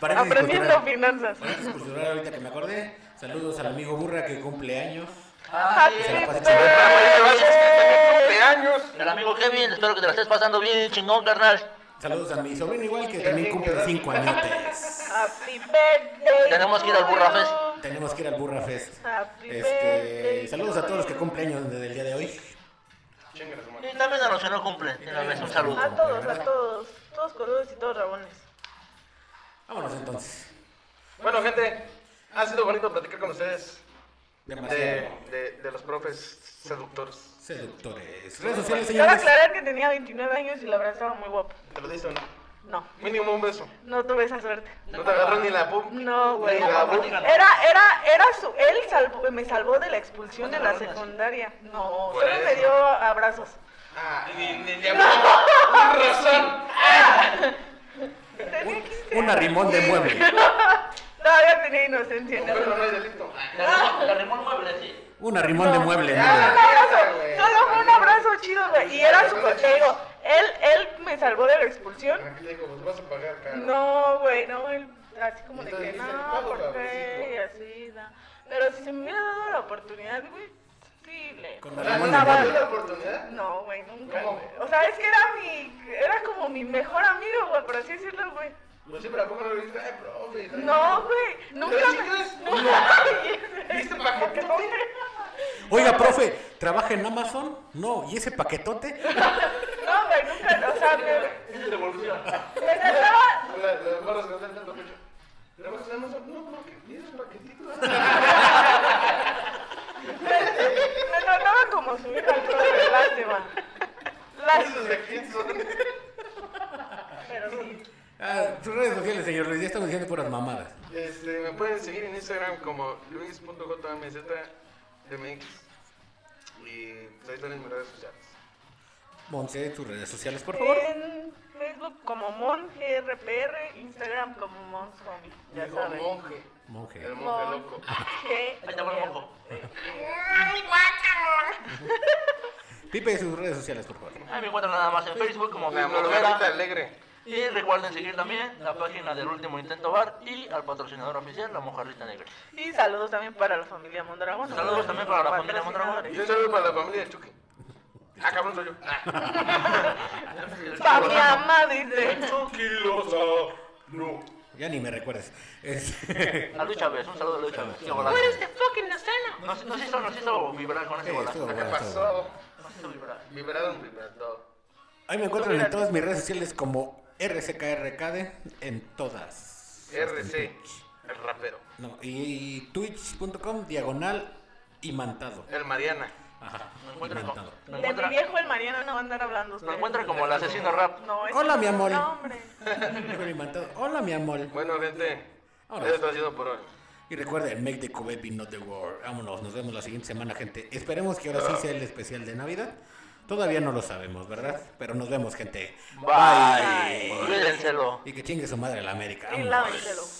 [SPEAKER 1] Paréntesis
[SPEAKER 4] Aprendiendo
[SPEAKER 1] cultural.
[SPEAKER 4] finanzas.
[SPEAKER 1] Paréntesis cultural, ahorita que me acordé. Saludos al amigo Burra que cumple años.
[SPEAKER 3] Ah,
[SPEAKER 4] Happy
[SPEAKER 1] se
[SPEAKER 3] sí.
[SPEAKER 1] la pasa
[SPEAKER 4] birthday.
[SPEAKER 2] ¡Cumpleaños!
[SPEAKER 3] El amigo Kevin, espero que te la estés pasando bien, chingón, carnal.
[SPEAKER 1] Saludos a mi sobrino igual que también cumple 5 añotes.
[SPEAKER 4] Happy birthday.
[SPEAKER 3] Tenemos que ir al
[SPEAKER 4] to
[SPEAKER 3] Burra
[SPEAKER 4] you.
[SPEAKER 3] Fest.
[SPEAKER 1] Tenemos que ir al Burra Fest.
[SPEAKER 4] Happy
[SPEAKER 1] Este,
[SPEAKER 4] birthday
[SPEAKER 1] saludos
[SPEAKER 4] to
[SPEAKER 1] a todos los que
[SPEAKER 4] you.
[SPEAKER 1] cumplen años desde el día de hoy.
[SPEAKER 2] Chinga su madre.
[SPEAKER 3] Y también a los que no cumplen, de una vez un saludo.
[SPEAKER 4] A todos, a todos. Todos coludos y todos rabones.
[SPEAKER 1] Vámonos entonces.
[SPEAKER 2] Bueno, gente, ha sido bonito platicar con ustedes
[SPEAKER 1] Demasiado.
[SPEAKER 2] de, de, de los profes seductores.
[SPEAKER 1] Seductores. Redes sociales,
[SPEAKER 4] Cabe
[SPEAKER 1] señores.
[SPEAKER 4] aclarar que tenía 29 años y la abrazaba muy guapo.
[SPEAKER 2] Te lo dicen.
[SPEAKER 4] No,
[SPEAKER 2] Mínimo un beso.
[SPEAKER 4] no tuve esa suerte.
[SPEAKER 2] No te agarró ni la pum.
[SPEAKER 4] No, güey.
[SPEAKER 2] Ni la
[SPEAKER 4] Era,
[SPEAKER 2] boca.
[SPEAKER 4] era, era su. Él salvó- me salvó de la expulsión de la secundaria. No,
[SPEAKER 2] Por
[SPEAKER 4] solo me
[SPEAKER 2] eso.
[SPEAKER 4] dio abrazos.
[SPEAKER 2] Ah, ni, ni le habló. Con razón.
[SPEAKER 4] Tenía 15
[SPEAKER 1] Un arrimón de mueble.
[SPEAKER 4] Todavía tenía inocencia.
[SPEAKER 2] Con
[SPEAKER 4] No,
[SPEAKER 2] perro no hay delito.
[SPEAKER 3] Te arrimó- te arrimó el mueble, sí.
[SPEAKER 1] Un arrimón de mueble.
[SPEAKER 4] Ah.
[SPEAKER 1] ¿no?
[SPEAKER 4] abrazo, solo fue un abrazo chido, güey. Y era su contigo. Él, él me salvó de la expulsión.
[SPEAKER 2] Aquí le digo, pues vas a pagar caro.
[SPEAKER 4] No, güey, no, él, así como de que
[SPEAKER 2] Entonces, dices,
[SPEAKER 4] no,
[SPEAKER 2] "Pago,
[SPEAKER 4] ¿por qué? Y
[SPEAKER 2] cabroncito".
[SPEAKER 4] así, no. Pero si se me hubiera dado la oportunidad, güey, sí, le.
[SPEAKER 1] Con
[SPEAKER 2] O
[SPEAKER 1] la
[SPEAKER 2] sea,
[SPEAKER 1] limón
[SPEAKER 2] ¿No
[SPEAKER 1] de
[SPEAKER 2] Ah, te dio
[SPEAKER 1] mueble.
[SPEAKER 2] la oportunidad?
[SPEAKER 4] No, güey, nunca.
[SPEAKER 2] ¿Cómo?
[SPEAKER 4] güey. O sea, es que era mi, era como mi mejor amigo, güey, por así decirlo, güey.
[SPEAKER 2] Pues sí, pero ¿a poco no le dijiste? Ay, profe.
[SPEAKER 4] No, güey, nunca
[SPEAKER 2] si crees?
[SPEAKER 4] me. Nunca.
[SPEAKER 2] ¿Viste paquetote?
[SPEAKER 1] Oiga, profe, ¿trabaja en Amazon? No, ¿y ese paquetote?
[SPEAKER 4] No, güey, nunca, o sea, me,
[SPEAKER 2] Sí, te devolvió.
[SPEAKER 4] me trataba.
[SPEAKER 2] La- Las barras que andan dando mucho. Trabajas en Amazon, no, porque tienes paquetitos.
[SPEAKER 4] Me trataba como su hija, profe, lástima.
[SPEAKER 2] Esos
[SPEAKER 4] Lástima,
[SPEAKER 2] de aquí son.
[SPEAKER 4] pero sí.
[SPEAKER 1] Ah, sus redes sociales, señor Luis, ya estamos diciendo puras mamadas.
[SPEAKER 2] Este, me pueden seguir en Instagram como luis.jmzmx y pues, ahí están en mis redes sociales.
[SPEAKER 1] Monse, sus redes sociales, por favor.
[SPEAKER 4] En Facebook como MonGRPR, Instagram como MonsZombie, ya
[SPEAKER 2] Digo,
[SPEAKER 4] saben.
[SPEAKER 2] monje,
[SPEAKER 1] Monje.
[SPEAKER 2] el monje loco.
[SPEAKER 4] G-
[SPEAKER 3] Ahí te va el moco.
[SPEAKER 1] Pipe, sus redes sociales, por favor.
[SPEAKER 3] Ahí me encuentran nada más en Facebook como
[SPEAKER 2] La
[SPEAKER 3] Pipe
[SPEAKER 2] monjerita
[SPEAKER 3] Olvera.
[SPEAKER 2] alegre.
[SPEAKER 3] Y recuerden seguir también la página del último intento bar y al patrocinador oficial, la mojarrita negra.
[SPEAKER 4] Y saludos también para la familia Mondragón.
[SPEAKER 3] Saludos también para la familia Mondragón.
[SPEAKER 2] Y un saludo para la familia de Chucky. Ah, cabrón, soy yo.
[SPEAKER 4] Para mi mamá, dice.
[SPEAKER 2] Chucky Loza. No.
[SPEAKER 1] Ya ni me recuerdes.
[SPEAKER 3] (laughs)
[SPEAKER 1] Es-
[SPEAKER 3] A Luis Chávez, un saludo a Luis Chávez. Qué golazo. Nos, nos hizo, nos hizo vibrar con ese
[SPEAKER 1] Eh, estuvo
[SPEAKER 3] golazo.
[SPEAKER 2] ¿Qué
[SPEAKER 1] bueno, estuvo bueno.
[SPEAKER 2] pasó?
[SPEAKER 3] Nos hizo vibrar.
[SPEAKER 2] Vibraron, vibrando.
[SPEAKER 1] Ahí me encuentran en todas mis redes sociales como RCKRKD, en todas. Este,
[SPEAKER 2] RC, el rapero.
[SPEAKER 1] No, y twitch.com diagonal imantado.
[SPEAKER 2] El Mariana.
[SPEAKER 1] Ajá,
[SPEAKER 3] Nos encuentran como,
[SPEAKER 1] imantado.
[SPEAKER 3] nos
[SPEAKER 4] De mi
[SPEAKER 3] encuentran-
[SPEAKER 4] viejo el Mariano no va a andar hablando
[SPEAKER 3] nos
[SPEAKER 4] usted.
[SPEAKER 3] encuentran como el asesino rap.
[SPEAKER 4] No, es
[SPEAKER 1] Hola, mi amor.
[SPEAKER 4] No, hombre.
[SPEAKER 1] Mejor imantado. Hola, mi amor.
[SPEAKER 2] Bueno, gente,
[SPEAKER 1] Ahora.
[SPEAKER 2] eso ha sido por hoy.
[SPEAKER 1] Y recuerden, make the Kobe be not the war. Vámonos, nos vemos la siguiente semana, gente. Esperemos que ahora sí sea el especial de Navidad. Todavía no lo sabemos, ¿verdad? Pero nos vemos, gente.
[SPEAKER 3] Bye. Cuídenselo.
[SPEAKER 1] Y que chingue su madre la América.
[SPEAKER 4] Y
[SPEAKER 1] Vámonos.
[SPEAKER 4] lávenselo.